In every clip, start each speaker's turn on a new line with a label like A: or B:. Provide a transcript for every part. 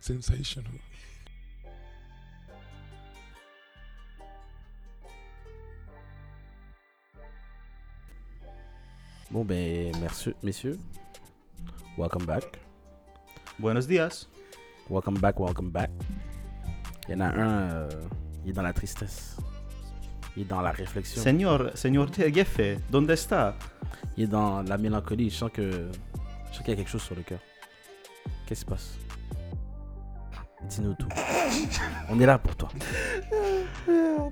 A: sensational.
B: Bon ben merci messieurs. Welcome back.
C: Buenos dias.
B: Welcome back, welcome back. Il y en a un, euh, il est dans la tristesse. Il est dans la réflexion.
C: Señor, señor Tegefe, ¿dónde está?
B: Il est dans la mélancolie. Je sens que. Je sens qu'il y a quelque chose sur le cœur. Qu'est-ce qui se passe Dis-nous tout. On est là pour toi.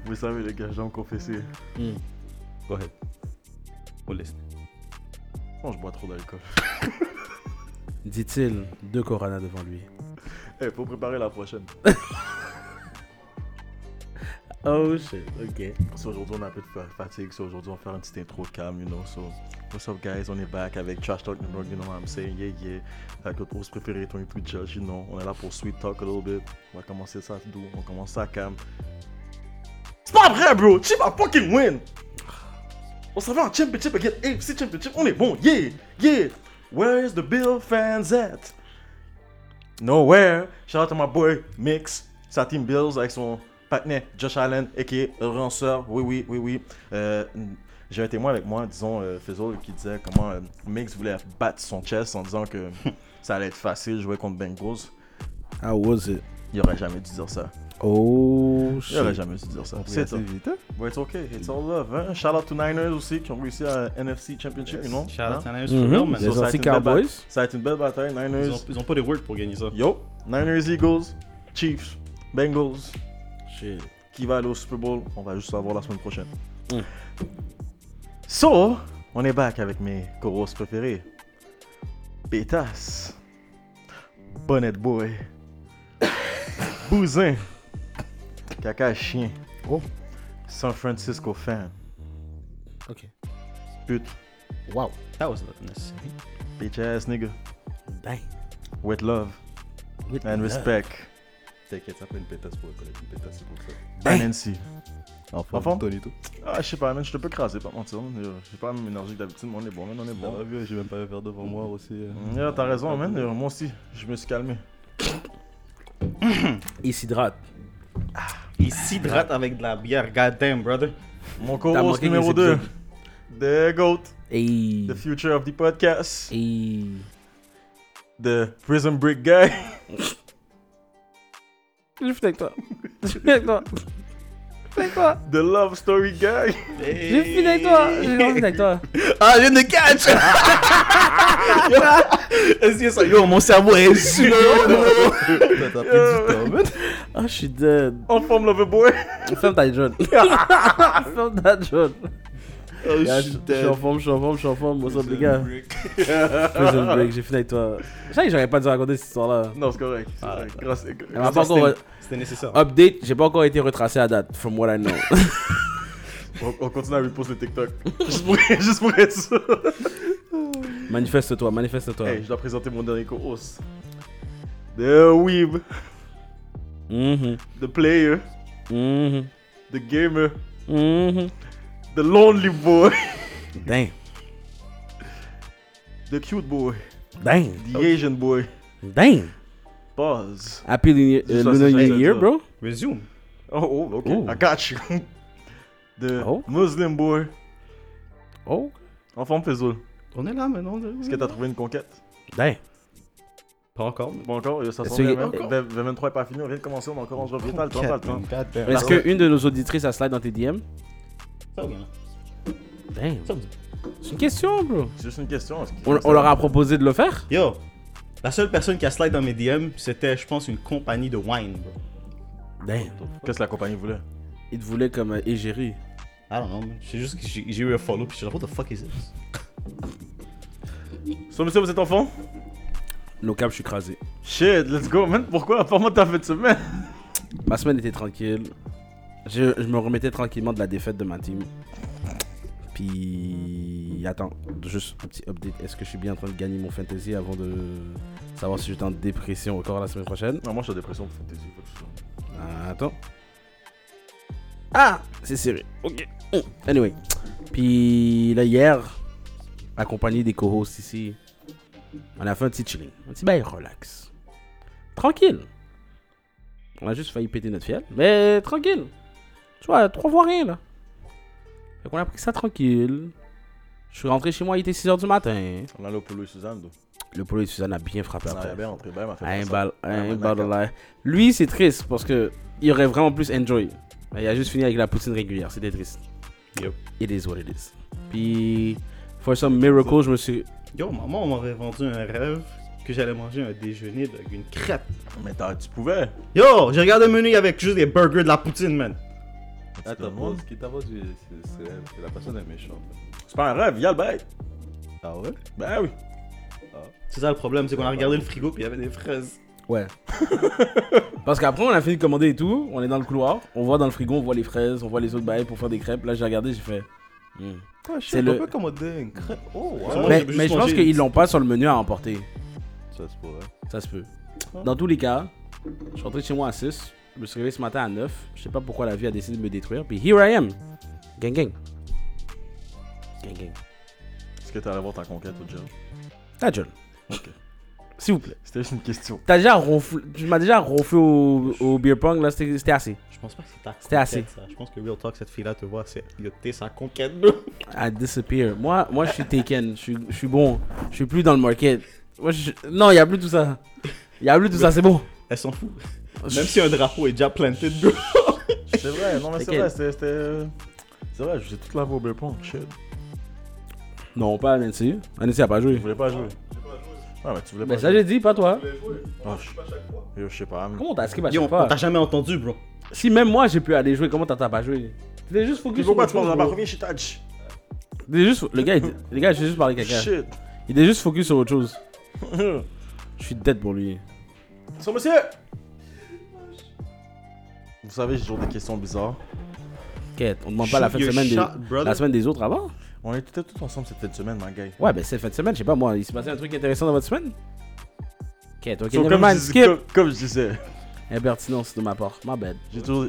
D: Vous savez, les gars, j'ai en confessé.
B: Hmm.
C: Go ahead. We'll listen.
D: Je pense que je bois trop d'alcool.
B: Dit-il, deux coronas devant lui.
D: Eh, faut préparer la prochaine.
B: Oh shit, ok.
D: Si aujourd'hui on a un peu de fa- fatigue, si aujourd'hui on va faire une petite intro calme, you know. So, what's up, guys? On est back avec Trash Talk Network, you know what I'm saying? Yeah, yeah. Avec notre host préféré, Tony Plus Judge, you know. On est là pour sweet talk a little bit. On va commencer ça doux, on commence ça calme. C'est pas vrai, bro! Chip a fucking win! On s'en va en championship against AFC Championship, on est bon, yeah! Yeah! Where's the Bill fans at? Nowhere. Shout out to my boy Mix, sa team Bills avec son partenaire Josh Allen, aka Ranceur. Oui, oui, oui, oui. Euh, j'ai un témoin avec moi, disons, euh, Fizzle, qui disait comment euh, Mix voulait battre son chest en disant que ça allait être facile jouer contre Bengals.
B: How was it?
D: Il aurait jamais dû dire ça.
B: Oh
D: Il aurait
B: shit.
D: jamais dû dire ça.
A: Compris
D: C'est
A: assez
D: ça.
A: vite, hein?
D: But it's okay. It's all love. hein. Shout out to Niners aussi qui ont réussi à NFC Championship, you know.
C: Shout out
D: Hein?
C: to Niners for
B: Mhm.
C: real, man.
B: Les
D: Ça, ça a
B: anti
D: été une belle
B: Cowboys.
D: bataille. Ça a été une belle bataille.
C: Ils ont,
D: Niners.
C: ils ont pas les words pour gagner ça.
D: Yo. Niners, Eagles, Chiefs, Bengals.
B: Shit.
D: qui va aller au Super Bowl, on va juste savoir la semaine prochaine.
B: Mm.
D: So, on est back avec mes choros préférés. Pétasse. Bonnet Boy. Bousin. Caca Chien.
B: Oh.
D: San Francisco Fan.
B: Ok.
D: Pute.
B: Wow.
C: That was not necessary.
D: Bitch ass nigga.
B: Dang.
D: With love
B: With
D: and
B: love.
D: respect.
A: T'inquiète, ça prend une pétasse pour reconnaître une pétasse, c'est pour ça.
B: Dang.
D: Nancy.
A: Enfin,
D: Enfant?
A: Tonito.
D: Ah, je sais pas, man, je te peux craser, pas mentir. euh, J'ai pas la même énergie que d'habitude, mais on est bon, man, on est
A: Bon,
C: Ah,
D: bon.
A: bah, vu, j'ai même pas un verre devant moi aussi. euh.
D: Mm, Yeah, T'as raison, man. euh, Moi aussi, je me suis calmé.
B: Il s'hydrate.
C: Ils s'hydratent avec de la bière, goddamn, brother.
D: Mon
B: T'as
D: co-host
B: manqué
D: numéro
B: les
D: 2,
B: épisodes.
D: The GOAT,
B: Hey.
D: The Future of the Podcast,
B: Hey.
D: The Prison Brick Guy,
B: Je fais avec toi. Je fais avec toi. Fais avec toi.
D: The Love Story Guy.
B: Je finis avec toi. J'ai envie avec toi.
C: Ah, je ne catch! Est-ce que ça, yo, mon cerveau est sûr!
A: T'as t'as pris du temps, man.
B: Ah, je suis dead.
D: En forme Loverboy.
B: Ferme ta jaune. Ferme ta jaune.
C: Oh,
B: Je suis en forme, je suis en forme, je suis en forme. What's up, les gars? Prison Break, j'ai fini avec toi. Je savais que j'aurais pas dû raconter cette histoire-là.
D: Non, c'est correct. c'est
C: Ah,
D: correct.
C: d'accord.
D: Grâce-
B: Elle m'a
D: grâce
B: pas
D: à
B: encore.
D: Sting.
C: C'était nécessaire.
B: Update, j'ai pas encore été retracé à date, from what I know.
D: On on continue à reposter le TikTok. Juste pour- Juste pour être sûr.
B: manifeste-toi, manifeste-toi.
D: Hey, je dois présenter mon dernier co-host. The Weeb,
B: Mhm,
D: The Player,
B: mhm,
D: The Gamer,
B: mhm.
D: The Lonely Boy,
B: Dang,
D: The Cute Boy,
B: dang,
D: The Asian Boy,
B: dang.
D: Buzz.
B: Happy Lun-
D: C'est
B: euh,
D: ça,
B: Lunar
D: c'est ça,
B: New
D: c'est
B: Year,
D: ça.
B: bro.
C: Resume.
D: Oh, oh, okay.
B: Ooh.
D: I got you. The
B: Oh.
D: Muslim Boy.
B: Oh,
D: Enfant Pézoul,
C: On est là maintenant.
D: est-ce que t'as trouvé une conquête
B: dang.
C: Pas encore. mais-
D: Bon, encore, euh, ça
B: Est-ce
D: sent bien,
B: que-
D: même. Le 23 est pas fini, on vient de commencer, on a encore 11 jours. T'as le temps, t'as le temps.
A: Goddamn.
B: Est-ce qu'une de nos auditrices a slide dans tes DM?
C: Ça va bien. hein?
B: Damn.
C: Ça va bien.
B: C'est une question, bro.
D: C'est juste une question. est-ce que-
B: On, on leur a proposé de le faire?
C: Yo, la seule personne qui a slide dans mes DM, c'était, je pense, une compagnie de wine, bro.
B: Damn.
D: Qu'est-ce que la compagnie voulait
B: Ils te voulaient comme euh, égérie.
C: I don't know, man. C'est juste que j'ai j'ai eu un follow, puis je suis like, what the fuck is this?
D: So, monsieur, vous êtes enfant
B: Nos câbles, je suis crasé.
D: Shit, let's go, man. Pourquoi Pas moi, t'as fait de semaine.
B: Ma semaine était tranquille. Je, je me remettais tranquillement de la défaite de ma team. Puis. Attends, juste un petit update. Est-ce que je suis bien en train de gagner mon fantasy avant de savoir si j'étais en dépression encore la semaine prochaine
D: Non, moi, je suis en dépression. faut que t'aies dit, faut que tu-
B: Attends. Ah C'est serré. Ok. Oh, Anyway. Puis là, hier, accompagné des co-hosts ici, on a fait un petit chilling. Un petit bail relax. Tranquille. On a juste failli péter notre fiel. Mais tranquille. Tu vois, trois fois rien là. Fait qu'on a pris ça tranquille. Je suis rentré chez moi, il était 6h du matin.
D: On allait au polo et Suzanne, donc.
B: Le polo de Suzanne a bien frappé
D: On
B: après.
D: avait bien rentré, ben, il m'a fait
B: Un
D: penser à-
B: bal,
D: Ouais,
B: un
C: Ah,
B: bal
D: ouais,
B: de
D: d'accord.
B: la- Lui, c'est triste parce que il aurait vraiment plus enjoy. Mais il a juste fini avec la poutine régulière, c'était triste.
C: Yep.
B: It is what it is. Puis, for some miracle, je me suis.
C: Yo, maman, on m'aurait vendu un rêve que j'allais manger un déjeuner avec une crêpe.
D: Mais t'as- tu pouvais.
C: Yo, j'ai regardé le menu avec juste des burgers de la poutine, man.
A: Attends,
D: Tout le monde.
A: pause. Qui t'a vendu c'est- C'est c'est la personne est méchante.
D: C'est pas un rêve, y'a le bête.
A: Ah ouais
D: Ben oui.
C: C'est ça le problème, c'est qu'on a regardé le frigo puis il y avait des fraises.
B: Ouais. parce qu'après, on a fini de commander et tout. On est dans le couloir. On voit dans le frigo, on voit les fraises, on voit les autres bails pour faire des crêpes. Là, j'ai regardé, j'ai fait. hmm.
A: Oh,
B: C'est le-
A: commander une crêpe. Oh,
C: Ça, moi,
B: Mais,
C: j'ai juste
B: mais je pense
C: mangé
B: qu'ils l'ont pas sur le menu à emporter.
A: Ça se pourrait.
B: Ça se peut. Dans tous les cas, je suis rentré chez moi à 6. Je me suis réveillé ce matin à 9. Je sais pas pourquoi la vie a décidé de me détruire. Puis here I am. Gang gang. Gang gang.
D: Est-ce que t'es allé voir ta conquête au gym?
B: Ta gueule.
D: Ok.
B: S'il vous plaît.
D: C'était juste une question.
B: T'as déjà ronflé. Tu m'as déjà ronflé au, au beer pong là. C'était c'était assez.
C: Je pense pas que c'est ta
B: C'était
C: conquête,
B: assez.
C: ça. Je pense que Real Talk, cette fille-là te voit, c'est yo, t'es sa conquête, bro.
B: I disappear. Moi, moi je suis taken. Je suis- je suis bon. Je suis plus dans le market. Moi, je- Non, y a plus tout ça. Y a plus tout ça. C'est bon.
C: Elle s'en fout. Même si un drapeau est déjà planté, bro.
D: C'est vrai, non mais c'est
B: Lequel?
D: vrai, c'était- c'était. C'est vrai, je vous ai toute la voix au beer pong, shit.
B: Non, pas Nancy. Nancy a pas joué.
D: Tu voulais pas jouer. Ah, mais tu voulais
B: Mais
D: pas
B: Ben, ça,
D: jouer.
B: j'ai dit, pas toi.
D: Ah, je- Yo, je sais pas. mais-
B: Comment t'as skip à
C: Yo,
B: chaque
C: on
B: fois
C: on t'a jamais entendu, bro.
B: Si même moi j'ai pu aller jouer, comment t'as t'as pas joué T'étais juste
D: Mais
B: focus
D: pourquoi tu
B: sur
D: penses
B: autre
D: là-bas?
B: chose. bro.
D: Reviens chez Touch.
B: T'étais juste... Le gars, il... le gars, j'ai juste parlé caca.
D: Shit.
B: Il était juste focus sur autre chose. Je suis dead pour lui.
D: Son monsieur! Vous savez, j'ai toujours des questions bizarres.
B: Quête, on demande pas la fin de
C: Shoot
B: semaine des...
C: your shot, brother.
B: la semaine des autres avant
D: On était tous ensemble cette fin de semaine, ma gueule.
B: Ouais, ben c'est fin de semaine, je sais pas moi, il s'est passé un truc intéressant dans votre semaine Quête, ok,
D: So,
B: never
D: comme, je
B: mind,
D: dis-
B: skip
D: comme- comme je disais,
B: Impertinence de ma part, my bad.
D: j'ai toujours,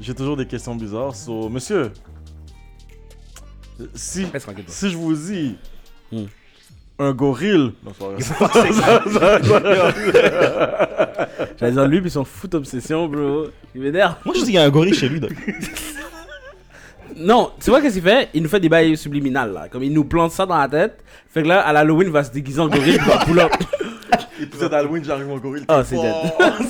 D: j'ai toujours des questions bizarres. So, monsieur, si,
B: Reste tranquille, toi.
D: si je vous dis
B: Hmm.
D: un gorille, non, c'est pas vrai.
B: J'allais dire lui, puis son fout obsession, bro. Il m'énerve.
C: Moi, je dis qu'il y a un gorille chez lui, donc.
B: Non, tu vois qu'est-ce qu'il fait Il nous fait des bails subliminales là. Comme il nous plante ça dans la tête. Fait que là, à l'Halloween, il va se déguiser en gorille pour pull up.
D: Épisode Halloween, j'arrive en gorille.
B: Oh, c'est dead.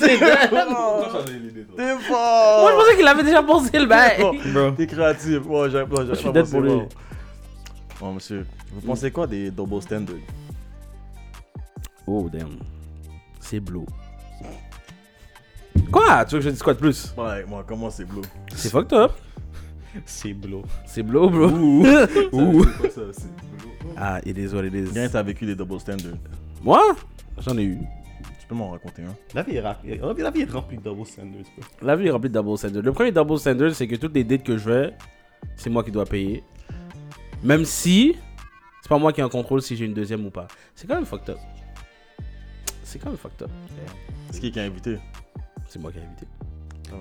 B: c'est dead.
A: J'en ai une idée, toi.
D: T'es fort!
B: Moi, je pensais qu'il avait déjà pensé le
D: Bon,
B: bail.
D: T'es créatif. Ouais, j'aime pas.
B: Je suis dead pour lui.
D: Bon, monsieur, vous pensez quoi des double standards?
B: Oh, damn. C'est blue. Quoi Tu veux que je dise quoi de plus
D: Ouais, moi, comment c'est bleu?
B: C'est fucked up.
C: C'est blo.
B: C'est blue, bro.
A: Ouh. C'est quoi ça C'est boulot.
B: Ah, it is what it is.
D: Bien, t'as vécu des double standards.
B: Moi J'en ai eu.
D: Tu peux m'en raconter un?
C: La vie est, ra- la vie est remplie de double standards, bro.
B: La vie est remplie de double standard. Le premier double standard, c'est que toutes les dates que je vais, c'est moi qui dois payer. Même si c'est pas moi qui ai en contrôle si j'ai une deuxième ou pas. C'est quand même fucked up. C'est quand même fucked up.
D: C'est qui qui a invité?
B: C'est moi qui ai invité.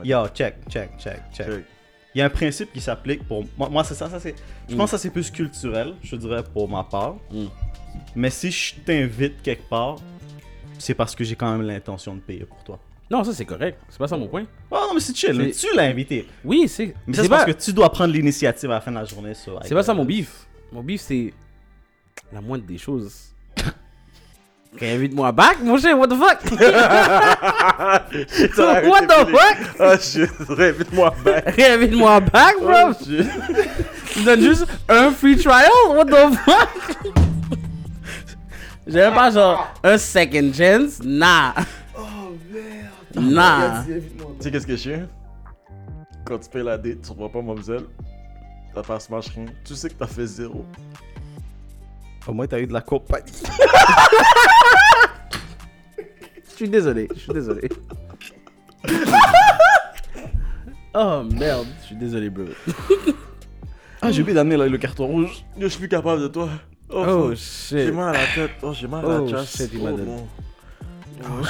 C: Yo, check, check, check, check.
D: Check.
C: Il y a un principe qui s'applique pour moi, moi c'est ça, ça c'est. Je pense que ça c'est plus culturel, je dirais pour ma part.
B: Mm.
C: Mais si je t'invite quelque part, c'est parce que j'ai quand même l'intention de payer pour toi.
B: Non, ça c'est correct. C'est pas ça mon point.
C: Oh non mais c'est chill, mais
B: C'est-
C: tu l'as invité.
B: Oui, c'est.
C: Mais ça
B: c'est
C: c'est
B: pas,
C: parce que tu dois prendre l'initiative à la fin de la journée. euh, so I
B: c'est pas ça
C: guess.
B: mon bif. Mon bif, c'est la moindre des choses. Quand invite-moi back, mon cher, what the fuck? what the fuck?
D: Ah, shit, réinvite-moi back.
B: Réinvite-moi back, bro!
D: shit.
B: Tu me donnes juste un free trial? What the fuck? J'avais pas genre un second chance? Nah! Oh merde! Nah!
D: Tu sais qu'est-ce que je suis? Quand tu payes la date, tu revois pas Momzelle. Ta passe marche rien. Tu sais que t'as fait zéro.
C: Au moins t'as eu de la compagnie.
B: Je suis désolé, je suis désolé. oh merde, je suis désolé, bro.
C: Ah j'ai oublié d'amener le, le carton rouge.
D: Yo, je suis plus capable de toi.
B: Oh
D: fuck. J'ai
B: shit.
D: mal à la tête. Oh, j'ai mal à la
B: Oh,
D: chasse.
B: shit, il m'a donné.
D: mon- Oh,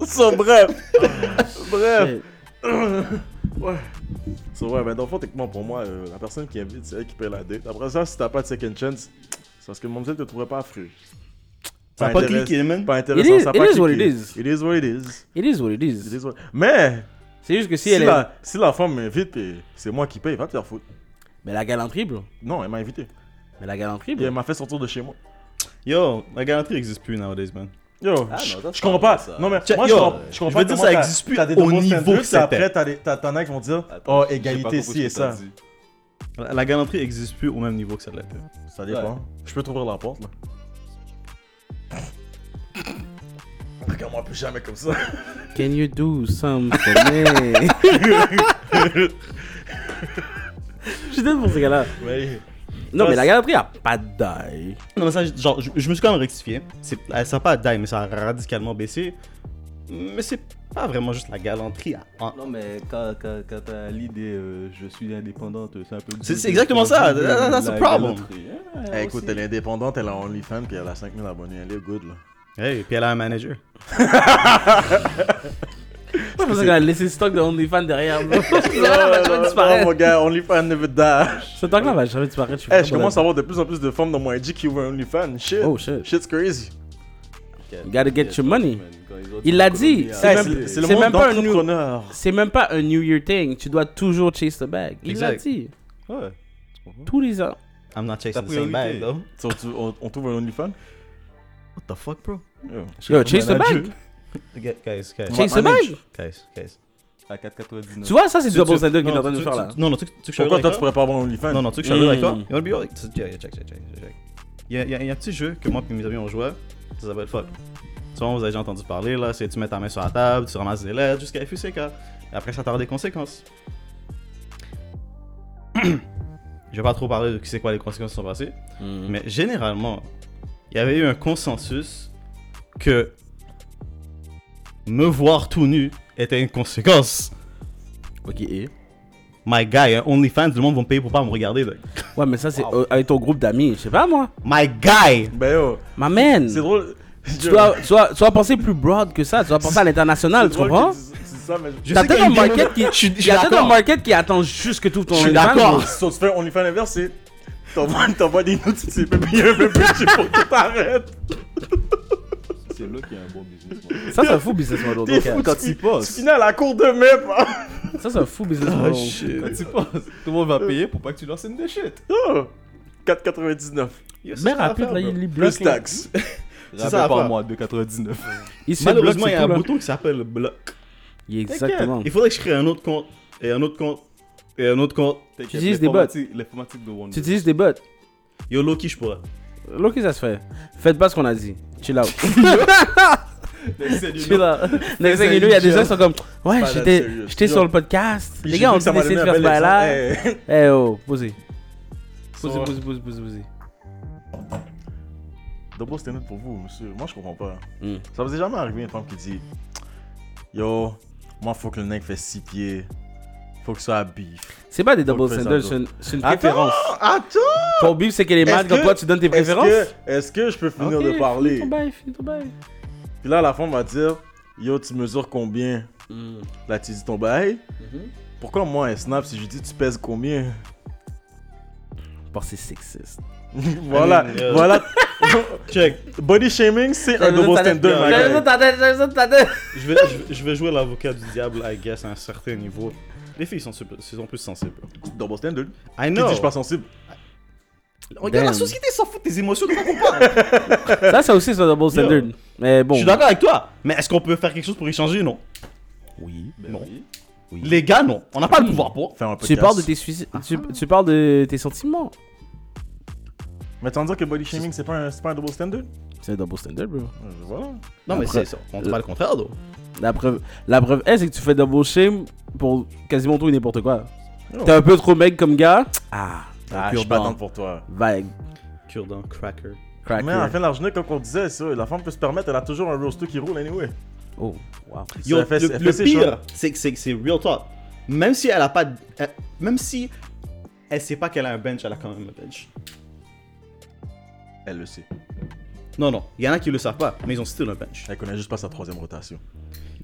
D: shit. so, bref. bref.
B: Oh, Shit.
D: Ouais. So, ouais, ben, dans le fond, techniquement, pour moi, euh, la personne qui invite, c'est elle qui paye la date. Après ça, si t'as pas de second chance, c'est parce que Momzelle te trouverait pas affreux.
C: Ça a pas cliqué, man.
D: Pas intéressant,
B: It is-
D: ça a
B: it
D: pas
B: is what
D: cliqué.
B: it is.
D: It is what it is.
B: It is what it
D: It
B: is.
D: is what- Mais,
B: C'est juste que si,
D: si,
B: elle est-
D: la, si la femme m'invite et c'est moi qui paye, va te faire foutre.
B: Mais la galanterie, bro.
D: Non, elle m'a invité.
B: Mais la galanterie,
D: Et
B: bro.
D: elle m'a fait sortir de chez moi.
C: Yo, la galanterie existe plus nowadays, man.
D: Yo,
A: Ah,
D: je
A: non, ça,
D: je
A: c'est
D: comprends
A: pas
D: pas.
A: vrai, ça.
D: Non, mais
C: Check,
D: moi,
C: yo,
D: je comprends- je
C: je
D: comprends
C: veux
D: pas.
C: dire,
D: comment
C: ça
D: t'as-
C: existe plus
D: t'as des
C: au
D: doubles
C: niveau
D: standards,
C: que
D: puis
C: c'était.
D: Après, t'as des- t'as- t'en as qui vont dire
A: Attends,
D: Oh,
A: j'ai pas
D: égalité,
A: compris ce
D: si
A: que
D: et
A: t'as
D: ça.
A: dit.
C: La, la galanterie existe plus au même niveau que ça l'était.
D: Ça dépend. Je peux t'ouvrir la porte, là. Regarde-moi plus jamais comme ça.
B: Can you do some for me? Je suis désolé pour ces gars-là.
D: Mais,
B: Non,
D: Ça,
B: mais la
D: c'est-
B: galanterie a pas d'ail.
C: Non, mais ça, genre, je, je me suis quand même rectifié. C'est, euh, ça n'a pas à die, mais ça a radicalement baissé. Mais c'est pas vraiment juste la galanterie. hein. Ah. à- en-
A: Non, mais quand, quand, quand t'as l'idée euh, je suis indépendante, c'est un peu.
C: C'est- c'est exactement ça,
A: La-
C: that- that's the
A: la
C: problem.
A: galanterie, hein,
D: eh,
A: aussi.
D: écoute, elle est indépendante, elle a OnlyFans, puis elle a 5000 abonnés. Elle est good, là.
C: Hey, puis elle a un manager.
B: Je pensais qu'on allait laisser le stock de OnlyFans derrière, bro. Ce
D: Non,
B: là va
D: non,
B: disparaître.
D: non, mon gars, OnlyFans never die.
B: Ce stock-là va jamais disparaître. suis
D: Eh, je
B: content
D: commence à avoir de plus en plus de femmes dans mon IG qui ouvrent un OnlyFans. Shit.
B: Oh, shit.
D: Shit's crazy.
B: You gotta get your money.
A: Quand ils ont
B: Il l'a dit.
A: économie,
B: C'est
D: Eh,
B: même-
A: ah,
D: C'est c'est le
B: c'est
D: monde
B: même pas un new-
D: d'entrepreneur.
B: C'est même pas un New Year thing. Tu dois toujours chase the bag. Il l'a
C: Exact.
B: dit.
A: Ouais.
B: Tous les ans.
C: I'm not
A: Ta
C: chasing the same
A: priorité.
C: bag, though.
D: Tu- tu- On on t'ouvre un OnlyFans?
C: What the fuck, bro?
D: Yo.
B: Yo, chase the
A: manager.
B: bag.
C: Guys, guys, guys.
B: Chase the bag.
C: Guys, guys.
A: À 4,99.
B: Tu vois, ça, c'est du
C: Tu-
B: double
C: tu-
B: standard qu'il est
C: non,
B: en train de
C: tu-
B: faire
C: tu-
B: là.
C: Non, non, tu tu veux que je sois
D: Pourquoi
C: d'accord
D: toi tu pourrais pas avoir OnlyFans?
C: Non, non, tu veux que je sois avec toi?
B: Mm.
C: You wanna be all- tu- yeah, yeah, check, check, check, check. Il y, a, il y a- il y a un petit jeu que moi et mes amis on jouait, ça s'appelle Fuck. Souvent vous avez déjà entendu parler là, c'est tu mets ta main sur la table, tu ramasses des lettres jusqu'à FUCK. Et après ça t'aura des conséquences. je vais pas trop parler de c'est quoi les conséquences qui sont passées, mais généralement, il y avait eu un consensus que me voir tout nu était une conséquence.
B: Ok, et.
C: My guy, hein, OnlyFans, tout le monde va me payer pour pas me regarder. donc.
B: Ouais, mais ça, c'est euh, avec ton groupe d'amis. Je sais pas, moi.
C: My guy!
D: Ben yo,
B: Ma man.
D: c'est drôle.
B: Hmm. Tu dois, tu, dois, tu dois penser plus broad que ça, tu dois penser à l'international, tu comprends?
D: C'est ça, mais.
C: Je
B: T'as
C: sais
B: peut-être
C: qu'il
B: un
C: y a une
B: market qui.
C: game- Je suis- je suis
B: y a peut-être un
C: d'accord.
B: market qui attend juste que tu ouvres ton
C: Je suis
B: OnlyFans,
C: d'accord.
B: bro.
D: Si tu fais OnlyFans inverse, c'est. T'envoies t'envoies des notes, tu te fais payer un peu plus pour que t'arrêtes.
A: C'est là qu'il y a un bon business.
B: Ça, c'est un fou business model.
D: T'es
B: donc,
D: fou,
B: hein.
A: quand
D: tu finis-
A: il passe.
D: Tu finis à la cour de même. hein.
B: Ça, c'est un fou business model.
C: Oh,
A: Quand tu penses, tout le monde va payer pour pas que tu leur signes des shit.
D: Yo, 4,99.
C: Yo, c'est
B: Mais
C: ça l'affaire,
B: rapide, là,
C: bro.
B: il est
D: Plus
B: bloqué.
D: taxe.
A: Rappelle
C: ça,
A: par
C: l'affaire.
A: moi, 2,99.
B: Il se bloque,
C: Malheureusement,
B: c'est
C: il y a
B: tout,
C: un
B: là.
C: bouton qui s'appelle le bloc.
B: Il est Exactement.
C: Il faudrait que je crée un autre compte, et un autre compte, et un autre compte.
A: T'inquiète,
B: utilises des bots.
A: l'informatique- L'informatique de Wonder.
B: Tu utilises des bots.
C: Yo, Loki, je pourrais.
B: Loki, ça se fait. Faites pas ce qu'on a dit. Chill out.
A: C'est du
B: Chill out. Next thing you know, il y a des gens qui sont comme Ouais,
D: Pas
B: j'étais
D: sérieux.
B: j'étais sur le podcast.
D: Puis
B: Les
D: j'ai
B: gars,
D: vu
B: on
D: que ça
B: s'est
D: m'a
B: décidé de
D: donné
B: faire ce
D: un
B: bail-là.
D: bel exemple.
B: Eh oh, posez. Posez,
D: So-
B: posez, posez, posez, posez.
D: Eh, Double standard pour vous, monsieur. Moi, je comprends pas.
B: Mm.
D: Ça vous est jamais arrivé une femme qui dit Yo, moi, faut que le mec fait 6 pieds. Faut que ça beef.
B: C'est pas des
D: Faut
B: double
D: le
B: standards,
D: présenter.
B: c'est une- c'est une
D: Attends,
B: préférence.
D: Attends!
B: Ton bif, c'est qu'elle est
D: Est-ce
B: mal, donc
D: que-
B: toi, tu donnes tes
D: Est-ce
B: préférences.
D: que, est-ce que je peux finir
B: Ok,
D: de parler?
B: Finis ton bail, finis ton bail.
D: Puis là, la femme va dire Yo, tu mesures combien Là, tu dis ton bail.
C: Mhm.
D: Pourquoi moi, un snap, si je dis tu pèses combien
B: Parce que c'est sexiste.
D: Voilà,
C: I mean, euh,
D: voilà.
C: Check.
D: Body shaming, c'est un double standard, ma
B: J'avais ça
D: gueule.
B: dans ta tête, j'avais ça dans ta tête.
C: Je vais, je, vais- je vais jouer l'avocat du diable, I guess, à un certain niveau. Les filles sont, super- sont plus sensibles.
D: Double standard.
C: I
D: Qui dit
C: know. Oh,
D: je suis pas sensible
C: Regarde, la
B: Damn.
C: société s'en fout de tes émotions. de quoi qu'on parle.
B: Ça, c'est aussi sur double standard. Mais bon.
C: Je suis d'accord avec toi. Mais est-ce qu'on peut faire quelque chose pour y changer Non.
B: Oui.
C: Non.
A: oui.
C: Les gars, non. On n'a pas le pouvoir pour.
D: Faire un
B: Tu
D: podcast.
B: parles de tes suici-
D: Ah.
B: tu, tu parles de tes sentiments.
D: Mais t'en dire que body shaming, c'est pas, un- c'est pas un double standard
B: C'est un double standard, bro.
D: Euh, Voilà.
C: Non, mais
B: Après-
C: c'est ça. On dit pas le contraire, though.
B: La preuve, la preuve est, c'est que tu fais double shame pour quasiment tout et n'importe quoi.
D: Oh.
B: T'es un peu trop mec comme gars. Ah,
D: Ah, je suis pas
B: cure-dent.
D: tendre pour toi.
B: Vague.
C: Cure-dent, cracker.
B: Cracker.
D: Mais à la fin de la journée, comme on disait, ça, la femme peut se permettre, elle a toujours un roaster qui roule anyway.
B: Oh, wow.
C: Yo,
D: Ça fait-
C: le,
D: ça fait
C: le
D: ses
C: pire,
D: choix.
C: c'est que c'est que c'est real talk. Même si elle a pas. de- elle- même si elle sait pas qu'elle a un bench, elle a quand même un bench.
D: Elle le sait.
C: Non, non, il y en a qui le savent pas, mais ils ont still un bench.
D: Elle connaît juste pas sa troisième rotation.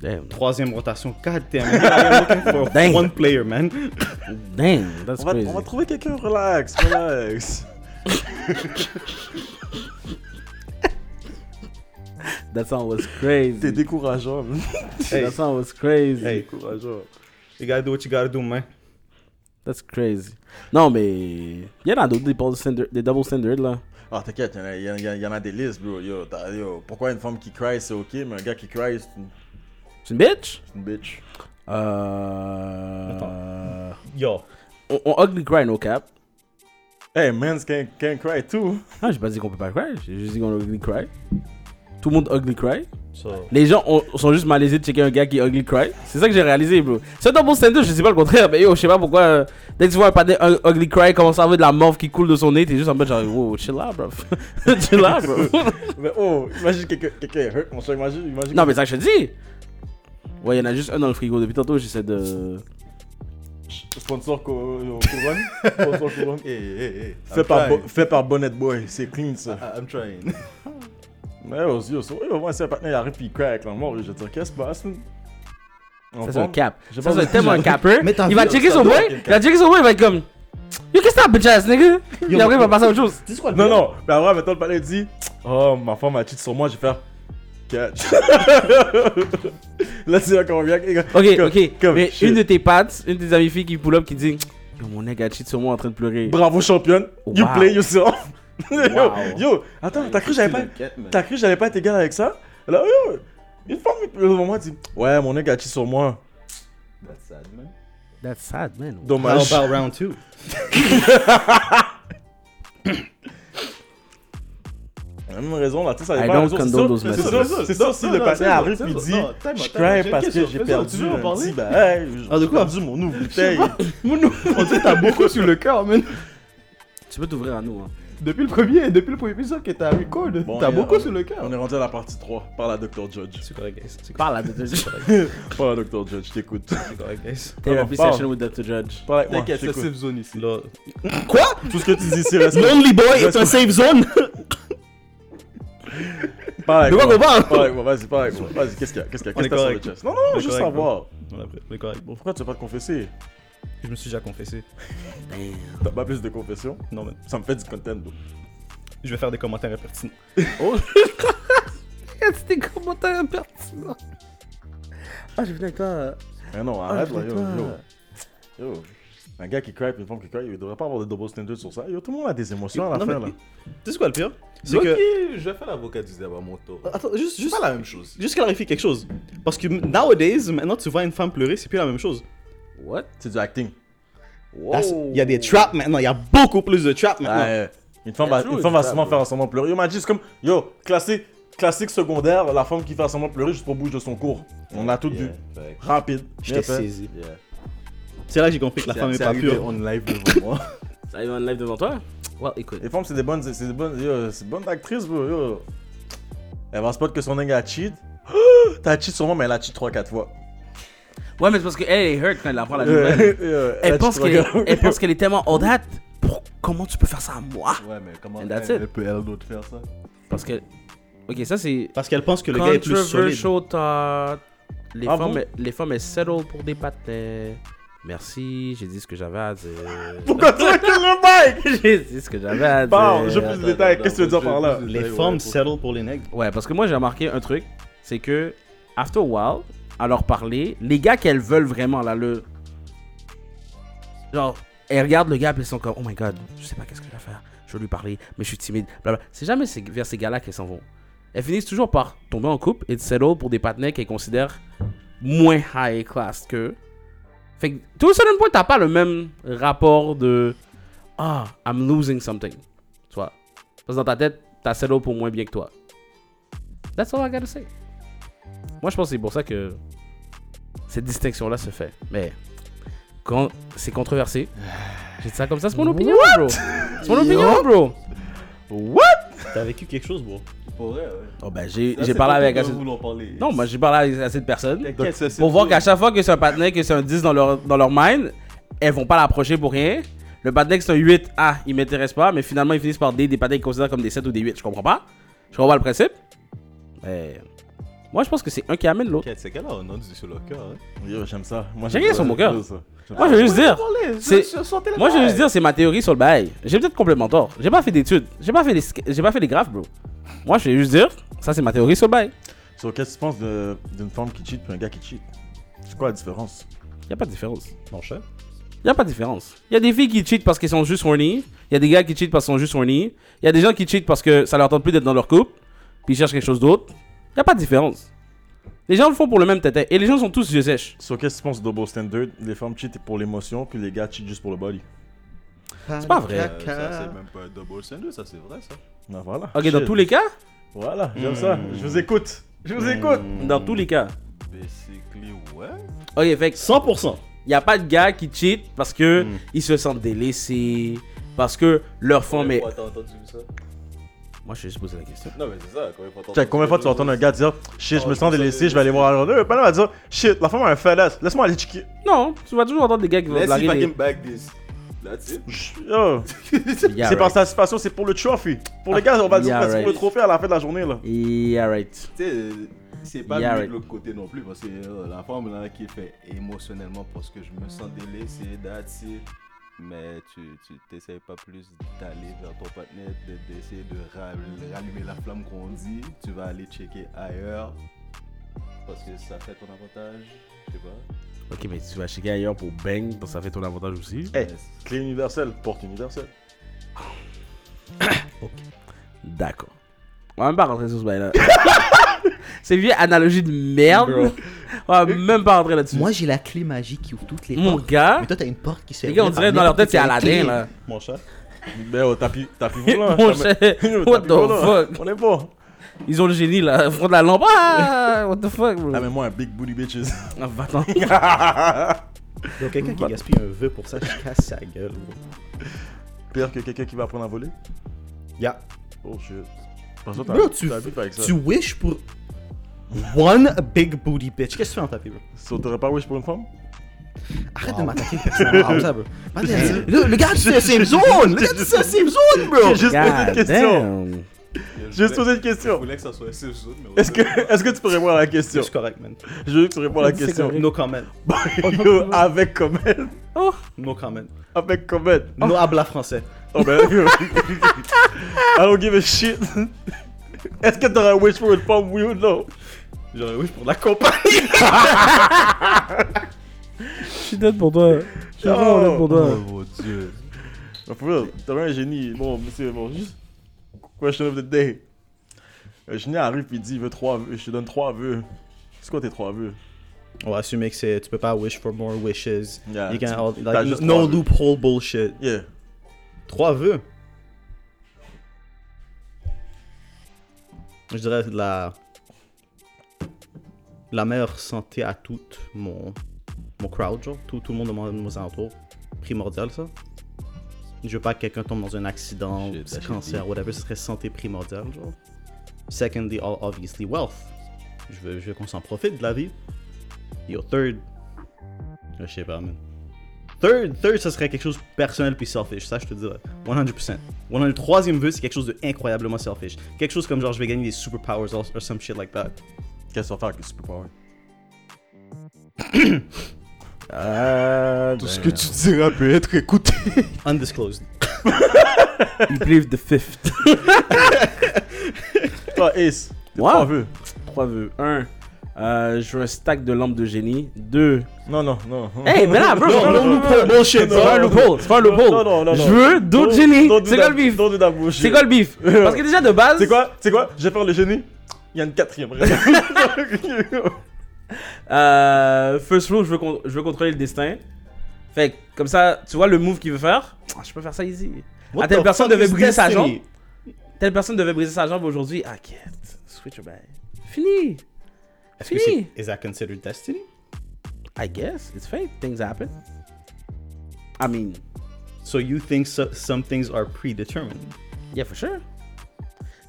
B: Damn.
C: Troisième rotation, god damn. I am looking for
B: Dang.
C: one player, man.
B: Damn, that's
D: On va,
B: crazy.
D: on va trouver quelqu'un, relax, relax.
B: That song was crazy.
D: T'es décourageant. man.
C: Hey.
B: That song was crazy.
C: Hey, courageux. You gotta do what you gotta do, man.
B: That's crazy. Non, mais. Il y en a d'autres des, double standard- des double standards là.
D: Ah, t'inquiète, y'en a- y'en a- y'en a des listes, bro. Yo, t'as- yo, pourquoi une femme qui cry, c'est ok, mais un gars qui cry, c'est une,
B: C'est une bitch?
D: c'est une bitch.
B: Euh.
C: Yo.
B: On, on ugly cry, no cap.
D: Hey, man, can, can cry too.
B: Ah, j'ai pas dit qu'on peut pas cry, j'ai juste dit qu'on ugly cry. Tout le monde ugly cry.
C: So,
B: Les gens ont- sont juste malaisés de checker un gars qui ugly cry. C'est ça que j'ai réalisé, bro. C'est un bon standard, je sais pas le contraire, mais yo, je sais pas pourquoi. euh, dès que tu vois un panneau un ugly cry, comment ça veut de la morve qui coule de son nez, t'es juste en mode genre, wow, chill out, bro. chill out, bro.
D: Mais oh, imagine quelqu'un quelqu'un est hurt, mon cher, imagine. imagine
B: non, mais ça, je te dis. Ouais, y'en a juste un dans le frigo depuis tantôt, j'essaie de.
D: Sponsor co- yo, couronne. Sponsor couronne.
A: Hey, hey, hey.
D: Fait
A: I'm
D: par,
A: trying.
D: Bo- fait par Bonnet Boy, c'est clean ça.
A: I- I'm trying.
D: Mais yo, yo, so, yo, moi, c'est un partenaire, il arrive puis il cry avec la mort, je vais dire, qu'est-ce qui se passe? man?
B: Ça,
D: Enfant?
B: c'est un cap.
D: J'ai
B: Ça,
D: pas
B: c'est
D: besoin-
B: tellement un capper.
C: Mais t'as
B: Il va
C: vu,
B: checker
C: ça
B: son
C: doit
B: boy, il va checker son boy, il va être comme. Yo, qu'est-ce que t'as, bitch ass, nigga? Et après, il va passer à autre chose.
C: tu sais quoi le
D: Non,
C: pire?
D: non, mais après, maintenant, le palais dit Oh, ma femme a cheat sur moi, je vais faire catch. là, c'est là qu'on vient.
B: Ok, ok.
D: comme
B: mais
D: shit.
B: une de tes pattes, une de tes amies filles qui pull up qui dit Yo, mon nègre a cheat sur moi en train de pleurer.
D: Bravo, championne. You
B: Wow.
D: play yourself.
B: Wow.
D: yo, yo, attends, t'as cru que j'avais pas.
A: T'inquiète, man.
D: T'as cru que j'allais pas être égal avec ça Là, yo, une femme, le moment dit Ouais, mon nègre a cheat sur moi.
A: That's sad, man.
B: That's sad, man.
C: How
D: Dommage.
C: about round two?
D: La même raison, là, tu sais, ça
B: I
D: dépend.
B: don't
D: c'est
B: condone
D: sûr-
B: those
D: C'est
B: methods.
D: sûr, c'est sûr, c'est sûr, si le patron arrive et dit Je crains parce que j'ai perdu.
A: Tu veux en
D: un
A: parler
D: petit bah, bail,
C: Ah, de
D: J'ai
C: quoi
D: perdu mon ouvre bouteille.
A: Mon nom, on dirait que t'as beaucoup sur le cœur, man.
B: Tu peux t'ouvrir à nous. Hein.
A: Depuis le premier, depuis le premier épisode que t'as record,
D: Bon,
A: t'as
D: et,
A: beaucoup
D: euh,
A: sur le cœur.
D: On est rendu à la partie 3 par la Dr. Judge.
C: C'est correct, guys. C'est correct,
B: Parle à Dr. Judge.
D: Par la Dr. Judge, je t'écoute.
C: c'est correct, guys.
B: Therapy
D: parle.
B: session with Dr. Judge.
D: Parle avec moi,
A: T'inquiète,
D: je
A: c'est
D: t'écoute.
A: safe zone ici.
C: Là,
D: Tout ce que tu dis, c'est respect.
C: Lonely Boy est un safe zone!
D: Parle avec
C: De quoi
D: moi.
C: qu'on parle?
D: Parle avec moi, vas-y, parle avec moi. Vas-y, qu'est-ce qu'il y a Qu'est-ce qu'il y a
C: On
D: Qu'est-ce
C: est
D: que t'as sur le
C: correct.
D: chest Non, non,
C: On est
D: juste
C: correct,
D: savoir.
C: On l'a pris, on est correct.
D: Bon, pourquoi tu veux pas te confesser
C: Je me suis déjà confessé.
D: T'as pas plus de confession
C: Non, mais
D: Ça me fait du content, bro.
C: je vais faire des commentaires impertinents.
B: C'était commentaire impertinent. Ah, j'ai venu avec toi.
D: Mais non, arrête là, yo, yo. Yo. Un gars qui cry puis une femme qui cry, il devrait pas avoir de double standard sur ça. Yo, tout le monde a des émotions à la
C: Non,
D: fin,
C: mais-
D: là.
C: Tu sais quoi le pire? C'est
A: Ok,
C: que.
A: je vais faire l'avocat du diable à mon tour.
C: Attends, juste,
A: C'est
C: juste,
A: pas la même chose.
C: juste clarifier quelque chose. Parce que nowadays, maintenant tu vois une femme pleurer, c'est plus la même chose.
B: What?
D: C'est du acting.
C: That's-
B: Oh.
C: Il y a des traps maintenant, il y a beaucoup plus de traps maintenant.
D: Ah, euh, une femme,
B: Il y a
D: va,
B: toujours
D: une
B: eu
D: femme va
B: ça,
D: souvent
B: bro.
D: faire un semblant de pleurer. Yo, m'a dit, c'est comme, yo, classique, classique secondaire, la femme qui fait un semblant de pleurer juste pour bouger de son cours. On a tout
A: Yeah,
D: vu.
A: fait que-
D: Rapide.
C: Je
D: Bien
C: t'ai
D: fait.
C: saisi.
A: yeah.
C: C'est là que j'ai compris que la
A: C'est-
C: femme est
A: c'est
C: pas
A: arrivé
C: pure.
A: on live devant moi.
B: Ça arrive en live devant toi? Well, écoute.
D: Les femmes, c'est des bonnes, c'est des bonnes, yo, c'est des bonnes actrices, bro. Yo. Elle va spot que son nègre a cheat. T'as cheat sur moi, mais elle a cheat 3-4 fois.
B: Ouais, mais c'est parce qu'elle est hurt quand elle apprend la nouvelle. Elle
D: Elle
B: pense qu'elle est, elle pense qu'elle est tellement old hat. Pour- Comment tu peux faire ça à moi?
A: Ouais, mais comment
B: And that's
A: elle,
B: it.
A: elle peut elle d'autre faire ça
B: Parce que. Ok, ça c'est.
C: Parce qu'elle pense que le gars est plus solide.
B: Controversial thought. Les,
D: Ah
B: femmes,
D: bon
B: les femmes, elles settle pour des patins. Merci, j'ai dit ce que j'avais à dire.
D: Pourquoi tu recules le mic
B: j'ai dit ce que j'avais à
D: Parle,
B: dire.
D: je plus de détails, qu'est-ce que tu veux dire par là
C: Les femmes settle pour les nègres.
B: Ouais, parce que moi, j'ai remarqué un truc. C'est que, after a while, à leur parler, les gars qu'elles veulent vraiment, là, le. Genre, elles regardent le gars, puis elles sont comme, oh my god, je sais pas qu'est-ce que je vais faire. Je veux lui parler, mais je suis timide. Blablabla. C'est jamais ces- vers ces gars-là qu'elles s'en vont. Elles finissent toujours par tomber en couple et de settle pour des partenaires qu'elles considèrent moins high class que. Fait que, tout le sudden point, t'as pas le même rapport de. Ah, I'm losing something. Tu vois. Parce que dans ta tête, t'as settle pour moins bien que toi. That's all I gotta say. Moi, je pense que c'est pour ça que cette distinction-là se fait. Mais quand c'est controversé, j'ai dit ça comme ça, c'est mon opinion, bro. C'est mon opinion, bro.
D: What
C: T'as vécu quelque chose, bro.
A: Pour vrai, ouais.
B: Oh, ben, j'ai
A: Ça,
B: j'ai
A: c'est
B: parlé
A: pas
B: avec
A: pour
B: assez...
A: vouloir parler.
B: Non, moi, j'ai parlé avec assez de personnes
A: T'inquiète, ça, c'est
B: pour voir
A: tout.
B: qu'à chaque fois que c'est un patinet, que c'est un 10 dans leur, dans leur mind, elles vont pas l'approcher pour rien. Le patinet que c'est un 8, ah, il m'intéresse pas, mais finalement, ils finissent par des, des patinets qu'ils considèrent comme des 7 ou des 8. Je comprends pas. Je comprends pas le principe. Mais moi, je pense que c'est un qui amène l'autre.
A: T'inquiète, c'est qu'elle a un nom du sur le cœur. hein.
D: Yo, j'aime ça. Moi,
B: J'ai
D: j'aime
B: rien
D: ça,
B: sur mon
D: j'aime
B: cœur.
D: ça. J'aime
B: Moi, je veux juste dire. c'est-
A: Sortez la
B: Moi, je veux
A: balle.
B: juste dire, c'est ma théorie sur le bail. J'ai peut-être complètement tort. J'ai pas fait d'études. J'ai pas fait des, sk- j'ai pas fait des graphes, bro. Moi, je vais juste dire, Ça, c'est ma théorie sur le bail.
D: So, qu'est-ce que tu penses de- d'une femme qui cheat puis un gars qui cheat C'est quoi la différence
B: Y a pas de différence.
C: Mon chef.
B: Y a pas de différence. Y a des filles qui cheatent parce qu'elles sont juste horny. Y a des gars qui cheatent parce qu'ils sont juste horny. Y a des gens qui cheatent parce que ça leur tente plus d'être dans leur couple. Puis ils cherchent quelque chose d'autre. Y a pas de différence. Les gens le font pour le même tête. Et les gens sont tous yeux sèches.
D: So, qu'est-ce que tu penses du double standard Les femmes cheat pour l'émotion, puis les gars cheat juste pour le body.
C: C'est
B: pas vrai.
A: Euh, ça, c'est même pas un double standard, ça, c'est vrai, ça.
D: Ben voilà.
B: Ok, dans
D: Shit.
B: tous les Hmm. cas
D: Voilà, j'aime ça. Je vous écoute. Je vous écoute.
B: Dans tous les cas.
A: Basically, ouais.
B: Ok, fait que
C: 100%.
B: y a pas de gars qui cheat parce que
C: Mm.
B: ils se sentent délaissés. Parce que leur femme est.
A: Combien de fois t'as entendu ça
B: Moi, je vais juste poser la question.
A: Non, mais c'est ça, combien de fois t'as
D: Check, combien de fois tu vas entendre un gars dire shit, je
B: Oh,
D: me sens délaissé, je vais aller voir un autre. Le panneau va dire shit, la femme a un fat ass, laisse-moi aller checker.
B: Non, tu vas toujours entendre des gars qui vont te
A: Let's see if I
B: larguer.
A: can bag this. That's it.
D: Yo.
B: les- Yeah,
D: Oh, C'est par
B: right. Ah,
D: satisfaction, c'est pour le trophy. Pour les gars, on va dire
B: yeah,
D: que c'est pour le
B: right.
D: trophée à la fin de la journée là.
B: Yeah, right.
A: Tu sais, euh, c'est pas
B: Yeah,
A: mieux
B: right.
A: de l'autre côté non plus, parce que euh, la femme là qui fait émotionnellement parce que je me sens délaissé, that's it. Mais tu tu t'essayes pas plus d'aller vers ton partenaire, de- d'essayer de ra- rallumer la flamme qu'on dit. Tu vas aller checker ailleurs parce que ça fait ton avantage. Je sais pas.
B: Ok, mais tu vas checker ailleurs pour bang, donc ça fait ton avantage aussi.
D: Eh, clé universelle, porte universelle.
B: D'accord. On va même pas rentrer sur ce bail-là. C'est une vieille analogie de merde. On va même pas rentrer là-dessus.
E: Moi, j'ai la clé magique qui ouvre toutes les
B: Mon
E: portes.
B: gars,
E: Mais toi, t'as une porte qui se
B: les gars, on
E: ouvre
B: dirait
E: par
B: dans leur tête, c'est
E: n'importe quelle
B: Aladdin
E: clé.
B: là.
C: Mon chef.
D: Ben, oh, tapis, tapis vous là.
B: Mon
D: Tapis-
B: cher,
D: Yo,
B: what
D: tapis vous, là.
B: the fuck?
D: On est bon.
B: Ils ont le génie là, ils font de la lampe. Ah, what the fuck, bro?
D: Ah, mais moi, un big booty bitches.
B: Ah, va-t'en.
C: Donc, quelqu'un qui gaspille un vœu pour ça, je casse sa gueule. gros.
D: Pire que quelqu'un qui va apprendre à voler.
C: Yeah.
D: Oh shit.
C: Bro, tu-
D: avec ça.
C: Tu wish pour. One big booty bitch. Qu'est-ce que tu fais dans ta vie, bro?
D: So, t'aurais pas wish pour une femme
E: Arrête de m'attaquer personnellement comme ça, bro. Arrête de- Le, le gars, c'est la same zone. Le gars, c'est la same zone, bro.
B: Oh,
D: J'ai juste posé une
B: God
D: question.
B: damn.
A: Je
D: Juste
A: voulais-
D: posé une
A: je
D: question.
A: voulais que ça soit assez zone, mais
D: Est-ce que, est-ce que tu peux répondre à la question
C: C'est correct, man.
D: Je veux que tu réponds à la
B: C'est
D: question.
C: No comment.
D: Yo, avec comment
B: Oh,
C: No comment.
D: Avec comment
C: No habla français.
D: Oh ben. I don't give a shit. Est-ce que t'aurais wish pour une femme, oui ou non
C: J'aurais wish pour de la compagnie.
B: je suis dead pour toi. Je suis vraiment
D: Oh.
B: dead pour toi.
A: mon dieu.
D: Non, for real, t'aurais un génie. Bon, monsieur, bon, juste. Question of the day. Un génie arrive et dit il veut trois vœux. Je te donne trois vœux. C'est quoi tes trois vœux
C: On va assumer que c'est. Tu peux pas wish for more wishes.
D: Yeah,
C: You can
D: Ah, tu-
C: all- like,
D: t'as juste
C: no
D: trois vœux.
C: loophole bullshit.
D: Yeah.
C: Trois vœux. Je dirais de la. La meilleure santé à tout mon, mon crowd, genre. Tout, tout le monde de mon- de mes alentours. Primordial, ça. Je veux pas que quelqu'un tombe dans un accident,
A: Shit, that
C: un
A: should
C: cancer, whatever. Ce serait santé primordiale, genre. Secondly, o- obviously, wealth. Je veux, je veux qu'on s'en profite de la vie. Yo, third. Je sais pas, man. Third, third, ça serait quelque chose de personnel puis selfish, ça je te dirais. 100%. Voilà, le troisième vœu, c'est quelque chose de incroyablement selfish. Quelque chose comme genre, je vais gagner des superpowers or, or some shit like that.
D: Qu'est-ce qu'on va faire avec le superpower
B: Ah, damn.
A: tu diras peut être écouté.
C: Euh, ben, Undisclosed.
B: You believe the fifth.
D: Toi, Ace, tes
B: Moi
D: trois vœux.
B: Trois vœux. Un, euh, je veux un stack de lampes de génie. Deux,
D: Non, non, non.
C: Eh,
B: Hey, mais là, bro,
D: Oh, Non,
B: c'est pas
D: non,
B: un
D: non,
B: loophole,
D: non,
B: bullshit,
D: non,
B: c'est pas un
D: non,
B: loophole, c'est pas un loophole.
D: Non, non, non,
B: Je
D: non.
B: veux d'autres
D: Don't-
B: génies,
D: don't do
B: c'est quoi
D: that-
B: le bif
D: don't do that bullshit.
B: C'est quoi le bif Parce que déjà de base,
D: C'est quoi C'est quoi Je vais faire le génie Il y a une quatrième raison.
B: euh, First rule, je veux, con- je veux contrôler le destin. Fait que, comme ça, tu vois le move qu'il veut faire. Ah, Je peux faire ça easy. Ah, telle personne devait briser sa jambe. Telle personne devait briser sa jambe aujourd'hui. Ah, quête. Switch your bag. Fini.
C: Est-ce que
B: Fini.
C: c'est. Is that considered destiny?
B: I guess. It's fate. Things happen. I mean,
C: So you think so- some things are predetermined?
B: yeah, for sure.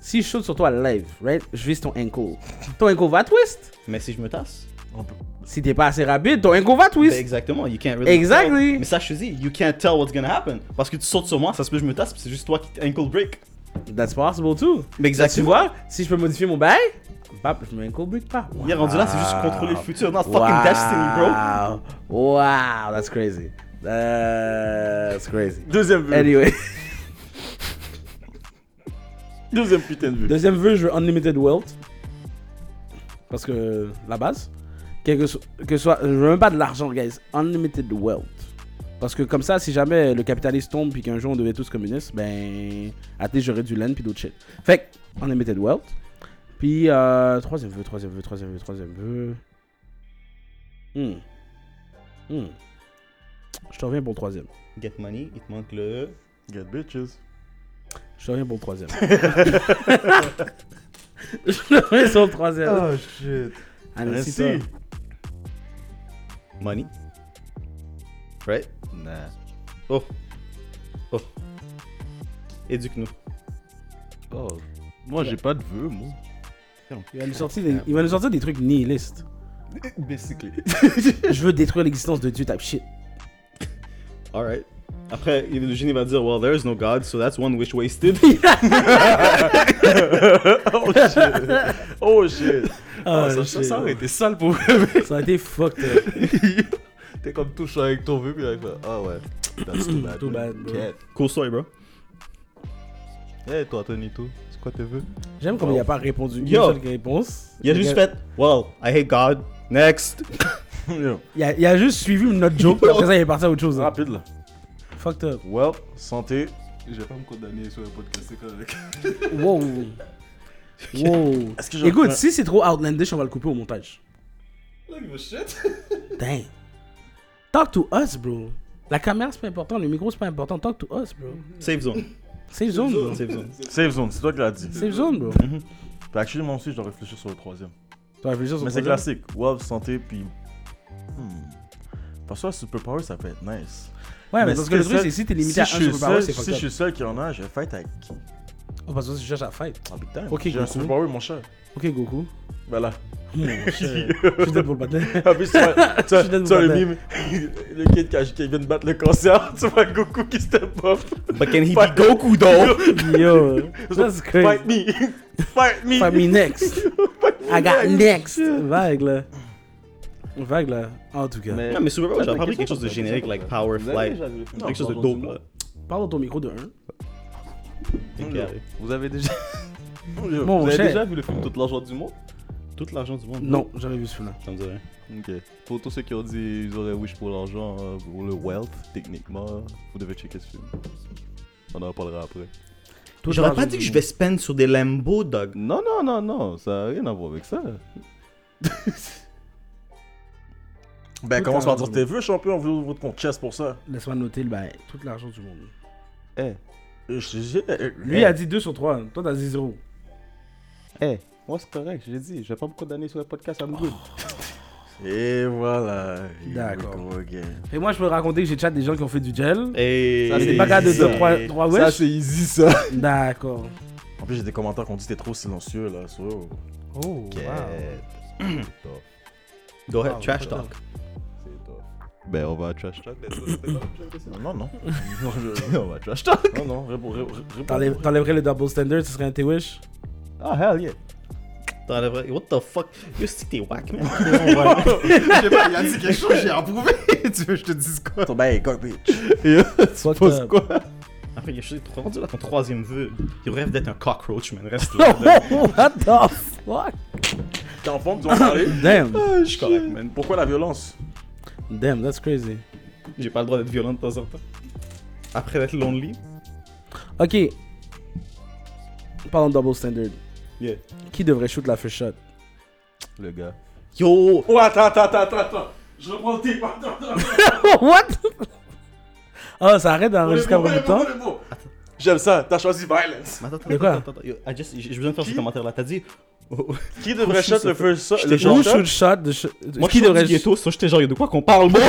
B: Si je saute sur toi live, right, je vise ton ankle. Ton ankle va twist.
C: Mais si je me tasse?
B: Si t'es pas assez rapide, ton inco va
C: Ben,
B: twist.
C: exactement, you can't really.
B: Exactly.
C: tell. Mais ça je te dis, you can't tell what's gonna happen. Parce que tu sautes sur moi, ça se peut que je me tasse, puis c'est juste toi qui t- ankle break.
B: That's possible too.
C: Mais
B: Tu vois, si je peux modifier mon bail, bap, je mets un break pas.
C: Il est rendu là, c'est juste contrôler le futur, not fucking destiny, bro.
B: bro. Wow, that's crazy. That's crazy.
D: Deuxième vœu.
B: Anyway.
D: Deuxième putain de vue.
B: Deuxième vœu, je veux Unlimited Wealth. Parce que la base. Quel que, so- que soit. Je veux même pas de l'argent, guys. Unlimited Wealth. Parce que comme ça, si jamais le capitalisme tombe puis qu'un jour on devait tous communistes, ben. Athée, j'aurais du land puis d'autres shit. Fait que, Unlimited Wealth. Puis, euh, troisième vœu, troisième vœu, troisième vœu, troisième vœu. Hmm. Hmm. Je te reviens pour le troisième.
C: Get money, il te manque le.
D: Get bitches.
B: Je te reviens pour le troisième. je te reviens sur le troisième.
D: Oh shit.
B: Allez,
D: Merci.
B: c'est toi.
C: Money. Right?
A: Nah.
C: Oh. Oh. Éduque-nous.
A: Oh. Moi, j'ai pas de vœu, moi.
B: Il va nous sortir des, il va nous sortir des trucs nihilistes.
A: Basically.
B: Je veux détruire l'existence de Dieu, type shit.
C: Alright. Après, le génie va dire, well, there's no God, so that's one wish wasted.
D: Oh shit. Oh shit.
B: Ah,
D: ça,
B: shit.
D: ça aurait été sale pour
B: Ça a été fucked. up.
A: T'es comme touché avec ton vœu, puis là, il fait, ah ouais. That's too bad.
B: Too bad,
A: man.
B: bro.
A: Get.
C: cool story, bro.
A: Hey, toi, Tonito, c'est quoi tes vœux?
B: J'aime comme il a pas répondu. Une
C: Yo.
B: seule réponse.
C: Il a juste fait, well, I hate God. Next.
B: Il a, il a juste suivi notre joke. puis Après ça, il est parti à autre chose. hein.
D: Rapide là.
B: Fucked up.
D: Well, santé.
A: Je vais pas me condamner sur un podcast, c'est correct.
B: Wow. Wow.
D: Est-ce que je-
B: Écoute, si c'est trop outlandish, on va le couper au montage.
A: Là, il me shit.
B: Dang. Talk to us, bro. La caméra, c'est pas important. Le micro, c'est pas important. Talk to us, bro.
C: Safe zone.
B: C'est zone, bro.
C: Safe zone.
D: Save zone, c'est toi qui l'as dit.
B: C'est zone,
D: Mhm.
B: bro.
D: Puis actually, moi aussi, je dois réfléchir sur le troisième.
B: Tu vas réfléchir sur
D: Mais
B: le
D: c'est
B: problème.
D: classique. Wow, santé, puis. Hmm. Parce que la superpower, ça peut être nice.
B: Ouais, mais
D: Mais
B: parce
D: si
B: que le
D: t'es
B: truc,
D: seul-
B: c'est si t'es
D: Si
B: limité
D: je
B: à un
D: suis
B: superpower,
D: seul,
B: c'est
D: si je
B: fucked up.
D: suis seul qui en a, je vais fight avec qui
B: Oh, parce que tu cherches à fight.
D: Ah putain,
B: Ok,
D: j'ai un
B: Goku.
A: hein.
D: superpower, mon cher.
B: Ok, Goku.
D: Voilà.
B: Mon cher. Je suis dead pour le battre.
D: Ah, puis tu vois, tu vois-
B: Je donne
D: tu vois
B: mon
D: le mime, le kid qui, a- qui vient de battre le cancer, tu vois Goku qui step up.
C: But can he
D: Fight
C: be Goku, though?
B: Yo, that's
D: Fight
B: crazy.
D: me! Fight me!
B: Fight me next. I got next. Vague là. Vague là. En tout cas.
C: Non, mais Superpower, j'aurais pas pris quelque chose de générique, like Power Flight. Quelque chose de dope, là.
B: Parle dans ton micro de 1.
C: T'es
A: Non.
C: carré.
A: Vous avez déjà.
B: Bon,
A: Vous avez
B: cher.
A: déjà vu le film Toute l'argent du monde?
C: Tout l'argent du monde.
B: Non, Oh, j'avais vu celui-là.
C: Ça me dit rien.
A: Ok. Pour tous ceux qui ont dit ils auraient wish pour l'argent, euh, pour le wealth, techniquement, vous devez checker ce film. On en reparlera après.
B: Tout
C: J'aurais
B: l'argent
C: pas dit que
B: du
C: je
B: monde.
C: vais spend sur des Lambo, dog.
A: Non, non, non, non, ça a rien à voir avec ça.
D: Ben,
B: Tout
D: commence par
A: hein.
B: l'argent
D: dire tes vœux, champion, vous votre compte chess pour ça.
B: Laisse-moi noter le bail. Tout l'argent du monde.
A: Eh, hey,
D: Euh, je te dis, euh, euh,
B: Lui
D: hey,
B: a dit 2 sur 3. Toi, t'as dit 0.
A: eh, moi c'est correct, j'ai dit, je vais pas me condamner sur le podcast, I'm good.
D: Et eh, voilà.
B: D'accord.
D: Here we go again.
B: Et moi, je peux raconter que j'ai chat des gens qui ont fait du
C: Eh.
B: gel. Ah,
C: Et.
A: Ça,
B: Des
A: c'est
B: bagarres de
A: ça.
B: 3
A: ça
B: wesh.
A: c'est easy ça.
B: D'accord.
D: En plus, j'ai des commentaires qui ont dit t'es trop silencieux là. So...
B: Oh,
A: Ok.
B: wow.
A: C'est tough,
C: Go
B: Wow,
C: ahead, trash
B: fuck
C: talk.
A: c'est tough. Ben on va à trash talk, let's go, let's go.
D: Non, non.
A: on va à trash talk.
D: Non, non, réponds. réponds- réponds.
B: T'enlèves- T'enlèverais le double standard, ce serait un T-Wish
A: Ah hell yeah.
C: Dans la vraie- What the fuck? Yo, c'est que t'es whack, man.
A: Je sais pas, il a dit quelque chose, j'ai approuvé. tu veux que je te dise quoi
D: Ton bail est garbage.
B: Fuck
A: Pose
B: up.
A: quoi
C: Euh, Après, il y a chose trop rendu là, ton troisième vœu. Il rêve d'être un cockroach, man. Reste là.
B: What the fuck?
D: T'es en forme, tu vas en parler.
B: Damn.
C: Je suis correct, man.
D: Pourquoi la violence
B: Damn, that's crazy.
C: J'ai pas le droit d'être violent de temps en temps. Après d'être lonely.
B: Ok. Parlons de double standard.
C: Yeah.
B: Qui devrait shoot la first shot?
A: Le gars.
C: Yo!
D: Oh, attends, attends, attends, attends, attends. Je reprends le type. Attends, attends.
B: What? oh, ça arrête d'enregistrer après le temps?
D: J'aime ça, t'as choisi violence.
C: Mais Attends,
B: Mais
C: attends,
B: quoi
C: attends, attends. Yo, I just- J'ai j'ai besoin de faire ce
D: Qui?
C: commentaire-là. T'as dit. oh,
D: Qui devrait shot le first shot le
B: Who
D: first shot?
B: shoot shot? the sh-
C: Moi,
B: qui, devrait...
C: ghetto, sinon j'étais genre, y'a de quoi qu'on parle, moi?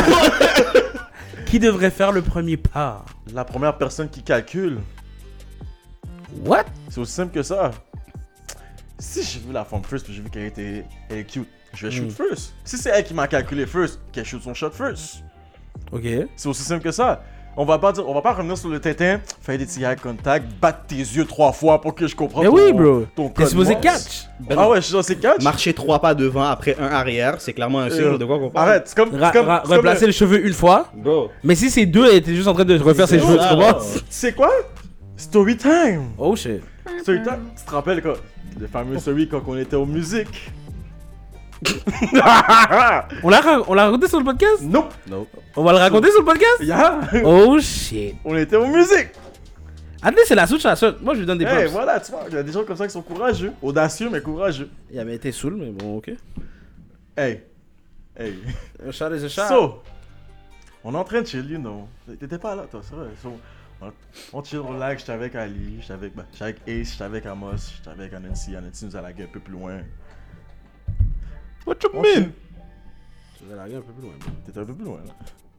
B: qui devrait faire le premier pas?
D: La première personne qui calcule.
B: What?
D: C'est aussi simple que ça. Si j'ai vu la femme first puis j'ai vu qu'elle était elle est cute, je vais shoot
B: Mm.
D: first. Si c'est elle qui m'a calculé first, qu'elle shoot son shot first.
B: Ok.
D: C'est aussi simple que ça. On va pas dire, on va pas revenir sur le tétin, faire des tirs à contact, battre tes yeux trois fois pour que je comprenne.
B: Mais
D: ton-
B: oui, bro.
D: Ton
B: T'es
D: code
B: supposé
D: morse.
B: catch.
D: Ah ouais, je suis censé catch.
C: Marcher trois pas devant, après un arrière, c'est clairement un signe
D: Euh,
C: de quoi qu'on parle.
D: Arrête, c'est comme,
B: Ra-
D: c'est comme,
B: ra-
D: c'est comme
B: replacer
D: le-
B: les cheveux une fois.
C: Bro. Ah.
B: Mais si c'est deux, elle était juste en train de refaire ses
D: C'est
B: cheveux, tu
D: ça,
B: comprends?
D: C'est quoi? Story time.
B: Oh shit.
D: Story Time, tu te rappelles quand le fameux story quand on était aux musiques
B: On l'a ra- on l'a raconté sur le podcast
D: Nope
A: Non.
B: On va le raconter sur le podcast
D: Yeah
B: Oh shit.
D: On était aux musiques
B: Attendez, c'est la souche la seule. Moi, je lui donne des
D: Hey,
B: props.
D: voilà, tu vois, il y a des gens comme ça qui sont courageux, audacieux mais courageux.
B: Il avait été saoul, mais bon, ok.
D: Hey Hey
B: Un chat is a chat.
D: So, on est en train de chill, you know. T'étais pas là, toi, c'est vrai. So, on, on chill, relax, j'étais avec Ali, j'étais avec, ben, j'étais avec Ace, j'étais avec Amos, j'étais avec Anansi. Anansi nous a lagué un peu plus loin.
A: What you
D: On chill.
B: Je vais la regarder un peu plus loin.
D: T'étais un peu plus loin, là.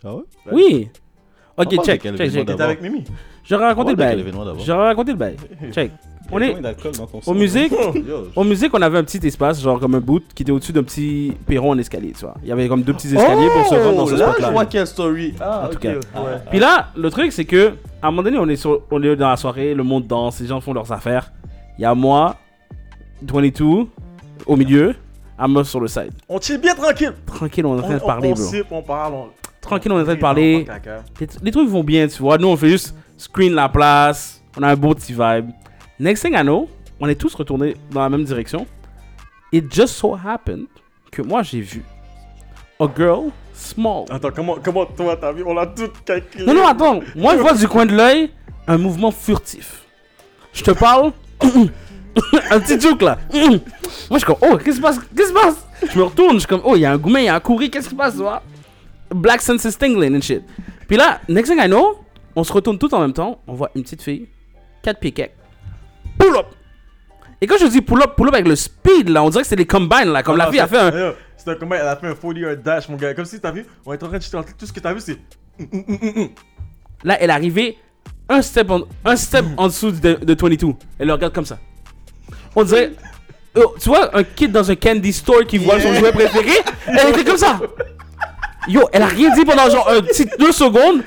A: Ah ouais?
B: Oui.
A: On
B: Ok,
A: parle
B: check,
A: de quel
B: check,
A: événement
B: check.
A: d'abord
D: T'étais avec Mimi.
B: J'aurais raconté
A: On
B: le
A: parle de quel
B: bail.
A: événement d'abord
B: J'aurais raconté le bail. Check. On est au musée.
A: Yo,
B: Au musée, on avait un petit espace, genre comme un bout, qui était au-dessus d'un petit perron en escalier, tu vois. Il y avait comme deux petits escaliers pour se rendre dans
C: Oh,
B: ce
A: Oh, là, je
B: spot-là.
A: vois quelle story. Ah,
B: En tout
A: ok,
B: cas.
A: ouais.
B: Puis là, le truc, c'est que, à un moment donné, on est, sur, on est dans la soirée, le monde danse, les gens font leurs affaires. Il y a moi, 22, au milieu, Amos sur le side.
D: On chill bien tranquille.
B: Tranquille, on est en train de parler,
D: on
B: bro.
D: siffle, on parle, on...
B: Tranquille, on est en train de
D: rit,
B: parler.
D: on parle caca.
B: Les, les trucs vont bien, tu vois. Nous, on fait juste screen la place. On a un beau petit vibe. Next thing I know, on est tous retournés dans la même direction. It just so happened que moi, j'ai vu a girl small.
D: Attends, comment, comment toi t'as vu On l'a tout calculé.
B: Non, non, attends. Moi, je vois du coin de l'œil un mouvement furtif. Je te parle. un petit joke là. Moi, je suis comme, oh, qu'est-ce qui se passe Qu'est-ce qui se passe Je me retourne, je suis comme, oh, il y a un gourmet, il y a un courrier, qu'est-ce qui se passe, tu vois Black senses tingling and shit. Puis là, next thing I know, on se retourne tous en même temps, on voit une petite fille, 4 pieds quelques, pull up. Et quand je dis pull up, pull up avec le speed là, on dirait que c'est les combines là, comme la
D: Non,
B: fille a
D: c'est-
B: fait un.
D: Yo, C'est un combat, elle a fait un 40 yard dash, mon gars. Comme si t'as vu, on est en train de chill tranquille. Tout ce que t'as vu, c'est.
B: Là, elle est arrivée un step en, un step en dessous de, de 22. Elle le regarde comme ça. On dirait. Oh, tu vois, un kid dans un candy store qui voit son jouet préféré, elle était comme ça. Yo, elle a rien dit pendant genre un petit deux secondes.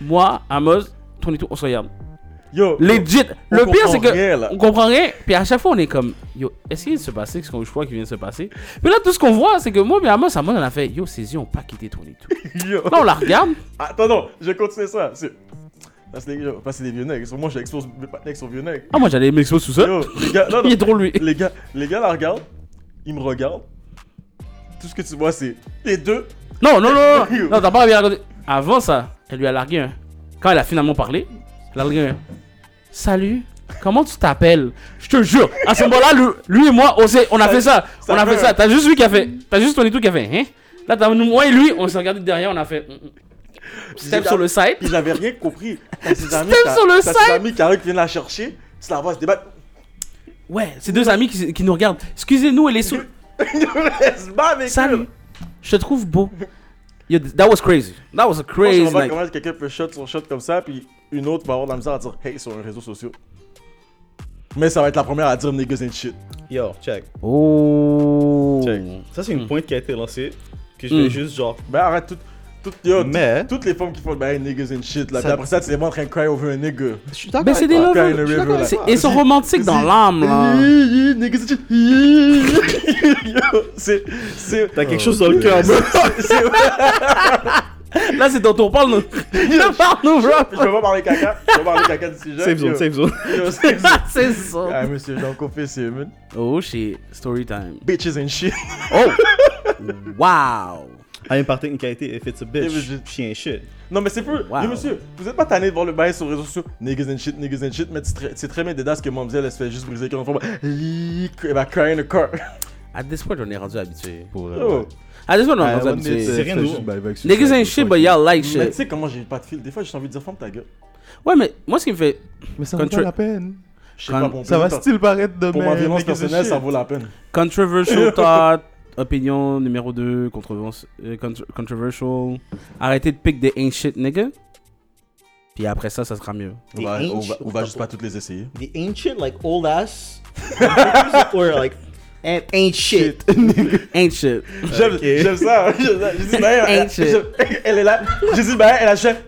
B: Moi, Amos, 22, on se regarde.
D: Yo.
B: Legit.
D: On
B: Le pire,
D: comprend
B: c'est que.
D: rien, là.
B: on comprend rien. Puis à chaque fois, on est comme. Yo, est-ce qu'il se passait ce qu'on je crois qu'il vient de se passer Puis là, tout ce qu'on voit, c'est que moi, mais Amos, Amos, on a fait. Yo, ses yeux ont pas quitté 22.
D: Yo.
B: Là, on la regarde.
D: Attends, non, je vais continuer ça. C'est. Parce que les gars, parce que c'est des vieux nègres. Moi, j'expose mes partenaires qui sont vieux nègres.
B: Ah, moi, j'allais m'exposer tout ça.
D: Yo, les gars, non, non.
B: Il est drôle, lui.
D: Les gars, les gars la regardent. Ils me regardent. Tout ce que tu vois, c'est les deux.
B: Non, non, non, non, non, t'as pas bien raconté. Avant ça, elle lui a largué un. Quand elle a finalement parlé, elle a largué un. Salut, comment tu t'appelles Je te jure, à ce moment-là, le- lui et moi, on, s'est- on a fait ça.
D: ça
B: On a fait
D: meurt.
B: ça. T'as juste lui qui a fait. T'as juste ton tout qui a fait. Hein Là, t'as nous, moi et lui, on s'est regardé derrière, on a fait. hum, hum. Step sur le site.
D: Puis j'avais rien compris. T'as ses amis.
B: Step
D: t'as-
B: sur le
D: T'as
B: side.
D: ses amis qui arrivent, qui viennent la chercher. Tu la vois se débattre.
B: Ouais, ces deux amis qui, qui nous regardent. Excusez-nous, elle est sous.
D: Elle se bat avec
B: Salut,
D: eux.
B: je te trouve beau. Yo, that was crazy. That was a
D: Moi, je
B: crazy
D: comprends pas
B: night.
D: comment quelqu'un peut shot son shot comme ça, puis une autre va avoir de la misère à dire hey sur les réseaux sociaux. Mais ça va être la première à dire niggas and shit.
C: Yo, check.
B: Oh.
C: Check. Ça, c'est une pointe qui a été lancée. Que je vais
B: Mm.
C: juste genre.
D: Ben arrête tout. tout yo, tout-
C: Mais-
D: Toutes les femmes qui font ben niggas and shit là.
C: Ça-
D: Puis après ça, tu les vois en train de cry over un nigga.
E: Je suis d'accord.
B: Ben, c'est
E: avec
B: des
E: toi.
D: Cry
B: lovers.
D: in a river là.
B: C'est- Ils sont romantiques dans l'âme, là.
D: Hi, hi, Niggas and shit. hi. Yo, c'est. C'est.
C: T'as quelque chose dans le cœur, bro.
D: c'est-
B: Là, c'est ton tour. Parle-nous. Parle-nous,
D: Je
B: bro.
D: peux pas parler caca. Je peux pas parler caca du sujet.
C: Safe
D: yo.
C: zone, safe zone.
D: Yo, safe zone.
B: Ah, c'est
D: Ah,
B: ça.
D: monsieur, j'ai encore fait c'est man.
B: Oh, shit. Story time.
D: Bitches and shit.
B: Oh. Wow.
C: I'm parting une qualité if it's a
D: If it's
C: bitch.
D: a-
C: Chien shit.
D: Non, mais c'est peu.
B: Wow.
D: Yo, monsieur, vous êtes pas tanné de voir le bail sur les réseaux sociaux. Niggas and shit, niggas and shit. Mais c'est très- c'est très bien des dasses que Mamzelle, elle se fait juste briser quand on fait. Leak, elle va cry in the car.
B: At this point, on est rendu habitué.
A: Pour, euh,
D: Yo.
C: Oh.
A: ouais.
B: At this point, on est rendu
A: Ah, one minute,
B: habitué.
A: euh,
C: rien
A: fais
C: de
A: juste
C: nouveau.
A: bye bye sur
B: Niggas
A: ça,
B: ain't
A: je
B: shit,
A: crois
B: but
A: que-
B: y'all like
D: Mais tu
B: shit.
D: sais comment j'ai pas de fil. Des fois, j'ai juste envie de dire ferme ta gueule.
B: Ouais, mais moi, ce qui me fait.
A: Mais ça vaut
B: Contra-
A: pas la peine.
D: Je sais
B: Quand-
D: pas, pour plaisir,
A: Ça va
D: t'as-
A: style paraître de
D: Pour ma violence
A: niggas and
D: personnelle,
A: shit.
D: ça vaut la peine.
B: Controversial thought. Opinion numéro 2. Controversial. Arrêtez de pick des ain't shit, nigga. Puis après ça, ça sera mieux.
D: On
E: Des
D: va, on va,
E: inches,
D: on va juste pas toutes les essayer.
E: The ancient, like old ass. or like. an- Ain't shit.
B: Ain't shit.
D: J'aime j'aime ça. j'aime ça. Je dis, bah, elle,
B: Ain't shit.
D: ben, je- elle est là. Je dis, bah, elle a chef.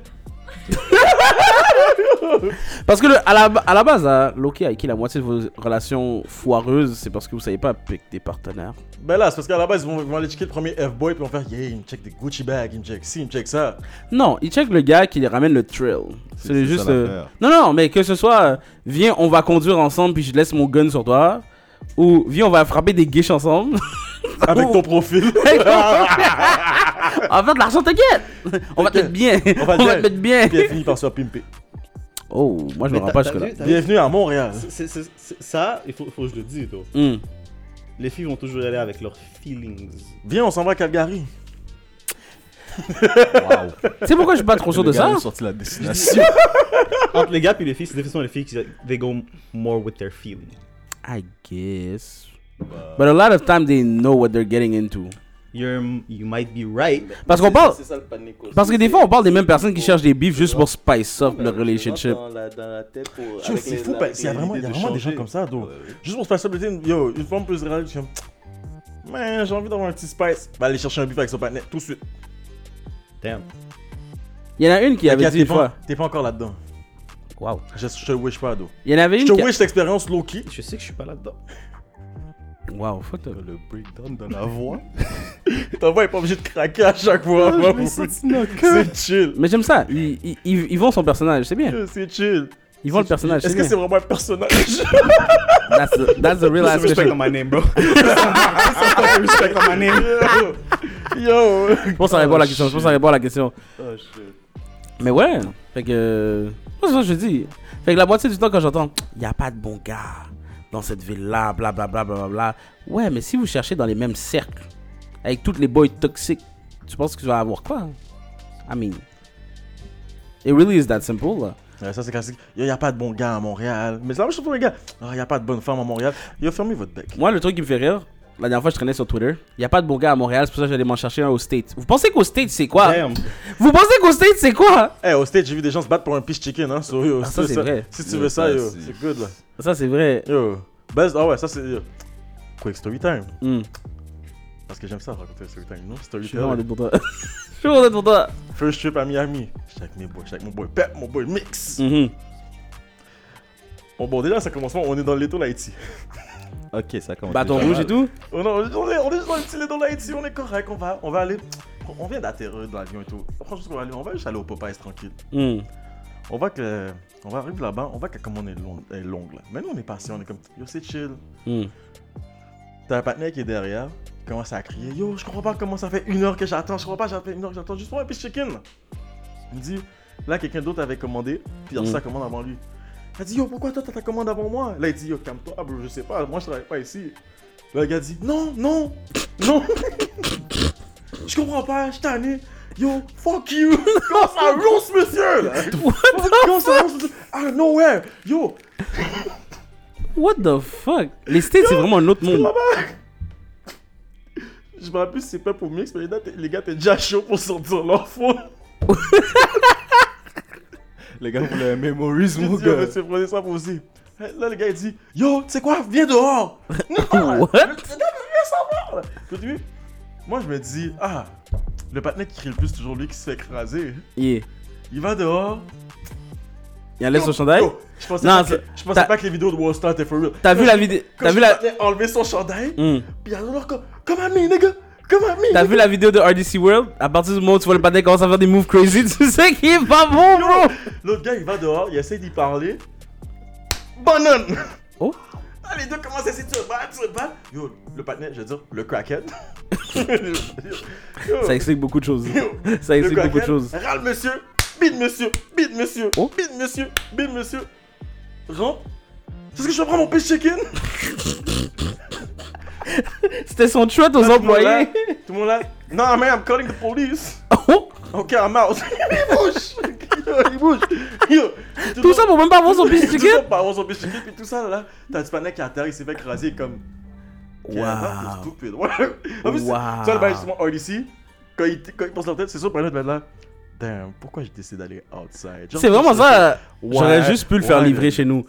B: Parce que le- à, la, à la base, hein, Loki a acquis la moitié de vos relations foireuses, c'est parce que vous savez pas pick des partenaires.
D: Ben là, c'est parce qu'à la base, ils vont, ils vont aller checker le premier F-boy, puis ils vont faire, yeah, il me check des Gucci bags, il me check ci, il me check ça.
B: Non, il check le gars qui lui ramène le trail. C'est,
A: c'est
B: juste.
A: ça
B: euh,
A: l'affaire.
B: Non, non, mais que ce soit euh, viens, on va conduire ensemble, puis je laisse mon gun sur toi. Ou viens, on va frapper des guiches ensemble.
D: Avec ton profil. Ah,
B: on va faire Ah, de l'argent, t'inquiète. On va te mettre bien.
D: On
B: On
D: va
B: va
D: te
B: te mettre bien.
D: puis elle finit par se faire pimper.
B: Oh, moi je me
C: Mais
B: rends
C: t'as-
B: pas
C: t'as
B: jusque-là.
C: vu- t'as vu-
D: Bienvenue à Montréal.
C: c'est- c'est- c'est- Ça, il faut, faut que je le dise, donc.
B: Hmm.
C: Les filles vont toujours aller avec leurs feelings.
D: Viens, on s'en va à Calgary.
A: Waouh.
B: Tu sais pourquoi je suis pas trop sûr
A: Le
B: de
A: gars
B: ça
A: a sorti la destination.
C: Entre les gars puis les filles, c'est définitivement les filles qui they go more with their feelings.
B: I guess. But a lot of times they know what they're getting into.
C: You're, you might be right.
B: Parce qu'on parle.
A: C'est ça le panique aussi.
B: Parce que des fois, on parle des mêmes personnes qui cherchent des beefs juste pour spice up leur relationship.
A: Dans la, dans la tête pour.
D: Yo,
A: avec
D: c'est
A: les-
D: fou,
A: la-
D: parce qu'il y a
A: les
D: vraiment, il y a
A: idées de
D: vraiment des gens
A: changer.
D: comme ça, donc.
A: Ouais, ouais.
D: Juste pour se faire ça, peut-être, yo, une femme peut se réaliser, je suis comme, man, j'ai envie d'avoir un petit spice. Va aller chercher un bif avec son partenaire, tout de suite.
C: Damn.
B: Il y en a une qui avait
D: Regarde,
B: dit une
D: t'es
B: fois.
D: pas- T'es pas encore là-dedans.
B: Wow.
D: Je, je te wish pas, d'eau.
B: Il y en avait
D: Je
B: une
D: te
B: qui.
D: wish l'expérience low-key.
C: Je sais que je suis pas là-dedans.
B: Wow, fuck up.
A: Le breakdown de la voix.
D: Ta voix est pas obligée de craquer à chaque
B: Ah,
D: fois. moi, vous- c'est chill.
B: Mais j'aime ça. Ils, ils- ils- ils vont son personnage, c'est bien.
D: Yo, C'est chill.
B: Ils vont le personnage,
D: Est-ce
B: c'est
D: que
B: bien.
D: c'est vraiment un personnage
B: That's the, that's the real
C: Put some
B: ass
C: respect
B: question.
C: on my name, bro. Put some respect on my name.
D: Yo
B: Je pense que ça répond à la question. Je pense que ça répond à la question.
A: Oh shit.
B: Mais ouais. Fait que. C'est ça que je dis. Fait que la moitié du temps, quand j'entends. Il n'y a pas de bons gars dans cette ville-là, blablabla. Bla, bla, bla. Ouais, mais si vous cherchez dans les mêmes cercles, avec toutes les boys toxiques, tu penses que tu vas avoir quoi hein? I mean. It really is that simple. là.
D: Ouais, ça c'est classique. Yo, y a pas de bons gars à Montréal. Mais c'est la même chose pour les gars. Ah, y a pas de bonnes femmes à Montréal. Yo, fermez votre bec.
B: Moi, le truc qui me fait rire, la dernière fois, je traînais sur Twitter. Il n'y a pas de bon gars à Montréal, c'est pour ça que j'allais m'en chercher un au State. Vous pensez qu'au State, c'est quoi
C: Damn.
B: Vous pensez qu'au State, c'est quoi
D: Eh, au stage, j'ai vu des gens se battre pour un pitch chicken, hein. So, yo,
B: Ah,
D: si
B: ça,
D: tu veux
B: c'est vrai.
D: Si tu
A: Yo,
D: veux ça,
A: ça,
D: yo,
A: c'est-
D: c'est good là.
B: Ça, c'est vrai.
D: Yo, best. Ah ouais, ça c'est. yo. Quick story time.
B: Hmm.
D: Parce que j'aime ça raconter le story time, non?
B: Je
D: Story
B: suis vraiment
D: time.
B: honnête pour toi. Je suis vraiment honnête pour toi.
D: First trip à Miami. J'étais avec mes boys, j'étais avec mon boy Pep, mon boy Mix.
B: Mhm.
D: Bon, bon, déjà, ça commence pas, on est dans le l'étau d'Haïti.
A: Ok, ça commence.
B: Bâton
A: déjà
B: rouge
A: mal.
B: et tout
D: Oh non, on est, on est juste dans le petit dans l'Haïti, on est correct, on va, on va aller. On vient d'atterrir dans l'avion et tout. Je pense qu'on va aller, on va juste aller au Popeyes tranquille.
B: Hmm.
D: On voit que. On va arriver là-bas, on voit que comme on est long, est longue là. Mais nous on est patient, on est comme yo c'est chill.
B: Hmm.
D: T'as un partenaire qui est derrière, qui commence à crier Yo, je comprends pas comment ça fait une heure que j'attends, je comprends pas, ça fait une heure que j'attends juste pour un pitch chicken. Il me dit Là, quelqu'un d'autre avait commandé, puis il a reçu
B: Mm.
D: sa commande avant lui. Il a dit Yo, pourquoi toi t'as ta commande avant moi Là, il dit Yo, calme-toi, bro, je sais pas, moi je travaille pas ici. Là, le gars dit Non, non, non, je comprends pas, je tanné. Yo, fuck you! Comment ça roast, monsieur? là? Comment ça roast, monsieur? Out of nowhere! Yo,
B: What the fuck Les States, c'est vraiment un autre monde.
D: Je me rappelle, c'est pas pour mix, mais les gars, t'es- les gars, t'es déjà chaud pour sortir l'enfant.
A: Les gars voulaient un memories,
D: J'ai
A: mon
D: dit, oh,
A: gars.
D: monsieur, prenez ça pour aussi. Là, le gars, il dit, yo, tu sais quoi, viens dehors. Non, là,
B: What?
D: le- le gars, viens savoir. là. Au début, moi, je me dis, ah, le partenaire qui crie le plus, c'est toujours lui qui se fait écraser.
B: Yeah.
D: Il va dehors.
B: Il enlève son
D: Yo,
B: chandail
D: yo, Je pensais,
B: Non,
D: pas, que,
B: c'est-
D: je pensais
B: t'as-
D: pas que les vidéos de Wallstar étaient for real.
B: T'as
D: Quand
B: vu
D: je-
B: la vidéo
D: quand
B: T'as
D: je
B: vu
D: le
B: la.
D: partenaire enlever son chandail,
B: Hmm.
D: puis il a dehors comme, comme ami, nigga, comme ami.
B: T'as vu la vidéo de RDC World À partir du moment où tu vois le patin commencer à faire des moves crazy, tu sais qu'il est pas bon, bro
D: L'autre gars, il va dehors, il essaie d'y parler. Banane
B: Oh.
D: Ah, les deux commencent à essayer de se battre, se battre. Yo, le patinet, je veux dire, le crackhead. Yo,
B: Ça explique beaucoup de choses.
D: yo,
B: Ça
D: le
B: explique beaucoup de
D: crackhead,
B: choses.
D: Râle monsieur, bide monsieur, bide monsieur,
B: Oh.
D: bide monsieur, bide monsieur. Rentre. C'est ce que je prends mon pitch chicken
B: C'était son threat aux
D: Tout le monde là,
B: employés.
D: Tout le monde là. Nah, man, I'm calling the police.
B: Oh,
D: Ok, I'm out. il bouge. Yo, il bouge. Yo.
B: Tout ça pour même pas avoir son
D: Puis
B: pitch
D: tout ça,
B: ticket.
D: par son bicycle, puis tout ça là, t'as du panneau qui est à terre, il s'est fait écraser comme. Wow. Stupide. Ouais. En plus,
B: Wow.
D: ça le bail justement hors ici, quand il, quand il pense leur tête, c'est sûr, par là, là, damn, pourquoi j'ai décidé d'aller outside? Genre,
B: C'est vraiment
D: je-
B: ça.
D: Ouais,
B: J'aurais juste pu le faire
D: ouais.
B: livrer chez nous.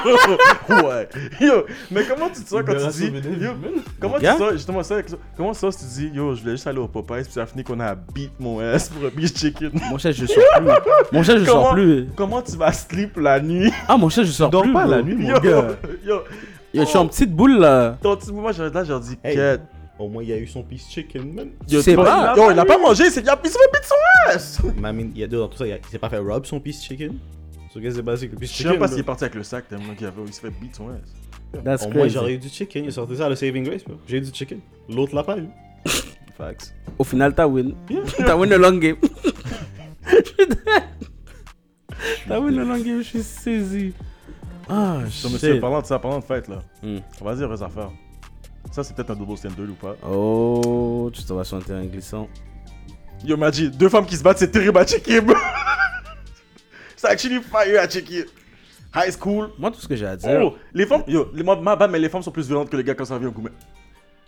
D: ouais. Yo, mais comment tu te sens quand tu dis. Yo, comment tu te
B: Gars.
D: sens, justement, ça, comment ça, si tu dis, yo, je voulais juste aller au Popeyes, puis ça a fini qu'on a beat mon ass pour un beef chicken.
B: Mon chef, je sors plus. Mon chef, je
D: Comment-
B: sors plus.
D: Comment tu vas sleep la nuit?
B: Ah, mon chef, je sors plus. bro.
D: Yo, yo,
B: Yo, je suis en petite boule là.
D: ton petit moment, j'aurais- là, j'ai dit,
C: Hey.
D: quête.
C: Au moins, il a eu son piece chicken, man.
B: Je sais pas.
D: Yo, il a pas mangé, c'est il a pissé son beat son ass!
C: Mais I mean, il y a deux dans tout ça. Il a- il s'est pas fait rob son piece chicken. So, qu'est-ce qui s'est passé avec le piece
D: Je sais
C: chicken?
D: même pas s'il est
C: bro?
D: parti avec le sac tellement qu'il avait, il s'est fait beat son ass.
B: That's
C: Au moins,
B: crazy.
C: j'aurais eu du chicken. Il sortait ça, le saving grace, bro. J'ai eu du chicken. L'autre l'a pas eu.
A: Facts.
B: Au final, t'as win. T'as win le long game. t'as win le long game, je suis saisi. Ah,
D: Non, monsieur,
B: shit.
D: parlant de ça, parlant de fête là,
B: Hmm.
D: on va dire les affaires. Ça, c'est peut-être un double standard ou pas.
B: Oh, tu te vas sur un terrain glissant.
D: Yo, Maji, deux femmes qui se battent, c'est terrible à checker, bro. C'est actually fire à checker. High school.
B: Moi, tout ce que j'ai à dire.
D: Oh, les femmes, yo, les, ma, ma bad, mais les femmes sont plus violentes que les gars quand ça vient au gourmet.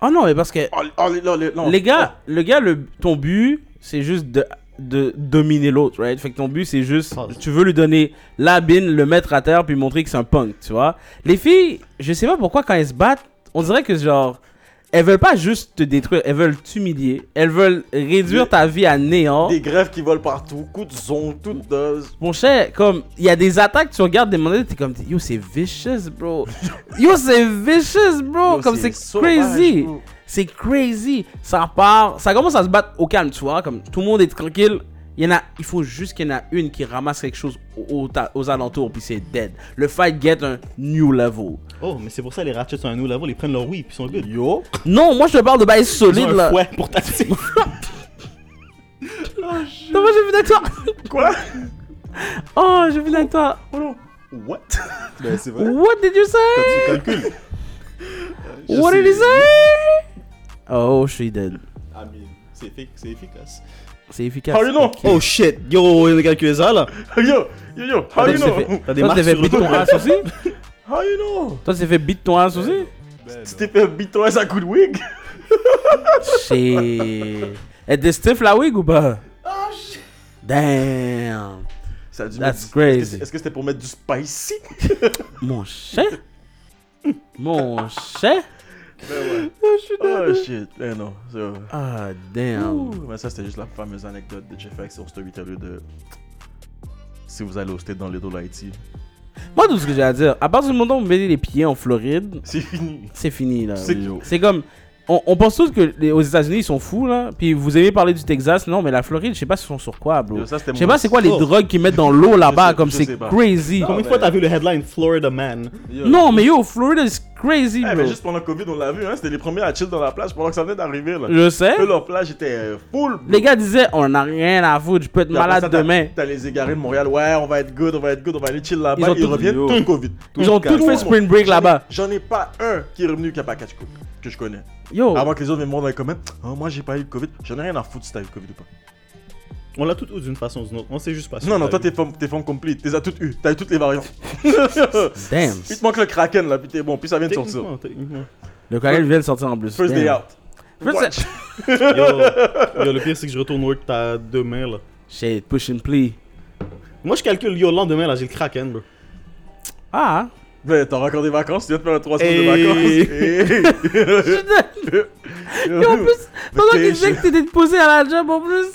B: Oh non, mais parce que
D: Oh, oh, les, non, les, non.
B: les gars, le gars, le, ton but, c'est juste de, de dominer l'autre, right? Fait que ton but, c'est juste, tu veux lui donner la bine, le mettre à terre, puis montrer que c'est un punk, tu vois? Les filles, je sais pas pourquoi quand elles se battent, on dirait que genre, elles veulent pas juste te détruire, elles veulent t'humilier, elles veulent réduire ta vie à néant.
D: Oh, Des grèves qui volent partout, coups de zone, tout de.
B: Mon cher, comme, il y a des attaques, tu regardes des mondes, t'es comme, yo, c'est vicious, bro. Yo, c'est vicious, bro.
D: Yo,
B: comme, c'est
D: sauvage,
B: crazy.
D: bro.
B: C'est crazy. Ça part. Ça commence à se battre au calme, tu vois. Comme tout le monde est tranquille. Il, y en a, il faut juste qu'il y en a une qui ramasse quelque chose au- au ta- aux, alentours, puis c'est dead. Le fight get un new level.
C: Oh, mais c'est pour ça les ratchets sont à nous là-bas. Ils prennent leur oui puis ils sont good.
D: Yo.
B: Non, moi je te parle de bail
C: Ils
B: solide
C: ont
B: là.
C: un fouet pour taper.
B: Non, moi j'ai vu avec toi.
D: Quoi?
B: Oh, j'ai vu avec toi.
D: Oh non. What?
A: Ben, c'est vrai.
B: What did you say?
A: Calcul.
B: What did you say? Oh, je suis dead.
A: I mean, Ah, c'est effic- c'est efficace.
B: C'est efficace.
D: How you know?
C: Oh shit. Yo, il a calculé ça là.
B: Ah,
D: Yo, yo, yo. How
B: Toi,
D: you
B: tu t'es
D: know?
B: fait-
C: T'as des
B: Toi, tu t'es
C: marques
B: fait
C: sur le
B: beat
C: dos.
B: ton ass aussi?
D: How you know?
B: Toi, tu t'es fait beat ton ass aussi?
A: Ben,
D: Tu
A: non.
D: t'es fait beat ton ass à coup de wig?
B: Shit. Elle était stiff la wig ou pas?
C: Oh,
B: Damn.
D: Ça a dû
B: That's
D: mettre du- est-ce que
B: crazy.
D: c'est- Est-ce que c'était pour mettre du spicy?
B: Mon chien. Mon chien.
D: Oh shit, eh non. so-
B: Ah, damn.
D: Ouh, Mais ça, c'était juste la fameuse anecdote de Jeff X sur Storyteller de. Si vous allez au state dans les dos d'Haïti,
B: Moi, tout ce que j'ai à dire, à partir du moment où vous mettez les pieds en Floride,
D: c'est fini.
B: c'est fini, là.
D: C'est-
B: C'est comme... On, on pense tous que les, aux États-Unis, ils sont fous, là. Puis vous avez parlé du Texas. Non, mais la Floride, je sais pas si sont sur quoi, bro.
D: Yo, ça, c'était
B: Je sais
D: mon-
B: pas c'est quoi les
C: Oh.
B: drogues qu'ils mettent dans l'eau là-bas,
D: sais-
B: comme
D: je
B: c'est
D: sais pas.
B: crazy.
C: Combien de fois t'as vu le headline Florida Man
A: Yo,
B: Non, mais yo, Florida is crazy,
D: Eh,
B: bro.
D: mais juste pendant Covid, on l'a vu, hein. C'était les premiers à chill dans la plage pendant que ça venait d'arriver, là.
B: Je sais.
D: Eux, leur plage était euh, full. bro.
B: hein? Les gars disaient, on n'a rien à foutre, je peux être
D: Puis après ça,
B: malade
D: t'as-
B: demain.
D: T'as les égarés de Montréal, ouais, on va être good, on va être good, on va aller chill là-bas.
B: Ils ont
D: Ils,
B: tout-
D: reviennent,
A: Yo.
D: tout Covid.
B: Ils ont tout
D: Tout le
B: fait
D: monde.
B: spring break là-bas.
D: J'en ai pas un qui est revenu qui a pas catch Covid, que je connais.
B: Yo,
D: Avant que les autres viennent me voir dans les commentaires, Ah, moi j'ai pas eu le Covid. J'en ai rien à foutre si t'as eu le Covid ou pas.
C: On l'a tout ou d'une façon ou d'une autre. On sait juste pas. si
D: Non, non,
C: t'as
D: toi
C: eu.
D: t'es forme, t'es forme complète, t'es as toutes eu, t'as eu toutes les variantes. il
B: damn.
D: te manque le Kraken là, puis t'es bon, puis ça vient de sortir.
C: Techniquement, techniquement.
B: Le Kraken vient de sortir en plus.
D: First day
B: Damn.
D: out.
B: First
D: Watch.
C: Yo, yo, le pire, c'est que je retourne work ta demain, là.
B: Shit, push and play.
C: Moi, je calcule, yo, le lendemain, là, j'ai le Kraken, bro.
B: Ah,
D: Ben, t'auras encore des vacances, tu viens de faire un 3 semaines
C: Hey.
D: de vacances.
B: je
D: Hey.
B: Et en plus, pendant
D: t'es-
B: qu'il disait que t'étais posé à la job en plus.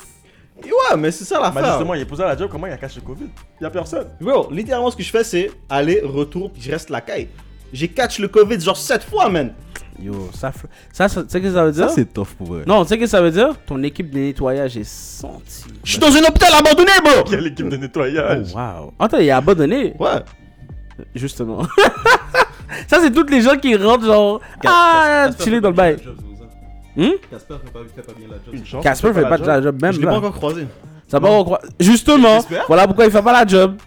C: Et ouais, mais c'est ça
D: Mais
C: l'affaire.
D: Bah, justement, il est posé à la job, comment il a caché le Covid Il y a personne.
C: Bro, littéralement, ce que je fais, c'est aller, retour, puis je reste la caille. J'ai catch le Covid genre 7 fois, man.
B: Yo, ça, f- ça, ça- tu sais ce que ça veut
A: Ça,
B: dire?
A: c'est tough pour vrai.
B: non, tu sais ce que ça veut dire? Ton équipe de nettoyage est senti.
C: Je suis dans un hôpital abandonné, bro.
D: Il y a l'équipe de
B: Oh,
D: nettoyage.
B: wow. Attends, il est abandonné.
C: Ouais.
B: Justement. ça, c'est toutes les gens qui rentrent genre. Ah, chiller dans le bail. Hum?
A: Casper fait pas, fait pas bien la job.
D: Une chance.
B: Casper fait pas de la job même
C: Je l'ai pas
B: là.
C: encore croisé.
B: Ça va on croit- Justement,
A: J'espère.
B: voilà pourquoi il fait pas la job.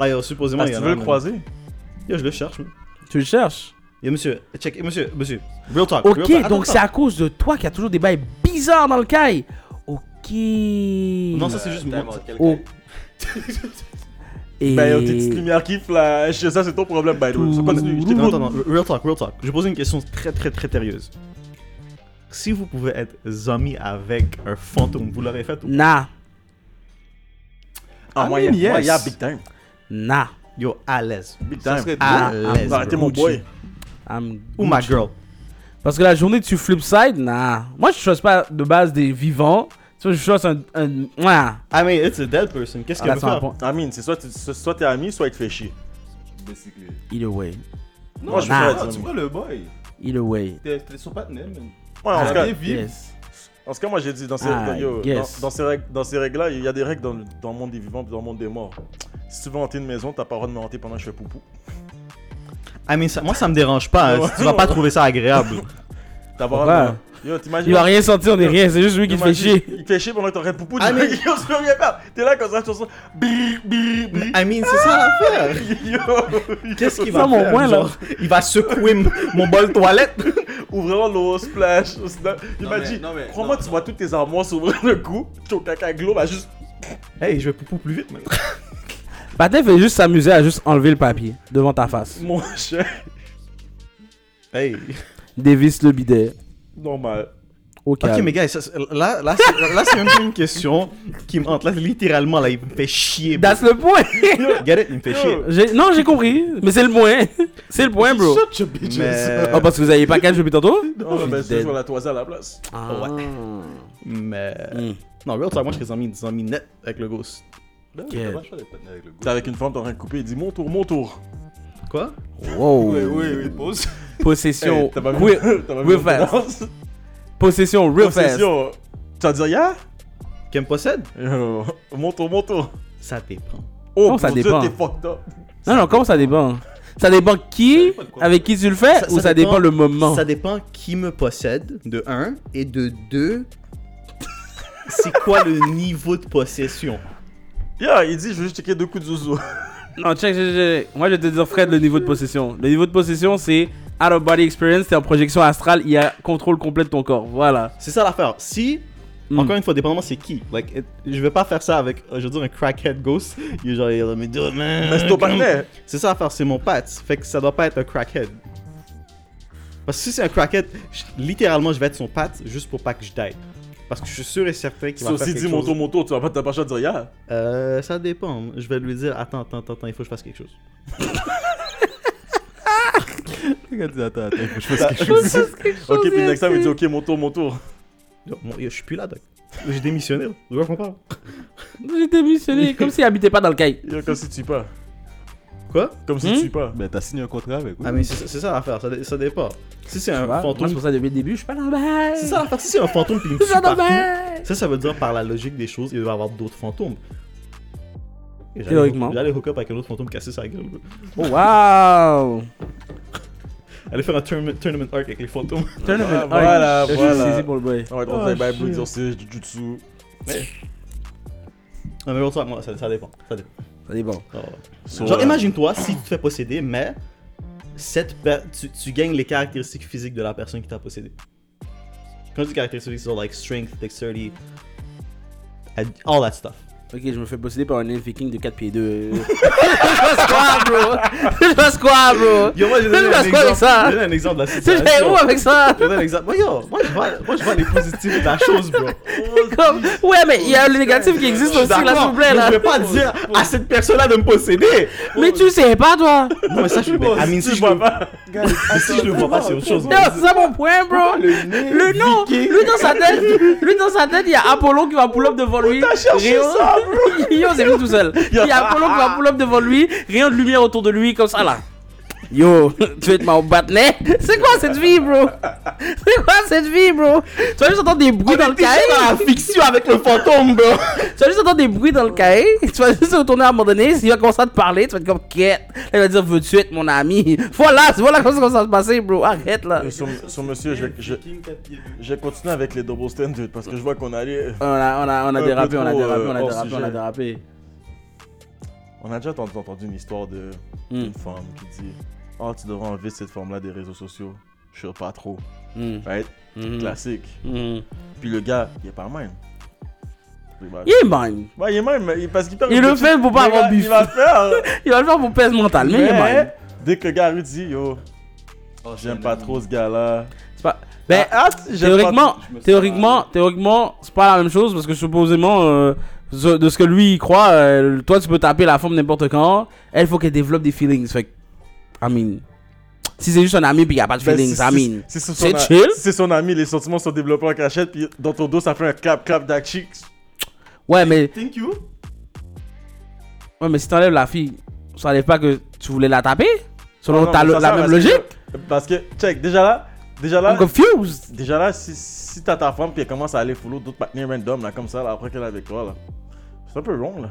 C: Ah, yo, supposément,
D: Ah,
C: il y
D: tu
C: en
D: veux
C: a,
D: le
C: man.
D: croiser
C: Yo, je le cherche, man.
B: Tu le cherches.
C: Yo, monsieur, check, monsieur, monsieur. Real talk. real talk.
B: Ok,
C: Attends,
B: donc c'est
C: attends.
B: à cause de toi qu'il y a toujours des bails bizarres dans le caille. Ok.
C: Non, ça, c'est juste moi.
B: Oh. Et...
D: Ben, y'a tes petites lumières qui flashent, ça c'est ton problème, by the way. Ça continue, je
C: Non,
D: t'écoute.
C: non, non, real talk, real talk. Je vais poser une question très, très, très sérieuse. Si vous pouvez être zombie avec un fantôme, vous l'aurez fait ou
B: Nah.
D: En
A: I
B: Ah,
D: moyen,
A: mean, yes.
D: moyen, yeah, big time.
B: Nah,
C: Yo, à l'aise.
D: Big
A: Ça
D: time.
A: serait
C: À
A: drôle.
D: Ah,
C: l'aise.
D: bah, arrêtez
C: bro.
D: mon boy.
B: I'm
C: Ou ma girl.
B: Parce que la journée tu flip side, nah. Moi je choisis pas de base des vivants. Tu vois, je choisis un. un... ah, Mouah.
C: I mean, it's a dead person. Qu'est-ce qu'elle
B: That's
C: peut
B: my
C: faire?
B: point.
D: I mean, c'est soit tu- soit soit t'es ami, soit il te fait chier.
A: Basically.
B: Either way.
A: Non,
D: Moi,
A: je
D: je
A: vois-
D: préfère
A: tu
D: dire-
A: vois le boy.
B: Either way.
A: T'es t'es son partenaire, man.
D: Ouais, en
A: Ah,
D: tout cas,
A: mais- vivre.
B: Yes.
D: en tout cas, moi j'ai dit dans ces,
B: Ah,
D: dans- yo,
B: yes.
D: dans, dans ces règles, dans ces règles-là, il y a des règles dans, le- dans le monde des vivants puis dans le monde des morts. Si tu veux hanter une maison, t'as pas le droit de me hanter pendant que je fais poupou.
C: I mean, ça- moi, ça me dérange pas. hein. Tu vas pas trouver ça agréable.
D: T'as pas le
B: Pourquoi?
D: droit. de- Yo, t'imagines
B: Il va rien sentir, on est rien, c'est juste lui qui te fait
D: Imagine,
B: chier.
D: Il te fait chier pendant que t'es en train de poupou.
C: Ah,
D: tu-
C: mais-
D: Yo, tu peux rien faire. T'es là comme ça, tu sens. Brrr, brrr, brrr.
C: I mean, c'est ça l'affaire.
D: Yo,
C: Qu'est-ce qu'il
B: Ça,
C: va
B: mon
C: faire?
B: point, là.
C: Genre, il va secouer m- mon bol toilette.
D: ouvrant l'eau, splash. au snap. Il
A: Non,
D: m'a
A: mais-
D: dit,
A: non, mais-
D: crois-moi,
A: non,
D: tu
A: non.
D: vois toutes tes armoires s'ouvrir le cou. Ton caca glow va juste.
C: Hey, je vais poupou plus vite, man.
B: Patin fait juste s'amuser à juste enlever le papier devant ta face.
D: Mon cher.
C: Hey.
B: Dévisse le bidet.
D: Normal.
B: Ok.
C: Ok, mais gars, ça, c'est- là, là, c'est- là, c'est même pas une question qui me hante. Là, littéralement, là, il me fait chier. bro.
B: That's Oh, le point!
C: Get it? Il me fait
D: Yo.
C: chier.
B: J'ai- Non, j'ai compris, mais c'est le point. C'est le point, bro.
D: Shut your bitch ass.
C: Mais.
B: Oh, parce que vous avez pas catch depuis tantôt?
D: Non, mais
B: dead.
D: c'est sur la toise à la place.
B: Ah.
C: Mais.
B: Hmm.
C: Non, real talk, moi, je serais en mis, en mis net avec le ghost.
A: Non,
B: Ok.
A: Ben t'as pas le choix d'être partenaire avec le
D: T'es
A: gars.
D: avec une femme, t'es en train de couper, il dit mon tour, mon tour.
C: Quoi?
B: Wow.
A: Oui, oui, oui, pause.
B: Possession.
D: Hey, T'as pas vu
B: Quick.
D: t'as pas vu
B: real
D: mon
B: fast.
D: danse?
B: Possession, real fast.
D: Possession. Tu vas dire, ya
C: Qu'elle me possède?
D: Yo, Mon tour, mon tour.
C: Ça dépend.
D: Oh,
B: Non, ça
D: mon Dieu,
B: dépend.
D: T'es fucked up.
B: Non, non, comment ça dépend? Ça dépend qui,
A: de quoi.
B: avec qui tu le fais,
C: Ça-
B: ou
C: ça
B: ça dépend,
C: dépend-
B: le moment?
C: Ça dépend qui me possède, de 1, et de 2, c'est quoi le niveau de possession?
D: Yeah, il dit, je veux juste checker deux coups de zouzou.
B: Non, check, check, check. Moi, je vais te dire, Fred, le niveau de possession. Le niveau de possession, c'est out of body experience, t'es en projection astrale, il y a contrôle complet de ton corps. Voilà.
C: C'est ça l'affaire. Si,
B: Hmm.
C: encore une fois, dépendamment c'est qui. Like, it- je vais pas faire ça avec, euh, je veux dire, un crackhead ghost. Il est genre, il est là, mais dude, man.
D: Mais c'est ton partenaire.
C: C'est ça l'affaire, c'est mon pat. Fait que ça doit pas être un crackhead. Parce que si c'est un crackhead, je- littéralement, je vais être son pat juste pour pas que je die. Parce que je suis sûr et certain qu'il
D: Si
C: va
D: on
C: faire
D: s'y
C: quelque
D: dit
C: chose.
D: mon tour, mon tour, tu vas pas t'as pas le choix de dire, ya
C: Euh, ça dépend. Je vais lui dire, attends, attends, attends, attends, il faut que je fasse quelque chose.
A: Attends, attends, il faut que je
D: Bah, Ok, puis next time, il dit, ok, mon tour, mon tour.
C: Yo, mon- yo, je suis plus là, doc. J'ai démissionné. là. Tu vois qu'on parle
B: J'ai démissionné, comme s'il habitait pas dans le caille.
D: Yo, Comme si tu pas.
C: Quoi
D: Comme si
B: Hmm?
D: tu suis pas.
A: Ben, t'as signé un contrat avec
C: Ah, mais c'est c'est ça l'affaire, ça, dé- ça dépend. Si c'est un
B: Voilà. Moi, c'est
C: Euh, fantôme.
B: pour ça, depuis le début, je suis pas dans le bail.
C: C'est ça l'affaire, si c'est un fantôme puis il me
B: Je
C: suit
B: suis pas dans le
C: partout,
B: bail.
C: Ça, ça veut dire par la logique des choses, il va y avoir d'autres fantômes. Et j'allais-
B: Théoriquement.
C: J'allais hook up avec un autre fantôme casser sa gueule. bro.
B: Oh, wow.
C: Aller faire un tournament, tournament arc avec les fantômes.
B: Turn of an
D: Voilà,
B: eye. Je suis
D: voilà.
B: saisi pour le boy.
D: On va être
C: Oh,
D: en train de Bible
C: shit.
D: dire c'est du jutsu.
C: Non, mais autrement, moi, ça, ça dépend. Ça dépend.
B: Ça dépend.
C: Ça va.
D: So,
C: Genre,
D: euh,
C: imagine-toi si tu te fais posséder, mais cette per- tu, tu gagnes les caractéristiques physiques de la personne qui t'a possédé. Quand je dis caractéristiques, c'est genre like strength, dexterity, and all that stuff.
B: Ok, je me fais posséder par un elf viking de 4 pieds 2. Je passe quoi, bro? Je passe quoi, bro?
C: Yo, moi,
B: donné
C: j'ai donné,
B: Je un
C: un
B: passe quoi
C: exemple,
B: avec exemple- ça j'ai
C: de la
B: Tu fais où avec ça?
C: un exemple. Moi, yo, moi, je vois, moi, je vois les positifs de la chose, bro.
B: Comme- Ouais, mais il y a le négatif qui existe
C: Je suis
B: aussi, là,
C: d'accord,
B: s'il vous plaît,
C: mais
B: là.
C: Je vais pas dire à cette personne-là de me posséder.
B: Mais tu sais pas, toi!
C: Non, mais ça, je suis
D: bon,
C: I mean,
D: si
C: si
D: tu
C: je
D: vois
C: le-
D: pas.
C: mais si je le vois pas, c'est autre chose.
B: Non, c'est ça mon point, bro! Le nom! Lui dans sa tête, lui dans sa tête, il y a Apollo qui va pull up devant lui.
D: cherché
B: Rayon- Yo, c'est lui tout seul. Il y a Apollo qui va pull up devant lui, rayon de lumière autour de lui, comme ça, là. Yo, tu veux être ma battenet? C'est quoi cette vie, bro? C'est quoi cette vie, bro? Tu vas juste entendre des bruits dans le cahier.
C: la fiction avec le fantôme, bro.
B: Tu vas juste entendre des bruits dans le cahier, tu vas juste retourner à un moment donné, s'il va commencer à te parler, tu vas être comme quête. Là, il va dire veux-tu être mon ami? Voilà, c'est- voilà comment ça va se passer, bro. Arrête là.
D: Euh, Sur sur monsieur, je vais- je
A: je.
D: je vais continuer avec les double standards parce que je vois qu'on allait.
B: On a, on a, on a
D: Un
B: dérapé,
D: peu
B: on a
D: trop,
B: dérapé,
D: euh,
B: on a
D: hors
B: dérapé, on a
D: sujet.
B: dérapé.
D: On a déjà entendu, entendu une histoire de-
B: Hmm.
D: d'une femme qui dit Oh, tu devrais enlever cette forme-là des réseaux sociaux. Je suis pas trop.
B: Mm.
D: Right?
B: Mm.
D: Classique.
B: Mm.
D: Puis le gars, il est pas même. Oui, bah-
B: Il est mine.
D: Ouais, il est même, mais il- parce qu'il perd
B: Il
D: une
B: le
D: petite-
B: fait pour pas
D: le
B: avoir
D: gars,
B: bif.
D: Il va le faire.
B: Il va le faire pour pèse mentale, mais il est mine.
D: Mais dès que le gars lui dit Yo, j'aime pas trop ce gars-là.
B: C'est pas- Ben,
D: Ah, ah, si, j'aime pas-
B: théoriquement,
A: je me sens
B: théoriquement, théoriquement, c'est pas la même chose parce que supposément, euh, ce- de ce que lui il croit, euh, toi tu peux taper la femme n'importe quand. Elle faut qu'elle développe des feelings. Fait que, I mean, si c'est juste un ami puis qu'il n'y a pas de
D: Ben,
B: feelings,
D: si-
B: I
D: si-
B: mean.
D: si c'est
B: c'est
D: son a-
B: chill.
D: si c'est son ami, les sentiments sont développés en cachette, puis dans ton dos, ça fait un clap-clap d'ac cheeks.
B: Ouais, mais,
D: Thank you.
B: ouais, mais si t'enlèves la fille, ça enlève pas que tu voulais la taper Selon
D: Non,
B: ta-
D: mais
B: la
D: ça sert
B: même
D: parce que-
B: logique
D: Parce que, check, déjà là, déjà là,
B: I'm confused.
D: déjà là, si, si t'as ta femme, puis elle commence à aller follow d'autres partenaires random, là, comme ça, là, après qu'elle est avec toi, là, c'est un peu wrong, là.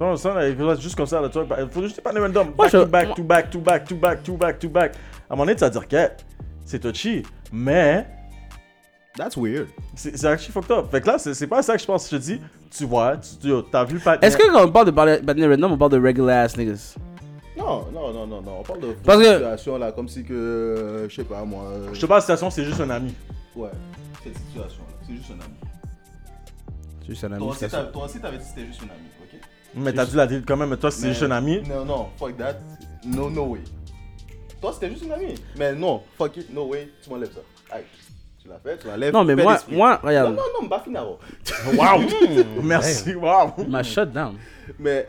D: Non, ça, là, il faut juste comme ça, là, tu vois, il faut juste des partenaires random,
B: Moi,
D: back
B: je-
D: to back, to back, to back, to back, to back, to back. À un moment donné, tu vas dire, que c'est touchy, mais
A: That's weird.
D: c'est c'est actually fucked up. Fait que là, c'est c'est pas ça que je pense. Je te dis, tu vois, tu, tu- t'as vu le partenaire.
B: Est-ce que quand on parle de parler- partenaire random, on parle de regular ass niggas
A: Non, non, non, non, non. On parle de
B: Parce que-
A: situation là, comme si que. euh, Je sais pas moi. euh,
D: Je te parle de situation, c'est juste un ami.
A: Ouais, cette situation là. C'est juste un ami.
B: C'est juste un ami,
A: Toi aussi,
B: c'est
A: t'as-
B: ça.
A: toi aussi, t'avais dit que c'était juste un ami, ok?
D: Mais t'as dû la dire quand même, mais toi, c'est
A: Mais-
D: juste un ami.
A: Non, non, fuck that. No, no way. Toi, c'était juste une amie. Mais non, fuck it, no way. Tu m'enlèves ça. Aïe. Tu l'as fait, tu l'enlèves.
B: Non, mais
A: paix
B: moi,
A: d'esprit.
B: moi,
A: Non,
B: regarde,
A: non, non, bah finaro.
D: Waouh!
B: Mmh.
D: Merci, waouh!
B: ma shutdown.
A: Mais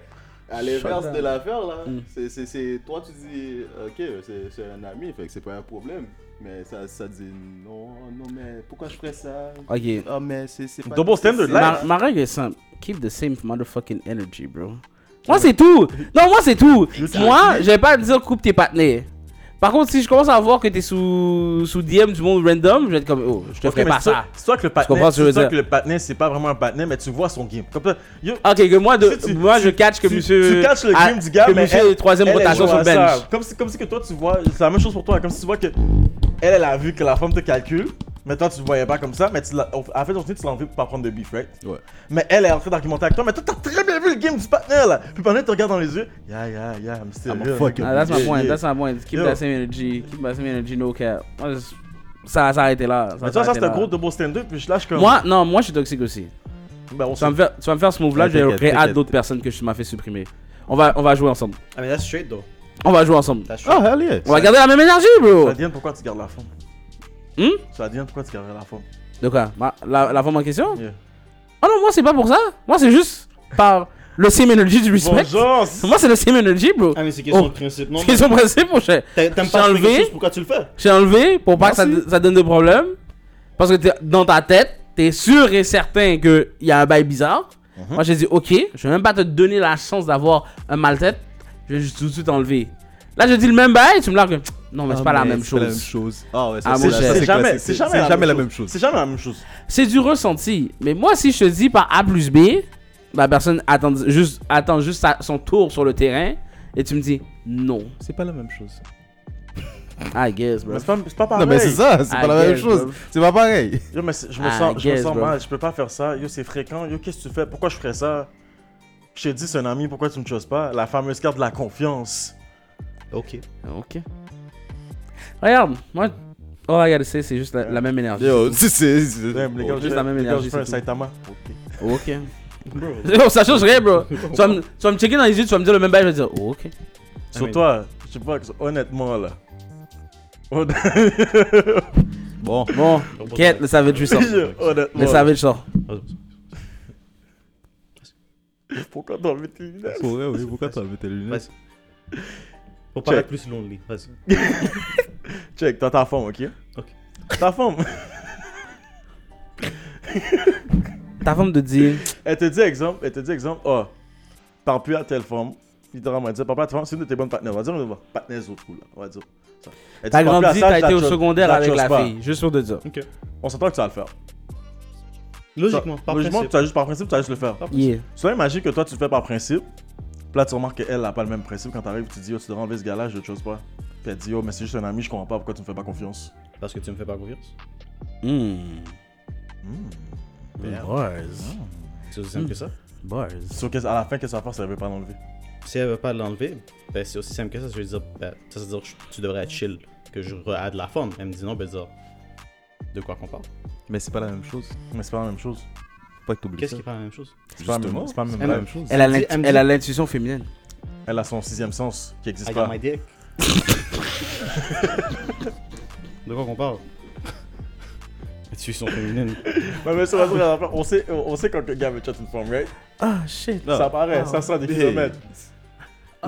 A: à l'inverse
B: down.
A: de l'affaire, là,
B: Mm.
A: c'est- c'est- c'est. Toi, tu dis, ok, c'est- c'est un ami, fait que c'est pas un problème. Mais ça, ça dit, non, non, mais pourquoi je ferais ça?
B: Ok.
A: Ah, mais c'est c'est pas.
D: Double
A: c'est-
D: standard,
A: c'est-
D: là.
B: Ma, ma règle est simple. Keep the same motherfucking energy, bro. Moi, c'est tout. Non, moi, c'est tout. Moi, je vais pas te dire coupe tes partenaires. Par contre, si je commence à voir que t'es sous, sous DM du monde random, je vais être comme, oh, je te
D: Ok,
B: ferai
D: mais
B: pas
D: c'est toi-
B: ça.
D: C'est toi que le
B: comprends
D: patinet,
B: ce que je veux
D: c'est toi
B: dire?
D: que le patinet, c'est pas vraiment un patinet, mais tu vois son game. Comme ça, yo,
B: Ok, que moi, de,
D: Si tu-
B: moi
D: tu-
B: je catch que
D: tu-
B: monsieur.
D: tu catches le
B: ah,
D: game du gars,
B: que
D: mais
B: monsieur
D: elle-
B: est troisième
D: elle, elle
B: rotation
D: joue
B: sur
D: à
B: le bench.
D: ça. Comme si, comme si que toi, tu vois, c'est la même chose pour toi. Comme si tu vois que elle, elle a vu que la femme te calcule, mais toi, tu le voyais pas comme ça, mais tu l'as, au- à la fin de la journée, tu l'as enlevé pour pas prendre de beef, right?
A: Ouais.
D: Mais elle est en train d'argumenter avec toi, mais toi, t'as très bien vu le game du partenaire, là. Puis pendant elle te regarde dans les yeux, yeah, yeah, yeah, I'm still
A: I'm a
D: here.
A: fucking
B: Ah, that's my
D: Yeah,
B: point,
D: yeah.
B: that's my point. Keep
D: Yo.
B: that same energy, keep that same energy, no cap. Moi, je- Ça va s'arrêter là.
D: Mais
B: Ça
D: tu vois, ça,
B: s'arrête
D: c'est un
B: là.
D: gros double standard, puis je lâche comme.
B: Moi, non, moi je suis toxique aussi.
D: ben,
B: Tu
D: on
B: vas
D: s'en
B: me faire, tu vas me faire ce move là,
D: Ouais,
B: je vais
D: t'inquiète,
B: réhâte
D: t'inquiète.
B: d'autres personnes que tu m'as fait supprimer. On va, on va jouer ensemble.
E: I mean, that's straight though.
B: On va jouer ensemble.
E: That's straight.
A: Ah, hell yeah.
B: On va garder la même énergie, bro.
D: Sadiane, pourquoi tu gardes la forme
B: Oh. Hmm?
D: Sadiane, pourquoi tu gardes la forme
B: De quoi Ma- la, la forme en question
D: Yeah.
B: Ah non, moi c'est pas pour ça. Moi c'est juste par le same energy du respect.
D: Bonjour!
B: Moi c'est le same energy, bro.
E: Ah, mais c'est question
B: Oh.
E: de principe, non?
B: C'est question de principe, mon cher.
E: T'a- T'aimes
B: J'ai
E: pas faire
B: enlevé.
E: quelque chose, pourquoi tu le fais?
B: J'ai enlevé pour pas que
D: Merci.
B: ça, ça donne de problèmes. Parce que t'es- dans ta tête, t'es sûr et certain qu'il y a un bail bizarre. Moi, j'ai dit, ok, je vais même pas te donner la chance d'avoir un mal-tête. Je vais juste tout de suite enlever. Là, je dis le même bail, tu me l'as que non, mais c'est pas la même chose.
A: Ah ouais,
B: Ah,
A: ça,
B: mon
A: c'est
B: cher.
A: ça,
D: C'est
A: c'est
D: jamais,
A: classique.
D: c'est
A: C'est
D: jamais,
A: c'est jamais la même chose.
D: C'est jamais la même chose.
B: C'est du ressenti. Mais moi, si je te dis par A plus B, la personne attend juste, attend juste sa- son tour sur le terrain et tu me dis non.
A: C'est pas la même chose.
B: I guess, bro.
D: Mais c'est pas, c'est pas pareil.
A: Non, mais c'est ça, c'est
B: I
A: pas la même
B: guess, bro.
A: chose. C'est pas pareil.
D: Yo, mais c'est- je me
B: Ah,
D: sens, je me
B: guess,
D: sens
B: bro.
D: mal, je peux pas faire ça. Yo, c'est fréquent. Yo, qu'est-ce que tu fais Pourquoi je ferais ça Je t'ai dit, c'est un ami, pourquoi tu me choses pas La fameuse carte de la confiance.
E: Ok.
B: Ok. Regarde, moi, oh, regarde, c'est c'est juste la, la même énergie.
A: Yo, c'est- c'est. c'est-
D: Damn, les gars,
B: Juste
D: je-
B: la même
D: les gars,
B: énergie,
D: je fais un
B: c'est tout.
D: Saitama.
B: Ok. ça change rien, bro. tu, vas me, tu vas me checker dans les yeux, tu vas me dire le même bail, je vais dire oh, ok.
D: Sur toi, je sais pas, honnêtement, là. Hon-
A: Bon.
B: Bon, quête, le savage sort. Le
D: honnêtement.
B: savage sort.
D: Pourquoi t'enlever tes lunettes
A: Pour vrai, oui, pourquoi t'as enlevé tes lunettes
E: Faut pas
D: Check.
E: être plus lonely. Vas-y.
D: Check, t'as ta forme, ok
E: Ok.
D: Ta forme.
B: Ta femme te dit.
D: Elle te dit exemple, elle te dit exemple, oh, parle plus à telle forme. Littéralement, elle dit, parle plus à telle forme, c'est une de tes bonnes partenaires. On va dire, on va partenaires autres coups, là. On va dire. ça. Elle dit,
B: T'as
D: parle plus à
B: grandi,
D: ça,
B: t'as
D: je la
B: été au
D: chose- je
B: secondaire
D: la
B: avec
D: chose
B: la
D: pas.
B: fille, juste pour te dire.
D: On s'entend que tu vas le faire.
E: Logiquement,
D: Ça-
E: par
D: logiquement,
E: principe.
D: tu vas juste par principe, tu vas juste le faire.
B: Yeah.
D: Soit imagine que toi, tu le fais par principe. Puis là, tu remarques qu'elle n'a pas le même principe quand t'arrives, tu dis, oh, tu devrais enlever ce gars-là, je te chose pas. Puis elle dit, oh, mais c'est juste un ami, je comprends pas pourquoi tu me fais pas confiance.
E: Parce que tu me fais pas confiance.
B: Hmm.
D: Merde.
B: Bars. Ah.
E: C'est aussi simple que ça.
B: Bars.
D: Sauf qu'à la fin, qu'est-ce qu'elle va faire si elle veut pas l'enlever
E: Si elle veut pas l'enlever, ben c'est aussi simple que ça. Je vais dire, ben, ça veut dire que je- tu devrais être chill, que je re-add la forme. Elle me dit non, ben dire, de quoi qu'on parle
A: Mais c'est pas la même chose.
D: Mais c'est pas la même chose.
A: Faut Pas que t'oublies
E: Qu'est-ce
A: ça.
E: qui est pas la même chose
D: C'est pas la même-
A: Justement,
D: c'est pas la même
A: c'est
D: vibe.
A: chose.
B: Elle a
E: Elle me
B: l'int-
E: dit- elle me
B: elle a
E: dit-
B: l'intuition féminine.
D: Elle a son sixième sens qui existe
E: I
D: pas.
E: got my dick. de quoi qu'on parle
C: Tu es son féminine.
D: Ouais, mais c'est pas ça, la affaire. on sait, on sait quand le gars veut chat une femme, right?
B: Ah, shit.
A: Non. Ah.
D: Ça paraît,
B: Ah.
D: ça sera des
A: Hey.
D: kilomètres.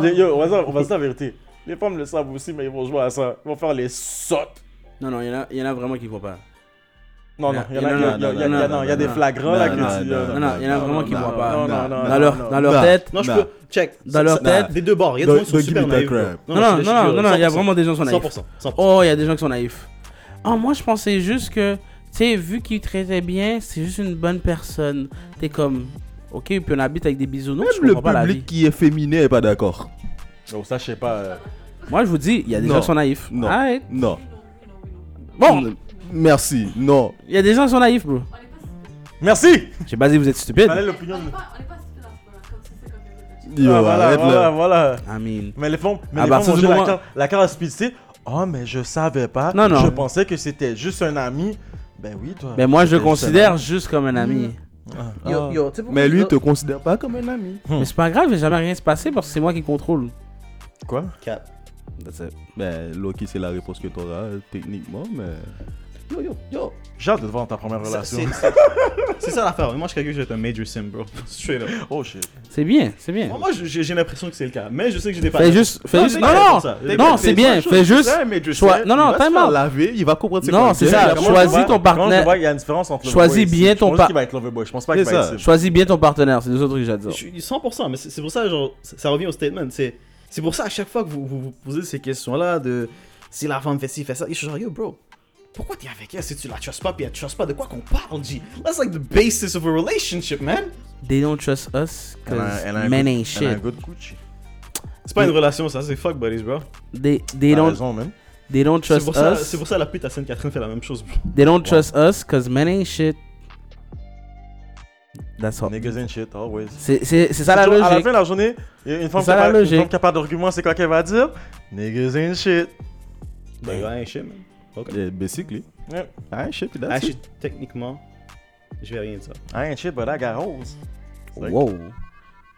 D: Les- yo, on va dire on va dire la vérité. Les femmes le savent aussi, mais ils vont jouer à ça. Ils vont faire les sautes.
B: Non, non, il y, en a- il y en a vraiment qui voient pas. Non,
D: Non, non, il y en a- il y en a- il y en a- il y en a- il y a des
B: non,
D: flagrants
A: non,
D: là que
A: non,
D: tu.
A: non,
D: euh,
B: Non, non, il y en a
A: non,
B: vraiment qui
A: non,
B: voient pas. Dans-
D: non, non, Ah, non,
B: Dans leur- dans
D: non,
A: non.
B: leur tête.
C: Non, je
A: Nah.
C: peux. Check.
B: Bah. Dans leur
C: Ça-
E: Bah.
B: tête.
C: Des deux bords. Il y a des
A: Don't-
C: gens qui sont
A: don't give
C: super
A: me that
C: naïfs.
A: crap.
C: je
B: Non, non,
C: suis- je
B: non,
C: suis-
B: non, non, il y a vraiment des gens qui sont
C: 100%.
B: naïfs.
C: 100%. 100%.
B: Oh, il y a des gens qui sont naïfs. Ah, moi, je pensais juste que, tu sais, vu qu'il traitait bien, c'est juste une bonne personne. T'es comme, ok, puis on habite avec des bisounours, je
A: Même le
B: comprends pas la vie.
A: public qui est féminin est pas d'accord.
D: Donc ça, je sais pas. euh,
B: Moi, je vous dis, il y a des
A: Non.
B: gens qui sont naïfs.
A: Non.
B: Alright.
A: Non.
B: Bon,
A: Mm, Merci. Non.
B: il y a des gens qui sont naïfs, bro.
D: Merci!
B: J'ai pas dit que vous êtes stupide.
D: Allez, l'opinion de.
A: Yo,
D: Ah, voilà,
A: arrête
D: voilà,
A: là.
D: voilà.
B: I mean.
D: Mais les femmes, mais
B: À
D: les
B: partir
D: femmes ont
B: du
D: joué la
B: moment-
D: carte, la carte hospitalité. Oh, mais je savais pas.
B: Non, non.
D: Je pensais que c'était juste un ami. Ben oui, toi.
B: Mais moi, je le
D: C'était juste un
B: considère
D: ami.
B: juste comme un ami.
D: Ah.
A: Yo, Mais lui, il te considère pas comme un ami.
B: Mais c'est pas grave, il va jamais rien se passer parce que c'est moi qui contrôle.
D: Quoi?
C: Cap.
A: That's it. Ben, Loki, c'est la réponse que t'auras euh, techniquement, mais.
C: Yo, yo, yo.
D: J'ai hâte de te voir dans ta première
C: Ça,
D: relation.
C: C'est c'est ça l'affaire. Moi, je calcule que je vais être un major sim, bro. Straight up.
D: Oh shit.
B: C'est bien, c'est bien.
C: Moi, moi, j'ai j'ai l'impression que c'est le cas. Mais je sais que j'ai des
B: Fais
C: pages.
B: juste, fais
C: Non,
B: juste.
C: c'est
B: Non,
C: bien
B: non,
C: comme ça.
B: non,
C: D'accord,
B: c'est bien. Fais juste. Sois- non, non, time out.
A: laver, il va comprendre
B: Non,
A: quoi
B: c'est
A: le
B: ça,
A: gars.
D: Comment je
B: choisis
D: vois-
B: ton
D: comment je
B: partenaire.
D: vois qu'il y a une différence entre
B: Choisis
D: loverboy et
B: bien
D: simp?
B: ton
D: Je pense
B: par-
D: qu'il va être loverboy. Je pense pas qu'il
A: C'est
D: va être
A: ça.
D: simp.
B: Choisis bien ton partenaire, c'est deux autres trucs que j'ai à dire.
C: Je suis 100%, mais c'est c'est pour ça, genre, ça ça revient au statement. C'est c'est pour ça, à chaque fois que vous vous, vous posez ces questions-là, de si la femme fait ci, fait ça, je suis genre, yo, bro, pourquoi t'es avec elle si tu la trust pas, puis elle te trust pas, de quoi qu'on parle, G? That's like the basis of a relationship, man!
B: They don't trust us
D: Elle a-
B: cause
D: elle a un
B: men ain't
D: good- Elle a un
B: shit.
D: good Gucci.
C: C'est pas une relation, ça, c'est fuck buddies, bro.
B: They they
D: T'as
B: don't
D: raison, man.
B: they don't
C: C'est
B: trust
C: pour, ça-
B: us.
C: c'est pour ça la pute à Sainte-Catherine fait la même chose, bro.
B: They don't trust us cause men ain't shit. That's all.
D: Niggas and shit, always.
B: C'est c'est- c'est ça la
D: Toujours, À la
B: logique.
D: fin de la journée, une femme
B: C'est
D: qui
B: ça,
D: a
B: la
D: pas- une
B: logique.
D: femme qui a pas d'argument, c'est quoi qu'elle va dire? Niggas and shit.
C: Ben, ouais, un shit, man.
A: Yeah, basically.
D: Yeah.
A: Ah, shit, that's
C: Ah,
A: it.
C: shit, techniquement, je vais rien dire.
D: I ain't shit, but I got holes.
B: Wow.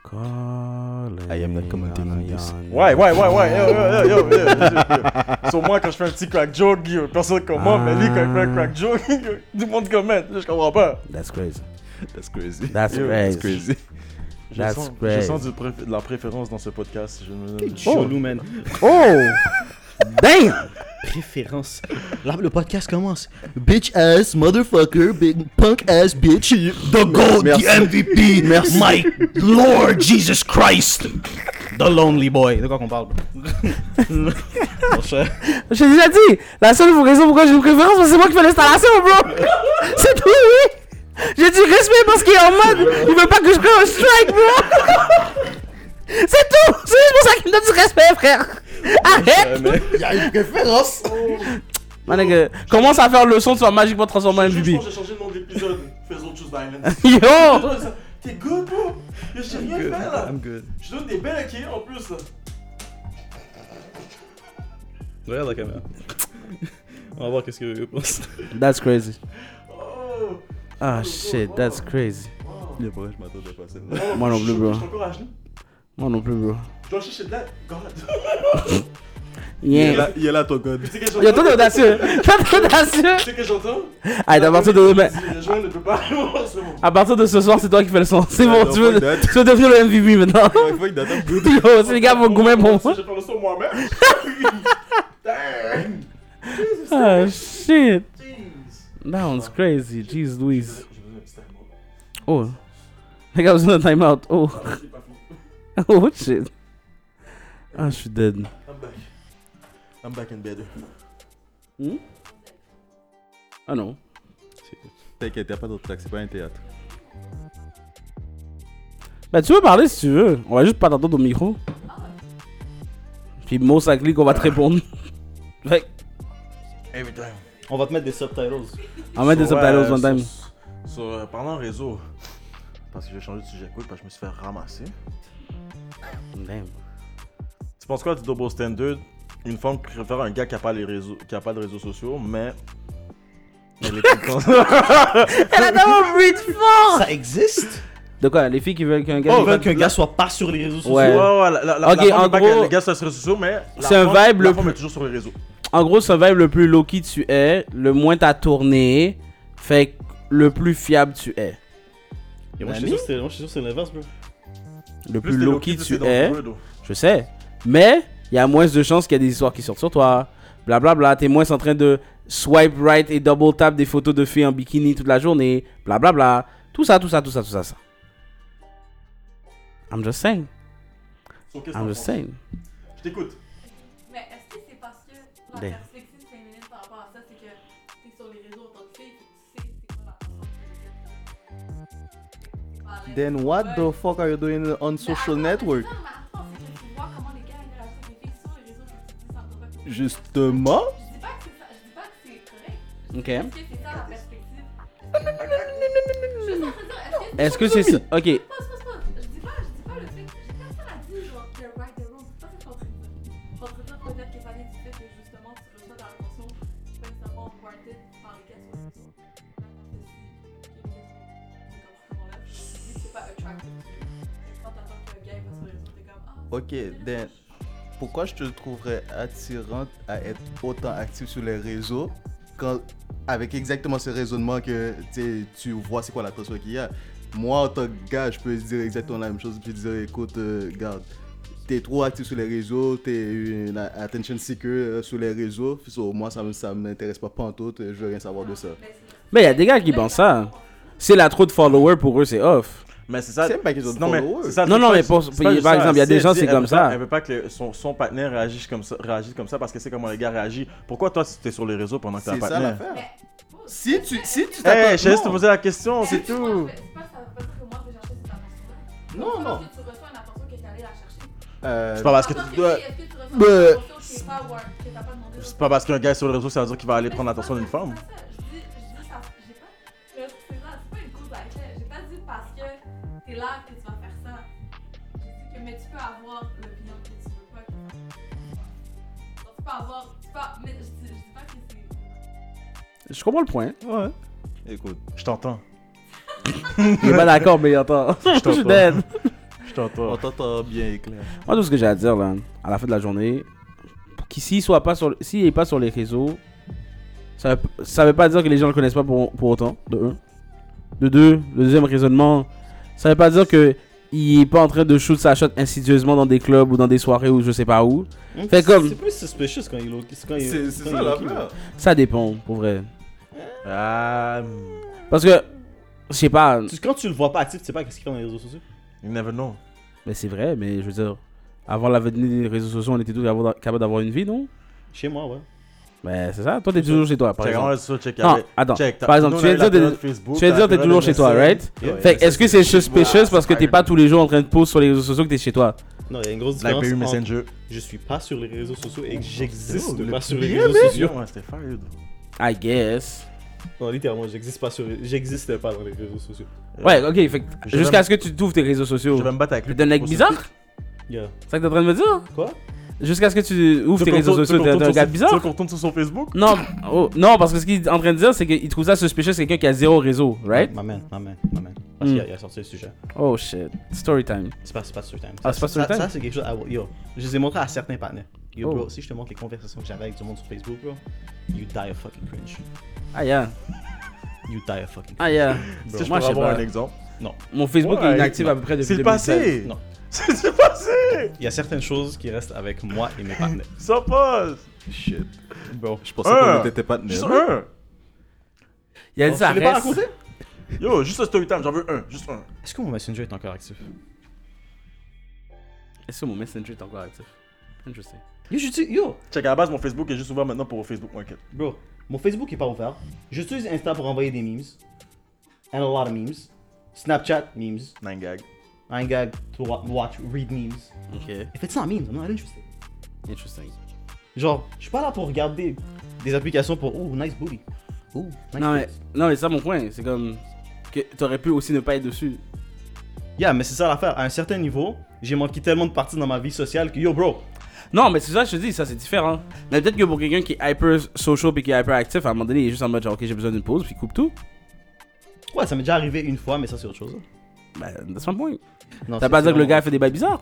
B: Calling
A: I am not commenting on this.
B: your
D: Ouais, ouais, ouais, ouais, yo, yo, yo, yo, yo, yo. Sur moi, quand je fais un petit crack joke, yo, personne commente, mais lui, quand il fait un crack joke, yo, tout le monde commente, je comprends pas.
B: That's crazy.
A: That's crazy.
B: That's
D: Yo,
A: That's
B: crazy.
A: crazy.
D: Je
B: That's
D: sens, je
B: great.
D: sens du préf- de la préférence dans ce podcast. Je me...
C: Cholou, man.
B: Oh. Damn.
C: Préférence. Là, le podcast commence. Bitch ass, motherfucker, big punk ass bitch.
F: The GOAT,
A: Merci.
F: the MVP, my Lord Jesus Christ.
C: The Lonely Boy. De quoi qu'on parle? Mon cher.
B: Je t'ai déjà dit. La seule raison pourquoi j'ai une préférence, c'est moi qui fais l'installation, bro. C'est tout, oui. J'ai du respect parce qu'il est en mode. Il veut pas que je prenne un strike, bro. C'est tout. C'est juste pour ça qu'il me donne du respect, frère. Arrête.
F: Il y a une préférence.
B: My nigga, commence à faire le son, tu vas magiquement transformer en MVP.
D: j'ai changé le nom de l'épisode. Faisons autre chose d'Island.
B: Yo!
D: T'es good, bro? Je sais rien
C: Good.
D: faire là.
C: I'm good.
D: Je donne des belles acquis en plus.
C: Regarde la caméra. On va voir qu'est-ce que vous pensez.
B: That's crazy.
D: Oh.
B: Ah shit, that's crazy.
A: Yeah, pour vrai, je m'attendais pas à celle-là.
B: Moi non plus, bro.
D: Je t'encourage, non?
B: Moi non plus, bro.
D: Je dois chercher de l'aide. God.
A: Il est
B: Yeah.
A: là- Il est là, ton god.
D: Tu sais que
B: Yo,
D: j'entends?
B: toi t'es audacieux! Toi t'es audacieux!
D: Tu sais que j'entends? Ah,
B: Allez, à partir de demain, Ah,
D: Les gens ne peuvent pas. C'est bon.
B: à partir de ce soir, c'est toi qui fais le son. C'est bon,
A: Non,
B: tu veux,
A: fuck that.
B: tu veux devenir le MVP maintenant.
A: Fuck, fuck that, I'm good.
B: Yo, si les gars vont gommer pour moi.
D: Je vais faire le son moi-même. Damn.
B: Ah shit!
D: Jeez.
B: That one's crazy. Jeez Louise.
D: J'ai besoin d'un petit timeout.
B: Oh. Les gars, besoin d'un time out. Oh.
D: J'ai pas fini.
B: Oh shit. Ah, je suis dead.
D: I'm back. I'm back in bed.
B: Hmm? Ah non.
A: T'inquiète, y'a pas d'autre track, c'est pas un théâtre.
B: Bah tu peux parler si tu veux. On va juste pas t'entendre au micro. Puis mot ça clique, on va te répondre. fait que,
D: Every time.
C: On va te mettre des subtitles.
B: on va mettre des
D: So,
B: subtitles
D: ouais,
B: one time.
D: sur- Sur, euh, parlant réseau, parce que j'ai changé de sujet quick, parce que je me suis fait ramasser.
B: Damn.
D: Tu penses quoi du double standard Une femme qui préfère un gars qui a pas, les réseaux, qui a pas de réseaux sociaux, mais. Elle est tout le temps-
B: Elle a d'abord breed fort!
C: Ça existe?
B: De quoi, les filles qui veulent qu'un gars.
C: Ils veulent qu'un gars soit pas sur les réseaux sociaux.
B: Ouais.
D: Ouais, ouais, la, la, la-
B: Ok,
D: la femme
B: en
D: est pas
B: gros,
D: que les gars sur les réseaux sociaux, mais. la
B: c'est un
D: femme-
B: vibe
D: La
B: le
D: femme
B: plus-
D: est toujours sur les réseaux.
B: En gros, survive le plus low-key tu es, le moins t'as tourné. Fait que le plus fiable tu es,
C: Et moi, je suis sûr que c'est- moi, je suis sûr que c'est l'inverse, bro.
B: le plus,
D: Plus t'es
B: low-key
D: low-key, plus
B: tu
D: t'es
B: es,
D: dangereux, though.
B: je sais, mais il y a moins de chances qu'il y ait des histoires qui sortent sur toi. Blablabla, t'es moins en train de swipe right et double tap des photos de filles en bikini toute la journée. Blablabla, tout ça, tout ça, tout ça, tout ça, ça. I'm just saying,
D: So, qu'est-ce que
B: I'm
D: t'en
B: just
D: penses?
B: saying.
D: Je t'écoute.
G: Mais est-ce que c'est parce que la
B: Damn.
G: perspective féminine par rapport à ça, c'est que t'es sur les réseaux en tant que fille, puis tu sais c'est quoi la façon de les
E: Then what the fuck are you doing on social network?
A: Justement.
G: Je dis pas que c'est ça, je dis pas que c'est
B: Ok.
G: correct. Est-ce que c'est ça la perspective? Je suis en train de dire, est-ce que-
B: Est-ce que c'est ça Ok,
G: Pause, pause, pause. Je dis pas, je dis pas le fait. que- Personne a dit genre the right, the wrong. C'est pas ça que je suis en train de dire. Je suis en train de dire peut-être que ça vient du fait que justement tu reçois de l'attention qui est pas nécessairement warranted par les gars sur les réseaux. C'est pas attractive. Quand t'attends qu'un gars il va sur les réseaux, t'es comme ah.
A: Ok, Dan, pourquoi je te trouverais attirante à être autant active sur les réseaux quand, avec exactement ce raisonnement que tu sais, tu vois c'est quoi la tension qu'il y a Moi, en tant que gars, je peux dire exactement la même chose. Je peux dire, écoute, euh, garde, t'es trop actif sur les réseaux, t'es une attention seeker euh, sur les réseaux. So, moi, ça me- ça m'intéresse pas pantoute, je veux rien savoir de ça.
B: mais il y a des gars qui pensent ça. C'est la trop de followers pour eux, c'est off.
D: Mais c'est ça.
A: C'est pas qu'ils ont de
D: Non, mais
A: followers.
D: c'est ça,
B: Non,
D: c'est
B: non,
D: pas-
B: mais pour-
D: c'est
B: pour-
D: pas juste
B: par
D: ça.
B: exemple, il y a
D: Si
B: des
D: elle
B: gens,
D: dit,
B: c'est
D: elle
B: comme
D: veut
B: ça.
D: pas- Elle veut pas que son, son partenaire réagisse comme ça, réagisse comme ça parce que c'est comment les gars réagissent. Pourquoi toi, tu t'es sur les réseaux pendant que t'as un
A: C'est ça
D: partenaire
A: l'affaire.
G: Mais-
A: Si tu si tu
D: Hé,
A: t'attends-
D: je te laisse te
A: non.
D: poser la question,
G: Mais
D: c'est
G: je pense
D: tout.
G: que- c'est pas- ça veut pas dire que moi, je vais chercher cette attention-là.
D: Non,
G: C'est
D: non.
G: parce que tu reçois une attention que t'es allé la chercher.
A: Euh,
D: C'est pas parce que
G: En tant
D: tu
G: que
D: dois.
G: fille, est-ce que tu reçois
D: Bah.
G: une attention qui est pas war- que t'as pas demandé
D: C'est pas parce qu'un gars est sur les réseaux, ça veut dire qu'il va aller prendre l'attention d'une femme.
G: C'est pas ça, Je dis, je dis ça, j'ai pas. le truc, C'est ça, c'est pas une cause à laquelle. J'ai pas dit parce que t'es là que tu vas faire ça. J'ai dit que, mais tu peux avoir l'opinion que tu veux pas. Que... Donc, tu peux avoir. Tu peux, mais je dis, je dis pas que c'est.
B: Je comprends le point.
D: Ouais.
A: Écoute,
D: Je t'entends.
B: Je suis pas d'accord, mais attends. Je suis dead.
D: Je
A: on
D: t'entends.
A: t'entend bien éclair.
B: Moi, tout ce que j'ai à dire, là, à la fin de la journée, qu'il- s'il soit pas sur, s'il est pas sur les réseaux, ça veut, p- ça veut pas dire que les gens le connaissent pas pour, pour autant, de un. De deux, le deuxième raisonnement, ça veut pas dire que il est pas en train de shoot sa shot insidieusement dans des clubs ou dans des soirées ou je sais pas où.
C: Hum,
B: Fait
C: c'est-
B: comme-
C: C'est plus suspicious quand il est quand il-
A: C'est
C: quand
A: c'est
C: il
A: ça
C: est low-key, bro.
A: l'affaire.
B: Ça dépend, pour vrai.
D: Ah.
B: Parce que, je sais pas,
C: Tu- Quand tu le vois pas actif, tu sais pas qu'est-ce qu'il fait dans les réseaux sociaux.
D: You never know.
B: mais c'est vrai, mais je veux dire, avant la venue des réseaux sociaux, on était tous capable- capables d'avoir une vie, non?
C: Chez moi, ouais.
B: Ben, c'est ça. Toi, t'es toujours chez toi, par
D: Check, on
B: exemple.
D: va sur check.
B: Non,
D: avec-
B: attends.
D: Check, t'as-
B: Par exemple,
D: nous,
B: tu
D: on a
B: viens
D: eu
B: de
D: la
B: dire
D: période
B: de-
D: Facebook,
B: tu viens de dire
D: la
B: que t'es toujours chez toi,
D: période
B: right?
D: MSN.
B: Fait que est-ce que c'est suspicious parce que t'es pas tous les jours en train de poser sur les réseaux sociaux que t'es chez toi
C: Non, il y a une grosse différence.
D: Blackberry
C: entre-
D: Messenger.
C: Je suis pas sur les réseaux sociaux et que
D: Oh,
C: j'existe
D: le
C: pas sur les
D: bien,
C: réseaux
D: man.
C: sociaux.
D: Ouais, c'était fire, dude.
B: I guess.
C: Non, littéralement, j'existe pas sur, j'existe pas dans les réseaux sociaux.
B: Ouais, ok, fait que
D: Euh, Je
B: jusqu'à
D: vais-
B: ce que tu t'ouvres tes réseaux
D: Je
B: sociaux.
D: vais me battre avec
B: T'es
D: lui.
B: un mec
D: pour-
B: bizarre
C: Yeah.
B: C'est ça que t'es en train de me dire
C: Quoi
B: Jusqu'à ce que tu ouvres
D: Tu
B: tes
D: veux qu'on
B: réseaux
D: tourne- tu
B: sociaux,
D: veux
B: t'es
D: qu'on
B: un
D: tourne
B: gars
D: sur- Tu veux
B: bizarre
D: qu'on tourne sur son Facebook?
B: Non, oh, non, parce que ce qu'il est en train de dire, c'est qu'il trouve ça suspicious quelqu'un qui a zéro réseau, right
C: Ma main, ma main, ma main. Parce
B: Hmm.
C: qu'il a, il a sorti le sujet.
B: Oh shit. Story time.
C: C'est pas, c'est pas sur le time.
B: Ah, c'est pas sur le
C: Ça-
B: time?
C: Ça, c'est quelque chose. à- yo, je les ai montrés à certains partenaires. Yo,
B: Oh.
C: bro, si je te montre les conversations que j'avais avec du monde sur Facebook, bro, you die of fucking cringe.
B: Ah yeah.
C: You die of fucking
B: Ah yeah.
D: Si je
B: Moi,
D: pourrais
B: je sais
D: avoir
B: pas.
D: un exemple.
B: Mon Facebook
D: Ouais,
B: est inactif à peu près depuis
D: C'est le
B: 2016.
D: passé!
C: Non.
D: C'est passé!
C: Il y a certaines choses qui restent avec moi et mes partenaires.
D: Ça passe!
A: Shit.
C: Bro.
A: Je pensais
D: Un.
A: qu'on était pas de
D: Juste
A: même.
D: un!
B: Il a dit ça
C: Je l'ai pas
B: reste.
C: raconté?
D: Yo, juste un story time, j'en veux un, juste un.
C: Est-ce que mon Messenger est encore actif
B: Est-ce que mon Messenger est encore actif Interesting.
C: Yo, j'utilise. Yo
D: Check à la base, mon Facebook est juste ouvert maintenant pour Facebook Market.
C: Bro, mon Facebook est pas ouvert. J'utilise Insta pour envoyer des memes. And a lot of memes. Snapchat, memes.
D: 9 gag.
C: I'm gag to wa- watch, read memes.
B: Ok.
C: If it's not memes, I'm not interested.
B: Interesting.
C: Genre, je suis pas là pour regarder des applications pour oh nice booty. Oh, nice
B: Non mais,
C: tits.
B: non mais c'est ça mon point, c'est comme que t'aurais pu aussi ne pas être dessus.
C: Yeah, mais c'est ça l'affaire. À un certain niveau, j'ai manqué tellement de parties dans ma vie sociale que yo, bro.
B: Non mais c'est ça que je te dis, ça c'est différent. Mais peut-être que pour quelqu'un qui est hyper social puis qui est hyper actif, à un moment donné il est juste en mode genre ok j'ai besoin d'une pause puis coupe tout.
C: Ouais, ça m'est déjà arrivé une fois, mais ça c'est autre chose.
B: Ben that's my point.
C: Non,
B: T'as
C: c'est-
B: pas à
C: c'est
B: dire que le
C: vraiment-
B: gars fait des bails bizarres.